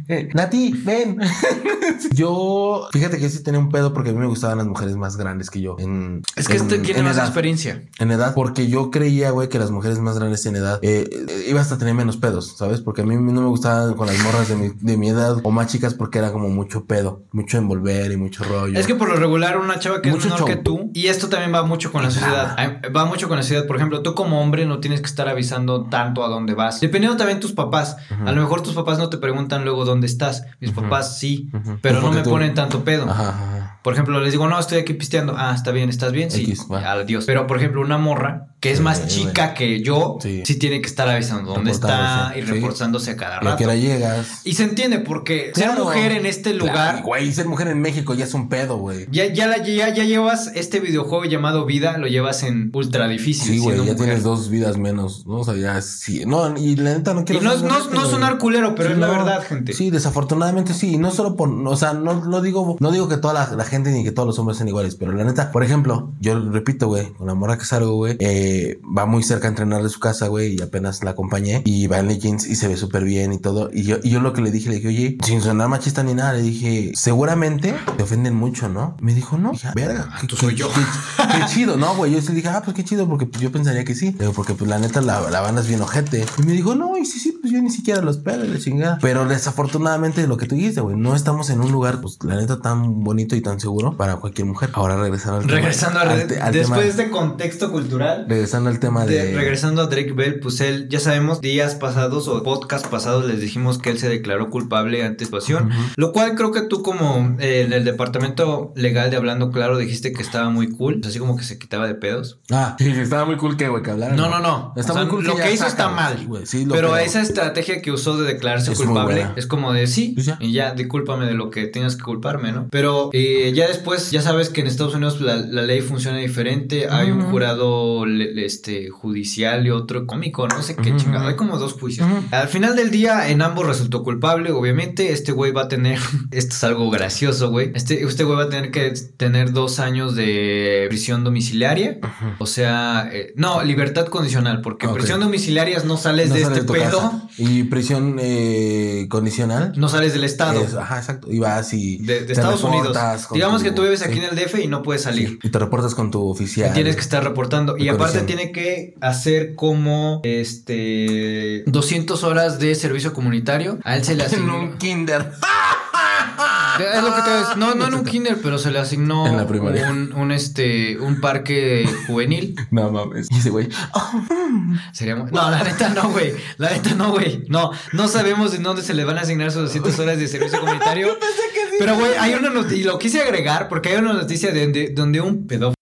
Speaker 1: Eh, Nati, ven. yo, fíjate que sí tenía un pedo porque a mí me gustaban las mujeres más grandes que yo. En,
Speaker 3: es que
Speaker 1: en-
Speaker 3: este tiene
Speaker 1: en
Speaker 3: más
Speaker 1: edad,
Speaker 3: experiencia.
Speaker 1: En edad, porque yo creía, güey, que las mujeres más grandes en edad eh, eh, ibas a tener menos pedos, ¿sabes? Porque a mí no me gustaban con las morras de mi, de mi edad o más chicas porque era como mucho pedo, mucho envolver y mucho rollo.
Speaker 3: Es que por lo regular una chava que
Speaker 1: Mucho
Speaker 3: es menor
Speaker 1: show.
Speaker 3: que tú, y esto también va mucho con la sociedad, Ay, va mucho con la sociedad, por ejemplo, tú como hombre no tienes que estar avisando tanto a dónde vas, dependiendo también tus papás, a lo mejor tus papás no te preguntan luego dónde estás, mis papás sí,
Speaker 1: Ujú.
Speaker 3: pero no
Speaker 1: Porque
Speaker 3: me
Speaker 1: tú-
Speaker 3: ponen tanto pedo.
Speaker 1: Ajá, ajá.
Speaker 3: Por ejemplo, les digo, no, estoy aquí pisteando. Ah, está bien, estás bien, sí.
Speaker 1: X, va.
Speaker 3: Adiós. Pero, por ejemplo, una morra que es más
Speaker 1: Sí,
Speaker 3: chica que yo, sí.
Speaker 1: Sí.
Speaker 3: tiene que estar avisando dónde está
Speaker 1: Reportándose,
Speaker 3: y
Speaker 1: sí.
Speaker 3: reforzándose a cada
Speaker 1: Y a
Speaker 3: rato.
Speaker 1: qué hora llegas.
Speaker 3: Y se entiende porque ser
Speaker 1: Claro.
Speaker 3: mujer en este lugar
Speaker 1: Claro, Güey, ser mujer en México ya es un pedo, güey.
Speaker 3: ya, ya, la- ya, ya llevas este videojuego llamado Vida, lo llevas en ultra difícil.
Speaker 1: Sí, güey, ya
Speaker 3: siendo mujer.
Speaker 1: tienes dos vidas menos, ¿no? O sea, ya sí. No, y la neta no
Speaker 3: Y
Speaker 1: quiero...
Speaker 3: no, es-
Speaker 1: ser
Speaker 3: no, es-
Speaker 1: molesto,
Speaker 3: no
Speaker 1: güey.
Speaker 3: sonar culero, pero
Speaker 1: Sí,
Speaker 3: es la
Speaker 1: no.
Speaker 3: verdad, gente.
Speaker 1: Sí, desafortunadamente sí. Y no solo por, o sea, no lo digo, no digo que toda la, la gente ni que todos los hombres sean iguales, pero la neta, por ejemplo, yo lo repito, güey, con la morra que salgo, güey, eh, va muy cerca a entrenar de su casa, güey, y apenas la acompañé y va en leggings y se ve súper bien y todo. Y yo, y yo lo que le dije, le dije, oye, sin sonar machista ni nada, le dije, seguramente te ofenden mucho, ¿no? Me dijo, no, dije, "Ah, verga,
Speaker 9: tú soy yo".
Speaker 1: Qué, qué chido, no, güey. Yo sí le dije, ah, pues qué chido, porque pues, yo pensaría que sí. Le digo, porque pues la neta la, la banda es bien ojete. Y me dijo, no, y sí, sí, pues yo ni siquiera los pedo, y la chingada. Pero desafortunadamente lo que tú dijiste, güey, no estamos en un lugar, pues la neta tan bonito y tan seguro para cualquier mujer. Ahora regresando al tema-
Speaker 3: Regresando a
Speaker 1: al te- al
Speaker 3: después de
Speaker 1: tema,
Speaker 3: este contexto cultural.
Speaker 1: regresando al tema de,
Speaker 3: de- regresando a Drake Bell, pues él, ya sabemos, días pasados o podcast pasados les dijimos que él se declaró culpable ante situación.
Speaker 1: Ujú.
Speaker 3: Lo cual creo que tú como eh, en el departamento legal de Hablando Claro dijiste que estaba muy cool, así como que se quitaba de pedos.
Speaker 1: Ah, sí, sí, estaba muy cool que, güey, que hablaran.
Speaker 3: No, no, no.
Speaker 1: Está
Speaker 3: O sea,
Speaker 1: muy cool
Speaker 3: lo
Speaker 1: ya
Speaker 3: que hizo está
Speaker 1: sacan,
Speaker 3: mal,
Speaker 1: güey, sí, lo
Speaker 3: Pero
Speaker 1: creo.
Speaker 3: esa estrategia que usó de declararse
Speaker 1: Es muy
Speaker 3: culpable
Speaker 1: buena.
Speaker 3: es como de sí,
Speaker 1: Pues ya.
Speaker 3: y ya, discúlpame de lo que tienes que culparme, ¿no? Pero eh, ya después, ya sabes que en Estados Unidos la, la ley funciona diferente. Hay un
Speaker 1: Ujú.
Speaker 3: jurado le- le- este, judicial y otro cómico, no sé qué
Speaker 1: Ujú.
Speaker 3: chingado. Hay como dos juicios.
Speaker 1: Ujú.
Speaker 3: Al final del día, en ambos resultó culpable, obviamente. Este güey va a tener. Esto es algo gracioso, güey. Este, este güey va a tener que tener dos años de prisión domiciliaria.
Speaker 1: Ujú.
Speaker 3: O sea, eh, no, libertad condicional, porque en
Speaker 1: Ah, Ok.
Speaker 3: prisión domiciliaria no sales
Speaker 1: No
Speaker 3: de
Speaker 1: sale
Speaker 3: este
Speaker 1: tu
Speaker 3: pedo,
Speaker 1: casa. Y prisión eh, condicional.
Speaker 3: no sales del estado.
Speaker 1: Es- ajá, exacto. Y vas y.
Speaker 3: de, de
Speaker 1: te
Speaker 3: Estados Unidos.
Speaker 1: reportas con
Speaker 3: Digamos
Speaker 1: tu-
Speaker 3: que tú vives aquí
Speaker 1: sí,
Speaker 3: en el DF y no puedes salir.
Speaker 1: sí. Y te reportas con tu
Speaker 3: Y
Speaker 1: oficial.
Speaker 3: tienes que estar reportando. Y
Speaker 1: De
Speaker 3: aparte
Speaker 1: corrección.
Speaker 3: tiene que hacer como este 200 horas de servicio comunitario. A él se le
Speaker 1: en
Speaker 3: asignó.
Speaker 1: un kinder.
Speaker 3: Es lo que te voy a decir. No, no en un kinder, pero se le asignó
Speaker 1: En la primaria.
Speaker 3: un, un, este un parque juvenil.
Speaker 1: No mames. Y ese güey.
Speaker 3: Sería muy- No, la neta no, güey. La neta no, güey. No, no sabemos en dónde se le van a asignar sus 200 horas de servicio comunitario. Pero, güey, hay una noticia, y lo quise agregar porque hay una noticia de, de- donde un pedófilo,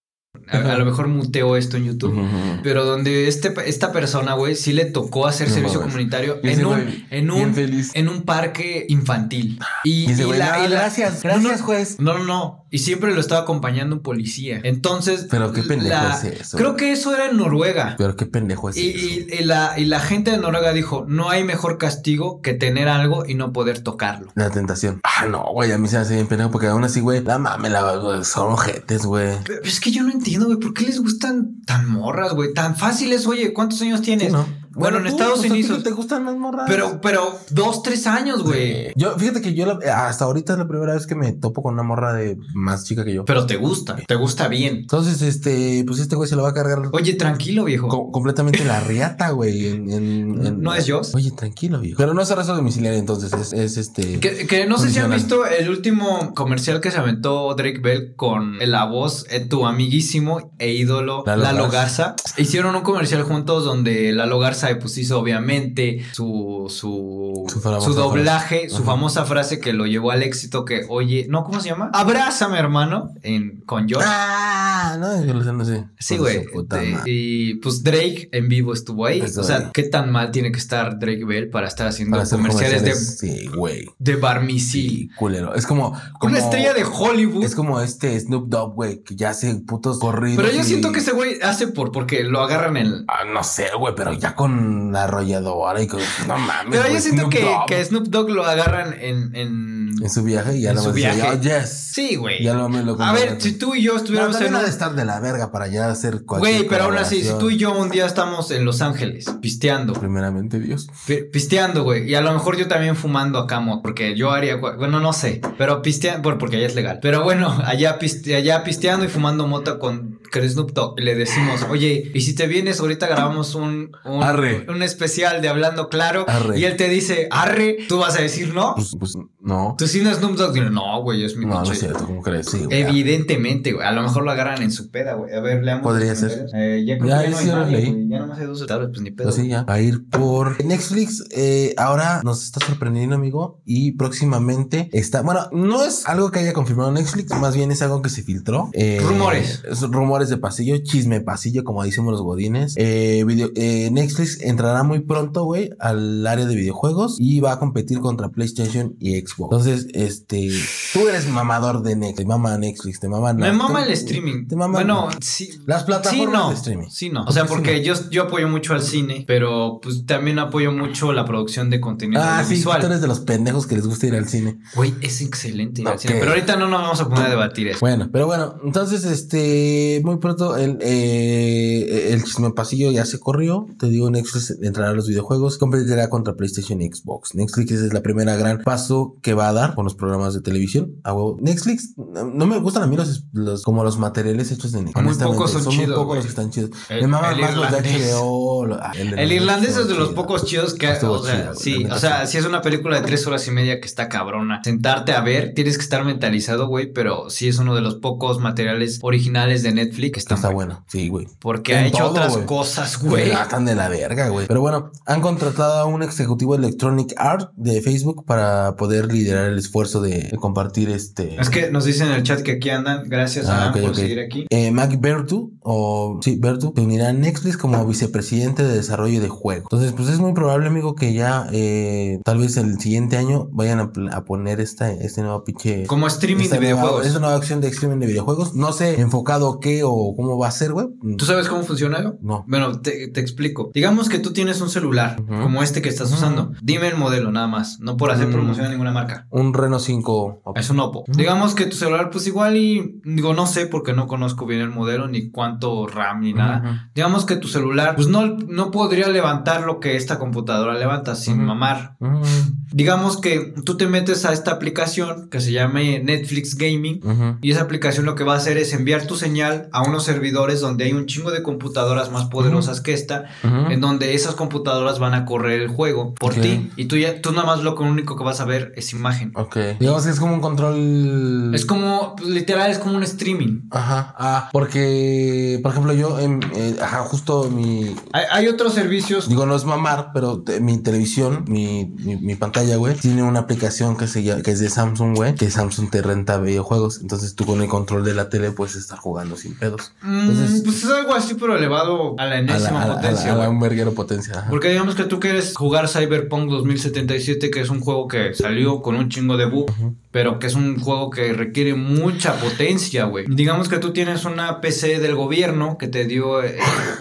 Speaker 3: a, a lo mejor muteo esto en YouTube, pero donde este, esta persona, güey, sí le tocó hacer
Speaker 1: No
Speaker 3: servicio
Speaker 1: mames.
Speaker 3: comunitario
Speaker 1: Y ese
Speaker 3: en un,
Speaker 1: güey,
Speaker 3: en
Speaker 1: bien
Speaker 3: un,
Speaker 1: feliz.
Speaker 3: en un parque infantil. Y,
Speaker 1: Y ese
Speaker 3: y
Speaker 1: güey.
Speaker 3: la-
Speaker 1: "No,
Speaker 3: y la-
Speaker 1: gracias,
Speaker 3: No, no,
Speaker 1: gracias, juez.
Speaker 3: no, no, no. Y siempre lo estaba acompañando un policía. Entonces.
Speaker 1: Pero qué pendejo
Speaker 3: la-
Speaker 1: es eso.
Speaker 3: Creo que eso era en Noruega.
Speaker 1: Pero qué pendejo es.
Speaker 3: Y, y- y la, y la gente de Noruega dijo: No hay mejor castigo que tener algo y no poder tocarlo.
Speaker 1: La tentación. Ah, no, güey. A mí se me hace bien pendejo porque aún así, güey. La mames, la, güey, son ojetes, güey.
Speaker 3: Pero es que yo no entiendo, güey, ¿por qué les gustan tan morras, güey? Tan fáciles, oye, ¿cuántos años tienes?
Speaker 1: Sí, ¿no?
Speaker 3: Bueno, en
Speaker 1: tú,
Speaker 3: Estados
Speaker 1: pues, a ti
Speaker 3: Unidos.
Speaker 1: que Te gustan las morras.
Speaker 3: Pero, pero, dos, tres años, güey.
Speaker 1: Yo, fíjate que yo la- hasta ahorita es la primera vez que me topo con una morra de más chica que yo.
Speaker 3: Pero te gusta, te gusta bien.
Speaker 1: Entonces, este, pues este güey se lo va a cargar
Speaker 3: Oye, tranquilo, viejo.
Speaker 1: co- completamente la riata, güey. en- en- en-
Speaker 3: ¿No es Joss?
Speaker 1: Oye, tranquilo, viejo. Pero no es arresto domiciliario, entonces es, es este.
Speaker 3: Que, que no sé si han
Speaker 1: Condicional.
Speaker 3: visto el último comercial que se aventó Drake Bell con la voz, eh, tu amiguísimo e ídolo
Speaker 1: Lalo
Speaker 3: Lalo Garza.
Speaker 1: Garza.
Speaker 3: Hicieron un comercial juntos donde Lalo Garza pues, hizo obviamente su, su,
Speaker 1: Su famosa
Speaker 3: su doblaje,
Speaker 1: frase.
Speaker 3: su
Speaker 1: Ajá.
Speaker 3: famosa frase que lo llevó al éxito que, oye, ¿no? ¿Cómo se llama? Abrázame, hermano, en, con Josh.
Speaker 1: Ah, no, yo lo sé, no sé.
Speaker 3: Sí,
Speaker 1: Con su
Speaker 3: güey.
Speaker 1: puta
Speaker 3: de-
Speaker 1: madre.
Speaker 3: Y pues Drake en vivo estuvo ahí.
Speaker 1: Estuvo
Speaker 3: o sea,
Speaker 1: ahí.
Speaker 3: ¿qué tan mal tiene que estar Drake Bell para estar haciendo
Speaker 1: Para hacer
Speaker 3: comerciales,
Speaker 1: comerciales, Sí, güey.
Speaker 3: de, de Bar Misil?
Speaker 1: Culero. Es como.
Speaker 3: Con
Speaker 1: como-
Speaker 3: Una estrella de Hollywood.
Speaker 1: Es como este Snoop Dogg, güey, que ya hace putos corridos.
Speaker 3: Pero yo
Speaker 1: y-
Speaker 3: siento que ese güey hace por porque lo agarran el.
Speaker 1: Ah, no sé, güey, pero ya con la arrolladora y con. No mames.
Speaker 3: Pero yo
Speaker 1: Ah, güey,
Speaker 3: siento
Speaker 1: Snoop
Speaker 3: que,
Speaker 1: Dogg.
Speaker 3: que Snoop Dogg lo agarran en. en...
Speaker 1: En su viaje y ya
Speaker 3: En
Speaker 1: lo
Speaker 3: su viaje.
Speaker 1: yes.
Speaker 3: Sí, güey.
Speaker 1: Ya lo me lo
Speaker 3: A ver,
Speaker 1: compré.
Speaker 3: si tú y yo
Speaker 1: No,
Speaker 3: estuviéramos
Speaker 1: también
Speaker 3: en.
Speaker 1: ha
Speaker 3: un-
Speaker 1: de estar de la verga para ya hacer cualquier
Speaker 3: Güey, pero aún así, si tú y
Speaker 1: colaboración.
Speaker 3: yo un día estamos en Los Ángeles, pisteando.
Speaker 1: Primeramente, Dios.
Speaker 3: Pi- Pisteando, güey. Y a lo mejor yo también fumando acá, mo- porque yo haría, cua- bueno, no sé, pero pisteando, porque allá es legal. Pero bueno, allá, piste- allá pisteando y fumando mota con con Snoop Dogg. Y le decimos, oye, y si te vienes, ahorita grabamos un, un,
Speaker 1: Arre.
Speaker 3: un especial de Hablando Claro.
Speaker 1: Arre.
Speaker 3: Y él te dice, arre, tú vas a decir no.
Speaker 1: Pues, pues, no.
Speaker 3: Tú sí no Snoop Dogg. Dile, no, güey, es mi
Speaker 1: No, no
Speaker 3: pinche-
Speaker 1: es cierto, ¿cómo crees? Sí, güey.
Speaker 3: Evidentemente, güey. A lo mejor lo agarran en su peda, güey. A ver, leamos.
Speaker 1: Podría
Speaker 3: los
Speaker 1: ser.
Speaker 3: comentarios. Eh, ya creo
Speaker 1: Ya,
Speaker 3: que ya no
Speaker 1: sí,
Speaker 3: hay
Speaker 1: ya los
Speaker 3: nadie,
Speaker 1: leí.
Speaker 3: güey. Ya nomás hay dos tablas, pues ni pedo.
Speaker 1: Pues sí, ya. A ir por Netflix. eh, ahora nos está sorprendiendo, amigo. Y próximamente está. Bueno, no es algo que haya confirmado Netflix, más bien es algo que se filtró. Eh,
Speaker 3: Rumores.
Speaker 1: es rumores de pasillo, chisme pasillo, como decimos los godines. Eh, video- eh, Netflix Netflix entrará muy pronto, güey, al área de videojuegos y va a competir contra PlayStation y Xbox. Entonces, este, tú eres mamador de Netflix, te mama Netflix, te mama
Speaker 3: Me
Speaker 1: la-
Speaker 3: mama
Speaker 1: te-
Speaker 3: el streaming.
Speaker 1: te mama-
Speaker 3: bueno, sí.
Speaker 1: Las plataformas
Speaker 3: sí, no.
Speaker 1: de streaming.
Speaker 3: Sí, no. O sea, porque yo, yo apoyo mucho al cine, pero pues también apoyo mucho la producción de contenido
Speaker 1: Ah, sí, tú
Speaker 3: visual.
Speaker 1: eres de los pendejos que les gusta ir al cine.
Speaker 3: Güey, es excelente. ir al
Speaker 1: Ok.
Speaker 3: cine, Pero ahorita no nos vamos a poner a debatir eso.
Speaker 1: Bueno, pero bueno, entonces, este, muy pronto el, eh, el chisme pasillo ya se corrió. Te digo, Netflix entrará a los videojuegos, competirá contra PlayStation y Xbox. Netflix es la primera gran paso que va a dar con los programas de televisión. A huevo. Netflix, no no me gustan a mí los, los- como los materiales hechos de Netflix.
Speaker 3: Muy
Speaker 1: honestamente.
Speaker 3: pocos son
Speaker 1: muy
Speaker 3: chidos,
Speaker 1: pocos
Speaker 3: güey.
Speaker 1: los que están chidos.
Speaker 3: El-
Speaker 1: me maman
Speaker 3: el
Speaker 1: más los de
Speaker 3: irlandés.
Speaker 1: HBO. lo- ah, el, de
Speaker 3: El
Speaker 1: los
Speaker 3: irlandés
Speaker 1: chidos,
Speaker 3: es de los
Speaker 1: chido.
Speaker 3: pocos chidos que.
Speaker 1: Estuvo
Speaker 3: O sea,
Speaker 1: chido, güey, la
Speaker 3: sí.
Speaker 1: neta
Speaker 3: O sea,
Speaker 1: sí.
Speaker 3: si es una película de tres horas y media que está cabrona. Sentarte a ver, tienes que estar mentalizado, güey. Pero sí es uno de los pocos materiales originales de Netflix que
Speaker 1: Está,
Speaker 3: están buenos.
Speaker 1: bueno, sí, güey.
Speaker 3: Porque
Speaker 1: En
Speaker 3: ha hecho
Speaker 1: todo,
Speaker 3: otras
Speaker 1: güey.
Speaker 3: cosas, güey.
Speaker 1: Están de la verga, güey. Pero bueno, han contratado a un ejecutivo de Electronic Art de Facebook para poder liderar el esfuerzo de, de compartir este.
Speaker 3: Es que nos dicen en el chat que aquí andan. Gracias,
Speaker 1: Ah,
Speaker 3: Alan,
Speaker 1: ok,
Speaker 3: por
Speaker 1: ok.
Speaker 3: seguir aquí.
Speaker 1: Eh, Mac Bertu, o sí, Bertu, se unirá a Netflix como vicepresidente de desarrollo de juegos. Entonces, pues es muy probable, amigo, que ya eh, tal vez el siguiente año vayan a, pl- a poner esta, este nuevo pinche.
Speaker 3: Como streaming
Speaker 1: esta
Speaker 3: de
Speaker 1: nueva-
Speaker 3: videojuegos.
Speaker 1: esta nueva acción de streaming de videojuegos. No sé enfocado qué o cómo va a ser, güey.
Speaker 3: ¿Tú sabes cómo funciona eso?
Speaker 1: No.
Speaker 3: Bueno, te, te explico. Digamos que tú tienes un celular
Speaker 1: Ujú.
Speaker 3: como este que estás usando. Dime el modelo nada más, no por hacer
Speaker 1: Mm.
Speaker 3: promoción a ninguna marca.
Speaker 1: Un Reno 5.
Speaker 3: Es un Oppo. Digamos que tu celular, pues igual y digo, no sé porque no conozco bien el modelo ni cuánto RAM ni nada. Digamos que tu celular, pues no, no podría levantar lo que esta computadora levanta sin
Speaker 1: Ujú.
Speaker 3: mamar.
Speaker 1: Ujú.
Speaker 3: Digamos que tú te metes a esta aplicación que se llama Netflix Gaming.
Speaker 1: Ujú.
Speaker 3: Y esa aplicación lo que va a hacer es enviar tu señal a unos servidores donde hay un chingo de computadoras más poderosas que esta,
Speaker 1: Ujú.
Speaker 3: en donde esas computadoras van a correr el juego por
Speaker 1: Ok.
Speaker 3: ti. Y tú ya, tú nada más lo que- único que vas a ver es imagen.
Speaker 1: Ok. Digamos que es como un control.
Speaker 3: Es como, pues, literal, es como un streaming.
Speaker 1: Ajá. Ah, porque, por ejemplo, yo, em, eh, ajá, justo mi.
Speaker 3: Hay, hay otros servicios.
Speaker 1: Digo, no es mamar, pero te- mi televisión, mi, mi, mi pantalla, güey, tiene una aplicación que, se llama, que es de Samsung, güey, que Samsung te renta videojuegos. Entonces tú con el control de la tele puedes estar jugando sin pedos.
Speaker 3: mm,
Speaker 1: entonces-
Speaker 3: pues es algo así, pero elevado a la
Speaker 1: A la,
Speaker 3: enésima
Speaker 1: a la- a la-
Speaker 3: potencia.
Speaker 1: a la
Speaker 3: güey.
Speaker 1: un verguero potencia. ajá.
Speaker 3: Porque digamos que tú quieres jugar Cyberpunk 2077, que es un juego que salió con un chingo de bug, pero que es un juego que requiere mucha potencia, güey. Digamos que tú tienes una PC del gobierno que te dio eh,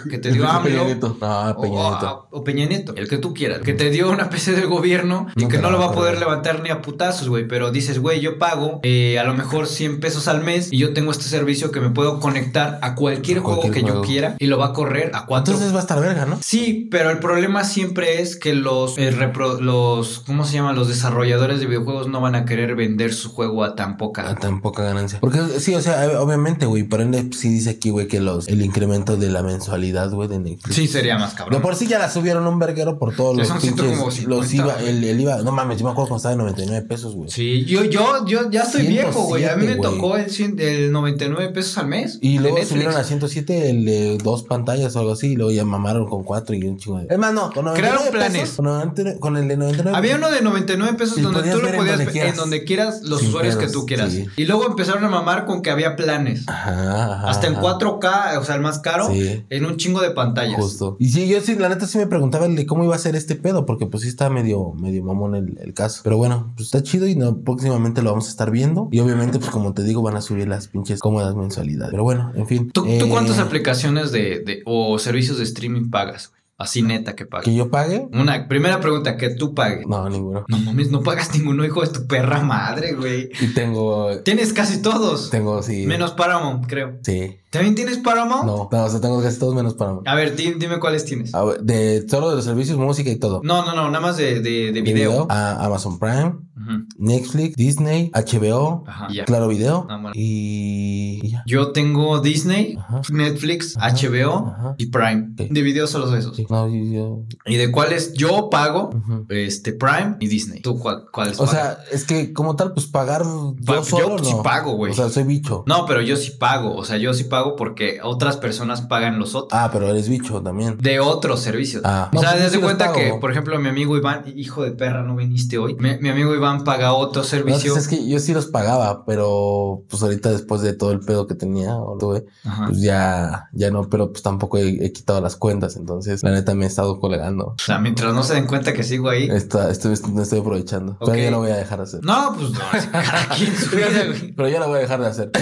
Speaker 3: que te dio
Speaker 1: Entonces, Peña
Speaker 3: AMLO
Speaker 1: Nieto. Ah, Peña
Speaker 3: o,
Speaker 1: Nieto.
Speaker 3: a- o Peña Nieto, el que tú quieras, que te dio una PC del gobierno y
Speaker 1: No
Speaker 3: que
Speaker 1: te
Speaker 3: no
Speaker 1: la
Speaker 3: lo
Speaker 1: va
Speaker 3: va a
Speaker 1: a
Speaker 3: poder
Speaker 1: pagar.
Speaker 3: levantar ni a putazos, güey, pero dices, güey, yo pago eh, a lo mejor 100 pesos al mes y yo tengo este servicio que me puedo conectar a cualquier,
Speaker 1: A cualquier
Speaker 3: juego que yo
Speaker 1: juego.
Speaker 3: quiera y lo va a correr a 4
Speaker 1: Entonces va a estar verga, ¿no?
Speaker 3: Sí, pero el problema siempre es que los, eh, repro- los ¿cómo se llama? Los desarrolladores de videojuegos no van a querer vender su juego a tan
Speaker 1: A
Speaker 3: poca.
Speaker 1: Ah, tan poca ganancia. Porque sí, o sea, eh, obviamente, güey, pero en- sí dice aquí, güey, que los el incremento de la mensualidad, güey, de Netflix.
Speaker 3: Sí, sería más
Speaker 1: De
Speaker 3: cabrón.
Speaker 1: por sí ya la subieron un verguero por todos
Speaker 3: Sí,
Speaker 1: los
Speaker 3: son ciento
Speaker 1: pinches.
Speaker 3: como cincuenta,
Speaker 1: los IVA,
Speaker 3: güey.
Speaker 1: el, el IVA. No mames, yo me acuerdo cuando estaba en 99 pesos, güey.
Speaker 3: Sí, yo, yo, yo ya estoy
Speaker 1: 107,
Speaker 3: viejo, güey. A mí me
Speaker 1: güey.
Speaker 3: tocó el, cien- el 99 pesos al mes.
Speaker 1: Y
Speaker 3: de
Speaker 1: luego
Speaker 3: Netflix.
Speaker 1: subieron a 107 el de dos pantallas o algo así. Y luego ya mamaron con cuatro y un chingo de. Es más, no, con 99
Speaker 3: Crearon planes.
Speaker 1: pesos, con, 99 con el de 99.
Speaker 3: Había uno de 99 pesos
Speaker 1: Y
Speaker 3: donde
Speaker 1: podías
Speaker 3: tú lo
Speaker 1: ver en
Speaker 3: podías
Speaker 1: donde
Speaker 3: ver en,
Speaker 1: quieras.
Speaker 3: donde quieras los
Speaker 1: Sin
Speaker 3: usuarios que
Speaker 1: pedos,
Speaker 3: tú quieras.
Speaker 1: sí.
Speaker 3: Y luego empezaron a mamar con que había planes.
Speaker 1: Ajá, ajá,
Speaker 3: Hasta en
Speaker 1: ajá.
Speaker 3: 4K, o sea, el más caro,
Speaker 1: Sí.
Speaker 3: en un chingo de pantallas.
Speaker 1: Justo. Y sí, yo sí, la neta sí me preguntaba el de cómo iba a ser este pedo, porque pues sí está medio, medio mamón el, el caso. Pero bueno, pues está chido y no, próximamente lo vamos a estar viendo. Y obviamente, pues como te digo, van a subir las pinches cómodas mensualidades. Pero bueno, en fin.
Speaker 3: ¿Tú, tú
Speaker 1: Eh,
Speaker 3: cuántas aplicaciones de, de- o servicios de streaming pagas? güey? Así neta que pagas.
Speaker 1: ¿Que yo pague?
Speaker 3: Una primera pregunta, que tú pagues.
Speaker 1: No, ninguno.
Speaker 3: No mames, no pagas ninguno, hijo de tu perra madre, güey.
Speaker 1: Y tengo,
Speaker 3: Tienes casi todos.
Speaker 1: tengo, sí.
Speaker 3: Menos Paramount, creo.
Speaker 1: Sí.
Speaker 3: ¿También tienes Paramount?
Speaker 1: No, Ah, no, o sea, tengo casi todos menos para...
Speaker 3: A ver, di- dime cuáles tienes.
Speaker 1: A ver, de solo de los servicios, música y todo.
Speaker 3: No, no, no, nada más de, de, de
Speaker 1: De
Speaker 3: video.
Speaker 1: a Amazon Prime,
Speaker 3: Ujú.
Speaker 1: Netflix, Disney, HBO,
Speaker 3: Ajá. y ya.
Speaker 1: Claro Video
Speaker 3: Ah, bueno.
Speaker 1: y... y ya.
Speaker 3: Yo tengo Disney,
Speaker 1: Ajá.
Speaker 3: Netflix,
Speaker 1: Ajá,
Speaker 3: HBO
Speaker 1: ajá.
Speaker 3: y Prime.
Speaker 1: Sí.
Speaker 3: De video solo esos.
Speaker 1: Sí, no, yo- yo-
Speaker 3: ¿Y de cuáles yo pago?
Speaker 1: Ujú.
Speaker 3: Este, Prime y Disney. ¿Tú cuál- cuáles
Speaker 1: O
Speaker 3: pagas?
Speaker 1: sea, es que como tal, pues pagar
Speaker 3: Pa-
Speaker 1: yo
Speaker 3: yo
Speaker 1: solo
Speaker 3: sí
Speaker 1: no.
Speaker 3: pago, güey.
Speaker 1: O sea, soy bicho.
Speaker 3: No, pero yo sí pago. O sea, yo sí pago porque otras personas pagan los otros.
Speaker 1: Ah, pero eres bicho también.
Speaker 3: De otros servicios.
Speaker 1: Ah.
Speaker 3: O
Speaker 1: No,
Speaker 3: sea,
Speaker 1: pues yo
Speaker 3: desde
Speaker 1: sí los
Speaker 3: cuenta
Speaker 1: pago.
Speaker 3: que, por ejemplo, mi amigo Iván, hijo de perra, no viniste hoy. Mi, mi amigo Iván One, paga otro
Speaker 1: No, pues
Speaker 3: servicio.
Speaker 1: es que yo sí los pagaba, pero pues ahorita después de todo el pedo que tenía o tuve,
Speaker 3: Ajá.
Speaker 1: pues ya, ya no, pero pues tampoco he, he quitado las cuentas, entonces la neta me he estado colgando.
Speaker 3: O sea, mientras no se den cuenta que sigo ahí.
Speaker 1: Está, estoy, no estoy aprovechando.
Speaker 3: Ok.
Speaker 1: Todavía lo voy a dejar de hacer.
Speaker 3: No, pues no, cada quien su vida, güey.
Speaker 1: Pero ya lo voy a dejar de hacer.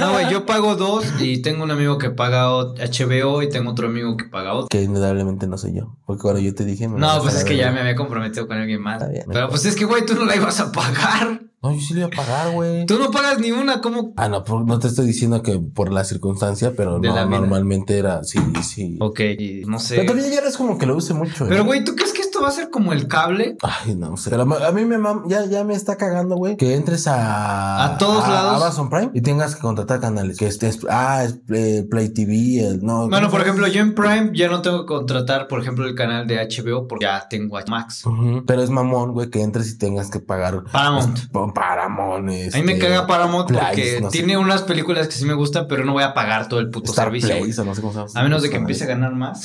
Speaker 3: No, güey, yo pago dos y tengo un amigo que paga o- HBO y tengo otro amigo que paga otro.
Speaker 1: Que indudablemente no soy yo. Porque cuando yo te dije... me
Speaker 3: No,
Speaker 1: mandaste a
Speaker 3: pues
Speaker 1: la
Speaker 3: es que ya
Speaker 1: verga.
Speaker 3: me había comprometido con alguien más.
Speaker 1: Está bien.
Speaker 3: Pero pues es que, güey, tú no la ibas a pagar.
Speaker 1: No, yo sí lo voy a pagar, güey.
Speaker 3: Tú no pagas ni una, ¿cómo?
Speaker 1: Ah, no, por- no te estoy diciendo que por la circunstancia, pero
Speaker 3: De
Speaker 1: no,
Speaker 3: la vida.
Speaker 1: normalmente era... Sí, sí.
Speaker 3: Ok, y no sé.
Speaker 1: Pero también ya no es como que lo use mucho. ¿eh?
Speaker 3: Pero, güey, ¿tú crees que esto va a ser como el cable?
Speaker 1: Ay, no sé. Pero ma- a mí me mam- ya, ya me está cagando, güey. Que entres a.
Speaker 3: A todos lados.
Speaker 1: Amazon Prime y tengas que contratar canales. Que estés. Ah, es eh, Play TV. el- no.
Speaker 3: Bueno, por ejemplo, yo en Prime ya no tengo que contratar, por ejemplo, el canal de HBO porque ya tengo a Max.
Speaker 1: Ujú. Pero es mamón, güey, que entres y tengas que pagar.
Speaker 3: Paramount.
Speaker 1: Por Paramount.
Speaker 3: A mí me
Speaker 1: este,
Speaker 3: caga Paramount
Speaker 1: Place,
Speaker 3: porque
Speaker 1: no sé.
Speaker 3: tiene unas películas que sí me gustan, pero no voy a pagar todo el puto
Speaker 1: Star
Speaker 3: servicio.
Speaker 1: Place,
Speaker 3: güey.
Speaker 1: o no sé cómo se llama.
Speaker 3: A menos de que empiece a ganar más.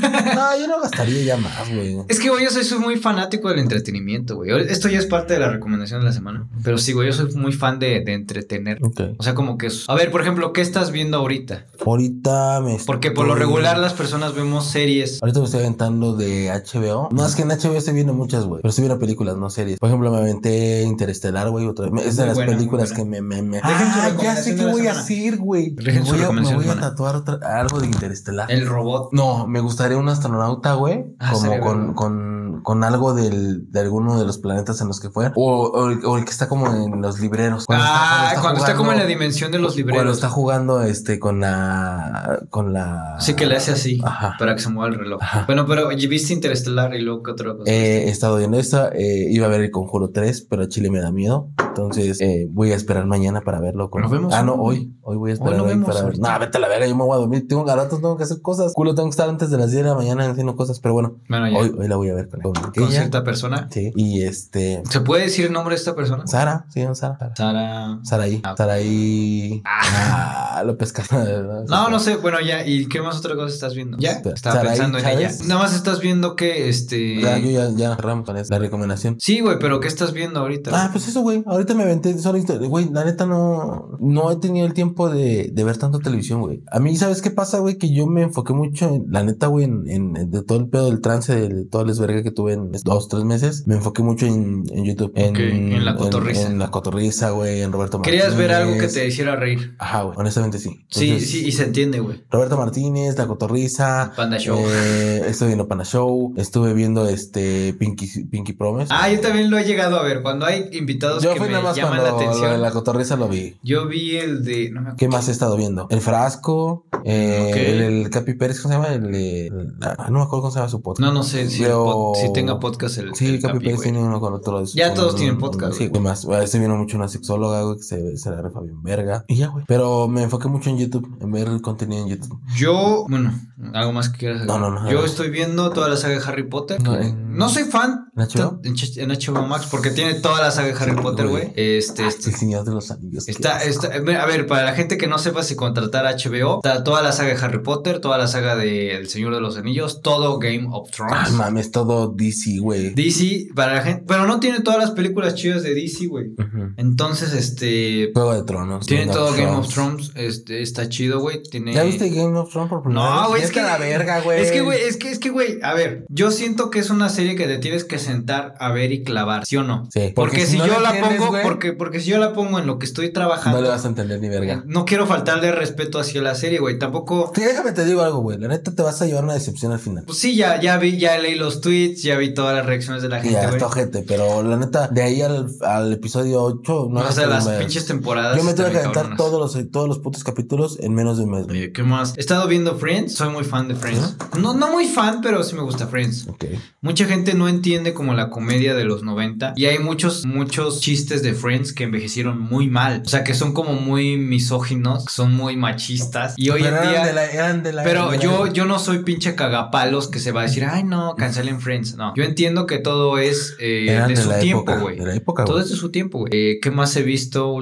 Speaker 1: No, yo no gastaría ya más, güey.
Speaker 3: Es que, güey, yo soy, soy muy fanático del entretenimiento, güey. Ahora- Esto ya es parte de la recomendación de la semana. Pero sí, güey, yo soy muy fan de, de entretener.
Speaker 1: Ok.
Speaker 3: O sea, como que... A ver, por ejemplo, ¿qué estás viendo ahorita?
Speaker 1: Ahorita me.
Speaker 3: Porque por lo
Speaker 1: estoy-
Speaker 3: regular las personas vemos series.
Speaker 1: Ahorita me estoy aventando de HBO. No, es que en HBO estoy viendo muchas, güey. Pero estoy viendo películas, no series. Por ejemplo, me aventé Interestelar, güey. Otra vez. Es de
Speaker 3: Muy
Speaker 1: las
Speaker 3: buena, muy
Speaker 1: películas
Speaker 3: buena.
Speaker 1: que me... me, me...
Speaker 3: Dejen su
Speaker 1: Ah, ya sé
Speaker 3: recomendación
Speaker 1: qué
Speaker 3: de la
Speaker 1: voy a
Speaker 3: semana.
Speaker 1: hacer, güey.
Speaker 3: Dejen
Speaker 1: Me
Speaker 3: su
Speaker 1: voy a, me
Speaker 3: recomendación
Speaker 1: voy
Speaker 3: de la
Speaker 1: a
Speaker 3: semana.
Speaker 1: tatuar otra- algo de Interestelar.
Speaker 3: El robot.
Speaker 1: No, me gustaría un astronauta, güey.
Speaker 3: Ah,
Speaker 1: como
Speaker 3: estaría
Speaker 1: con,
Speaker 3: bueno.
Speaker 1: con, con algo del, de alguno de los planetas en los que fue. O, o el, o el que está como en los libreros.
Speaker 3: ah, cuando está como en la
Speaker 1: jugando-
Speaker 3: dimensión de los
Speaker 1: Cuando
Speaker 3: libreros.
Speaker 1: está jugando este con la. Con la.
Speaker 3: Así que le hace así
Speaker 1: Ajá.
Speaker 3: para que se mueva el reloj.
Speaker 1: Ajá.
Speaker 3: Bueno, pero oye, viste Interestelar y luego qué otra cosa.
Speaker 1: Eh, he estado viendo esta, eh, iba a ver el Conjuro 3, pero a Chile me da miedo. Entonces eh, voy a esperar mañana para verlo. Con...
Speaker 3: Nos vemos.
Speaker 1: ah, no, hoy. Hoy voy a esperar
Speaker 3: Hoy lo
Speaker 1: hoy
Speaker 3: vemos
Speaker 1: para ver.
Speaker 3: ahorita.
Speaker 1: No, vete a la verga, yo me voy a dormir. Tengo garatos, tengo que hacer cosas. Culo, tengo que estar antes de las 10 de la mañana haciendo cosas. Pero bueno,
Speaker 3: bueno, ya.
Speaker 1: hoy, hoy la voy a ver con, con
Speaker 3: con
Speaker 1: ella.
Speaker 3: cierta persona.
Speaker 1: Sí. Y este.
Speaker 3: ¿Se puede decir el nombre de esta persona?
Speaker 1: Sara, sí, no, Sara.
Speaker 3: Sara.
Speaker 1: Saraí. Saraí. Ah, lo pescas.
Speaker 3: No, no sé. Bueno, ya. ¿Y qué más otra cosa estás viendo? Ya.
Speaker 1: Espera.
Speaker 3: Estaba
Speaker 1: Saraí
Speaker 3: pensando en ella.
Speaker 1: Chávez.
Speaker 3: Nada más estás viendo que este.
Speaker 1: Ya, yo ya, ya cerramos con eso, la recomendación.
Speaker 3: Sí, güey, pero ¿qué estás viendo ahorita?
Speaker 1: Ah, pues eso, güey. Ahorita me aventé solo historia. Güey, la neta no, no he tenido el tiempo de, de ver tanta televisión, güey. A mí, ¿sabes qué pasa, güey? Que yo me enfoqué mucho en, la neta, güey, en, en- en- de todo el pedo del trance, de, todo el esvergue que tuve en dos, tres meses. Me enfoqué mucho en, en YouTube. En,
Speaker 3: Ok, en la cotorriza.
Speaker 1: En, la cotorriza, güey, en Roberto Martínez.
Speaker 3: Querías ver algo que te hiciera reír.
Speaker 1: Ajá, güey. Honestamente, sí.
Speaker 3: Sí,
Speaker 1: Entonces,
Speaker 3: sí, y se entiende, güey.
Speaker 1: Roberto Martínez, La Cotorriza.
Speaker 3: Panda Show.
Speaker 1: eh, estuve viendo Pana Show. Estuve viendo este Pinky, Pinky Promise.
Speaker 3: Ah, yo también lo he llegado a ver. Cuando hay invitados
Speaker 1: Yo
Speaker 3: que
Speaker 1: fui
Speaker 3: me
Speaker 1: nada más
Speaker 3: llaman
Speaker 1: cuando
Speaker 3: la
Speaker 1: lo de
Speaker 3: atención.
Speaker 1: la cotorriza lo vi.
Speaker 3: Yo vi el de. No me acuerdo.
Speaker 1: ¿Qué más he estado viendo? El frasco, eh,
Speaker 3: Ok.
Speaker 1: el, el Capi Pérez, ¿cómo se llama? El, el- ah, no me acuerdo cómo se llama su podcast.
Speaker 3: No, no sé si, el
Speaker 1: Pero-
Speaker 3: pod- si tenga podcast el.
Speaker 1: Sí, el
Speaker 3: el
Speaker 1: Capi,
Speaker 3: Capi,
Speaker 1: Pérez
Speaker 3: güey.
Speaker 1: tiene uno con otro. de sus-
Speaker 3: Ya todos
Speaker 1: con-
Speaker 3: tienen podcast,
Speaker 1: Sí,
Speaker 3: güey.
Speaker 1: ¿qué más? Ah, Estoy viendo mucho una sexóloga, güey, que se, se la refa bien verga. Y ya, güey. Pero me enfoqué mucho en YouTube, en ver el contenido en YouTube.
Speaker 3: Yo, bueno, algo más que quieras.
Speaker 1: No, no, no.
Speaker 3: Yo estoy viendo toda la saga de Harry Potter.
Speaker 1: No,
Speaker 3: No,
Speaker 1: en-
Speaker 3: soy fan
Speaker 1: ¿En HBO?
Speaker 3: tan- en Ch- en HBO Max porque tiene toda la saga de Harry Potter, güey.
Speaker 1: Güey. Este
Speaker 3: Este, este.
Speaker 1: el Señor de los Anillos. qué
Speaker 3: Está,
Speaker 1: asco.
Speaker 3: está, eh, mira, a ver, para la gente que no sepa si contratar HBO, está toda la saga de Harry Potter, toda la saga de El Señor de los Anillos, todo Game of
Speaker 1: Ay,
Speaker 3: Thrones.
Speaker 1: Ah, mames, todo DC, güey.
Speaker 3: DC, para la gente, pero no tiene todas las películas chidas de DC, güey.
Speaker 1: Ujú.
Speaker 3: Entonces, este,
Speaker 1: Juego de Tronos.
Speaker 3: tiene
Speaker 1: Game of
Speaker 3: todo Game of
Speaker 1: Thrones.
Speaker 3: Thrones, este, está chido, güey. Tiene...
Speaker 1: pues, ¿Ya viste Game of Thrones por primera vez?
Speaker 3: No, güey, es
Speaker 1: Vete
Speaker 3: que
Speaker 1: a la verga, güey.
Speaker 3: Es que, güey, es que, es que, güey, a ver, yo siento que es una serie que te tienes que sentar a ver y clavar, ¿sí o no?
Speaker 1: Sí,
Speaker 3: Porque,
Speaker 1: porque si
Speaker 3: si,
Speaker 1: no
Speaker 3: yo
Speaker 1: la
Speaker 3: la
Speaker 1: entiendes,
Speaker 3: pongo,
Speaker 1: güey.
Speaker 3: porque, porque si yo la pongo en lo que estoy trabajando,
Speaker 1: No le
Speaker 3: no,
Speaker 1: vas a entender ni verga.
Speaker 3: quiero faltarle respeto hacia la serie, güey. Tampoco,
Speaker 1: Sí, déjame te digo algo, güey. La neta te vas a llevar una decepción al final.
Speaker 3: pues sí, ya, ya vi, ya leí los tweets, ya vi todas las reacciones de la
Speaker 1: Y
Speaker 3: gente,
Speaker 1: ya
Speaker 3: güey.
Speaker 1: está ojete, pero la neta, de ahí al, al episodio 8, no
Speaker 3: o sea,
Speaker 1: sé,
Speaker 3: las
Speaker 1: me-
Speaker 3: pinches temporadas.
Speaker 1: Yo me tengo
Speaker 3: están
Speaker 1: que aventar
Speaker 3: cabronas.
Speaker 1: todos los, todos los putos capítulos en menos de un mes, güey.
Speaker 3: Oye, ¿Qué más? He estado viendo Friends, soy muy fan de Friends. No, no muy fan, pero sí me gusta Friends.
Speaker 1: Ok.
Speaker 3: Mucha gente no entiende como la comedia de los 90 y hay muchos, muchos chistes de Friends que envejecieron muy mal. O sea, que son como muy misóginos, que son muy machistas y hoy en
Speaker 1: Pero eran
Speaker 3: día...
Speaker 1: de la- eran de la-
Speaker 3: Pero
Speaker 1: de la-
Speaker 3: yo, yo no soy pinche cagapalos que se va a decir, ay no, cancelen Friends. No, yo entiendo que todo es eh,
Speaker 1: eran
Speaker 3: de su
Speaker 1: la
Speaker 3: tiempo,
Speaker 1: época,
Speaker 3: güey.
Speaker 1: De la época,
Speaker 3: Todo
Speaker 1: güey.
Speaker 3: es de su tiempo, güey. Eh, ¿Qué más he visto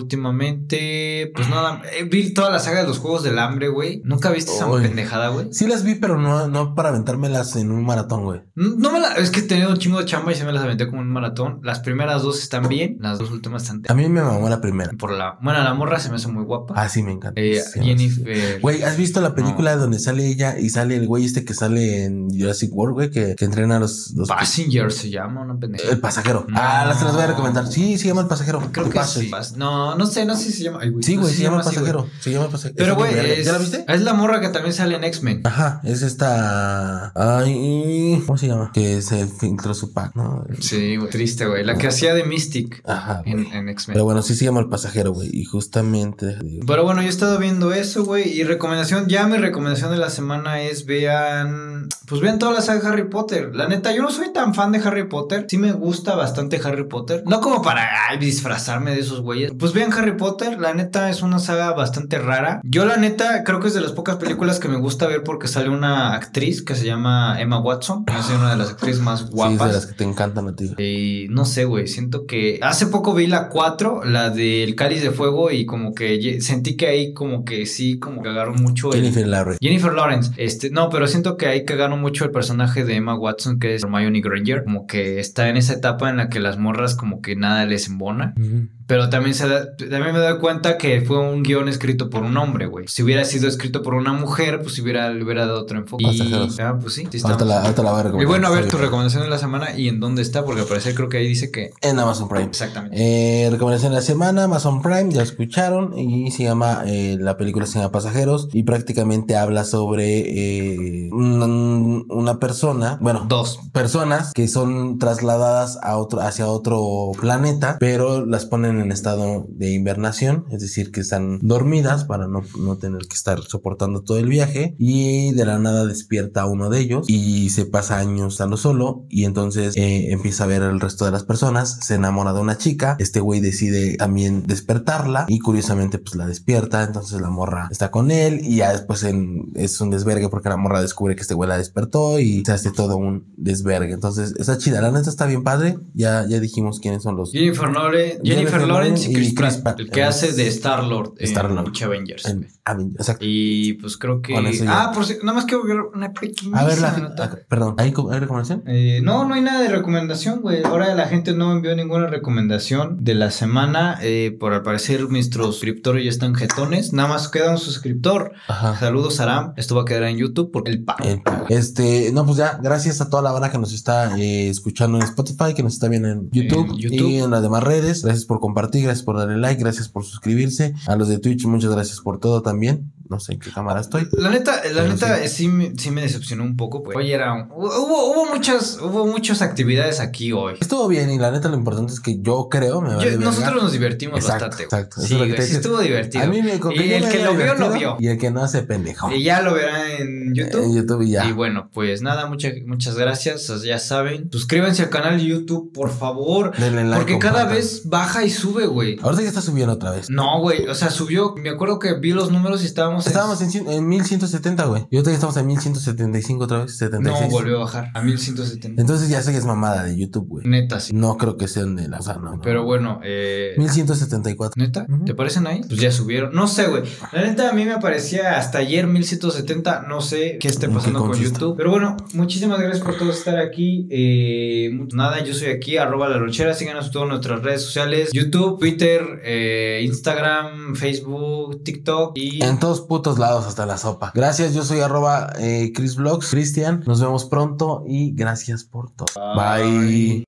Speaker 3: últimamente? Pues nada, eh, vi toda la saga de los Juegos del Hambre, güey. ¿Nunca viste esa
Speaker 1: Uy.
Speaker 3: pendejada, güey?
Speaker 1: Sí las vi, pero no, no para aventármelas en un maratón, güey.
Speaker 3: No me la... Es que he tenido un chingo de chamba chamba y se me las aventé como un maratón. Las primeras dos están bien, las dos últimas están
Speaker 1: A mí me mamó la primera.
Speaker 3: por la. Bueno, la morra se me hace muy guapa.
Speaker 1: Ah, sí, me encanta.
Speaker 3: Eh,
Speaker 1: Sí,
Speaker 3: Jennifer.
Speaker 1: Güey, ¿has visto la película donde sale ella y sale el güey este que sale en Jurassic World, güey? Que, que entrena a los, los-
Speaker 3: Passenger se llama una pendeja.
Speaker 1: El pasajero. Ah, las se las voy a recomendar. Sí, se llama el pasajero.
Speaker 3: Mm. Creo
Speaker 1: Te
Speaker 3: que
Speaker 1: pases.
Speaker 3: sí. No, no sé, no sé si se llama. Ay,
Speaker 1: Sí,
Speaker 3: no
Speaker 1: güey,
Speaker 3: sé
Speaker 1: se
Speaker 3: si
Speaker 1: llama el
Speaker 3: así, güey.
Speaker 1: pasajero. Se llama el pasajero.
Speaker 3: Pero,
Speaker 1: Es muy
Speaker 3: güey,
Speaker 1: verga.
Speaker 3: es,
Speaker 1: ¿ya la viste?
Speaker 3: es la morra que también sale en X-Men.
Speaker 1: Ajá, es esta. Ay, ¿cómo se llama? Que se filtró su pack, ¿no?
Speaker 3: Sí, güey. Triste, güey. La que hacía de Mystic
Speaker 1: Ajá. güey.
Speaker 3: en, en X-Men.
Speaker 1: Pero bueno, sí se llama el pasajero, güey. Y justamente.
Speaker 3: Pero bueno, yo he estado viendo eso, güey. Y recomendación, ya mi recomendación de la semana es vean. Pues vean toda la saga de Harry Potter. La neta, yo no soy tan fan de Harry Potter. Sí me gusta bastante Harry Potter. No como para ay, disfrazarme de esos güeyes. Pues vean Harry Potter. La neta es una saga bastante rara. Yo, la neta, creo que es de las pocas películas que me gusta ver porque sale una actriz que se llama Emma Watson. Es una de las actrices más
Speaker 1: Sí, es de
Speaker 3: guapas.
Speaker 1: las que te encantan a ti.
Speaker 3: Y no sé, güey, siento que hace poco vi la 4, la del Cáliz de Fuego y como que ye- sentí que ahí como que sí, como que agarró mucho el-
Speaker 1: Jennifer Lawrence.
Speaker 3: Jennifer Lawrence, este, no, pero siento que ahí cagaron mucho el personaje de Emma Watson, que es Hermione Granger, como que está en esa etapa en la que las morras como que nada les embona,
Speaker 1: Ujú.
Speaker 3: pero también se da, también me doy cuenta que fue un guión escrito por un hombre, güey. Si hubiera sido escrito por una mujer, pues hubiera, le hubiera dado otro enfoque. Y-
Speaker 1: Pasajeros.
Speaker 3: ah, pues sí, sí
Speaker 1: Ahorita
Speaker 3: estamos.
Speaker 1: la, ahorita la voy a recomendar.
Speaker 3: Y bueno, a ver tu
Speaker 1: Sí.
Speaker 3: recomendación de la semana y en dónde está, porque al parecer creo que ahí dice que.
Speaker 1: En Amazon Prime.
Speaker 3: Exactamente.
Speaker 1: Eh, recomendación de la semana, Amazon Prime, ya escucharon, y se llama, eh, la película se llama Pasajeros, y prácticamente habla sobre eh, un- una persona, bueno,
Speaker 3: Dos.
Speaker 1: personas que son trasladadas a otro, hacia otro planeta, pero las ponen en estado de invernación, es decir, que están dormidas para no, no tener que estar soportando todo el viaje. Y de la nada despierta uno de ellos y se pasa años estando solo. Y entonces eh, empieza a ver el resto de las personas, se enamora de una chica. Este güey decide también despertarla y curiosamente, pues la despierta. Entonces la morra está con él y ya después en- es un desvergue porque la morra descubre que este güey la despertó y se hace todo un desvergue. Entonces está chida, la neta está bien padre. Ya, ya dijimos quiénes son los.
Speaker 3: Jennifer, Lawrence, Jennifer
Speaker 1: Jennifer
Speaker 3: Lawrence y
Speaker 1: Lawrence
Speaker 3: Chris,
Speaker 1: y
Speaker 3: Pratt,
Speaker 1: Chris Pratt.
Speaker 3: el que hace de Star Lord en
Speaker 1: Star-Lord.
Speaker 3: Mucha Avengers.
Speaker 1: en- ah, bien, exacto.
Speaker 3: Y pues creo que.
Speaker 1: Con eso ya.
Speaker 3: Ah, por si... nada más quiero ver una pequeña
Speaker 1: A ver, la,
Speaker 3: nota.
Speaker 1: ah, perdón, ¿hay, co- hay recomendación?
Speaker 3: Eh, no, no hay nada de recomendación, güey. Ahora la gente no envió ninguna recomendación de la semana. Eh, por al parecer, nuestros suscriptores ya están jetones. Nada más queda un suscriptor.
Speaker 1: Ajá.
Speaker 3: Saludos, Aram. Esto va a quedar en YouTube porque el pago.
Speaker 1: El- Este, no, pues ya, gracias a toda la banda que nos está eh, escuchando en Spotify, que nos está viendo en YouTube,
Speaker 3: En YouTube.
Speaker 1: y en las demás redes. Gracias por compartir, gracias por darle like, gracias por suscribirse. A los de Twitch, muchas gracias por todo también. No sé en qué cámara estoy.
Speaker 3: La neta, la
Speaker 1: Pero
Speaker 3: neta eh, sí. me- sí me decepcionó un poco, pues. Hoy era un- hubo, hubo muchas, hubo muchas actividades aquí hoy.
Speaker 1: Estuvo bien, y la neta, lo importante es que yo creo, me
Speaker 3: Yo-
Speaker 1: vale verga.
Speaker 3: nosotros nos divertimos
Speaker 1: Exacto,
Speaker 3: bastante. güey.
Speaker 1: exacto. Eso
Speaker 3: Sí,
Speaker 1: es lo que
Speaker 3: güey,
Speaker 1: te
Speaker 3: sí
Speaker 1: decía.
Speaker 3: estuvo divertido.
Speaker 1: A mí me con
Speaker 3: Y
Speaker 1: yo
Speaker 3: el
Speaker 1: me
Speaker 3: que
Speaker 1: haya
Speaker 3: lo vio, lo
Speaker 1: divertido, Y el que no se pendejo. Eh,
Speaker 3: Y ya lo verán en
Speaker 1: En
Speaker 3: YouTube.
Speaker 1: YouTube y ya.
Speaker 3: Y bueno, pues nada, muchas, muchas gracias. Ya saben, suscríbanse al canal de YouTube, por favor.
Speaker 1: Denle like,
Speaker 3: Porque cada
Speaker 1: compartan.
Speaker 3: vez baja y sube, güey.
Speaker 1: Ahorita ya está subiendo otra vez.
Speaker 3: No, güey. O sea, subió. Me acuerdo que vi los números y estábamos en-
Speaker 1: Estábamos en, cien- en 1170, güey. Y ahorita ya estamos en 1175 otra vez, 76.
Speaker 3: No, volvió a bajar. A 1170.
Speaker 1: Entonces ya sé que es mamada de YouTube, güey.
Speaker 3: Neta, sí.
Speaker 1: No creo que sean de la. O sea, no, no.
Speaker 3: Pero bueno, eh.
Speaker 1: 1174.
Speaker 3: ¿Neta?
Speaker 1: Ujú.
Speaker 3: ¿Te parecen ahí? Pues ya subieron. No sé, güey. La neta a mí me aparecía hasta ayer 1170. No sé qué esté
Speaker 1: ¿En qué
Speaker 3: pasando con
Speaker 1: consiste?
Speaker 3: YouTube. Pero bueno, muchísimas gracias por todos estar aquí. Eh, mu- nada, yo soy aquí, arroba la lonchera. Síganos en todas nuestras redes sociales. YouTube, Twitter, eh, Instagram, Facebook, TikTok y...
Speaker 1: En todos putos lados hasta la sopa. Gracias, yo soy arroba eh, Chris Blogs, Cristian. Nos vemos pronto y gracias por todo. Bye.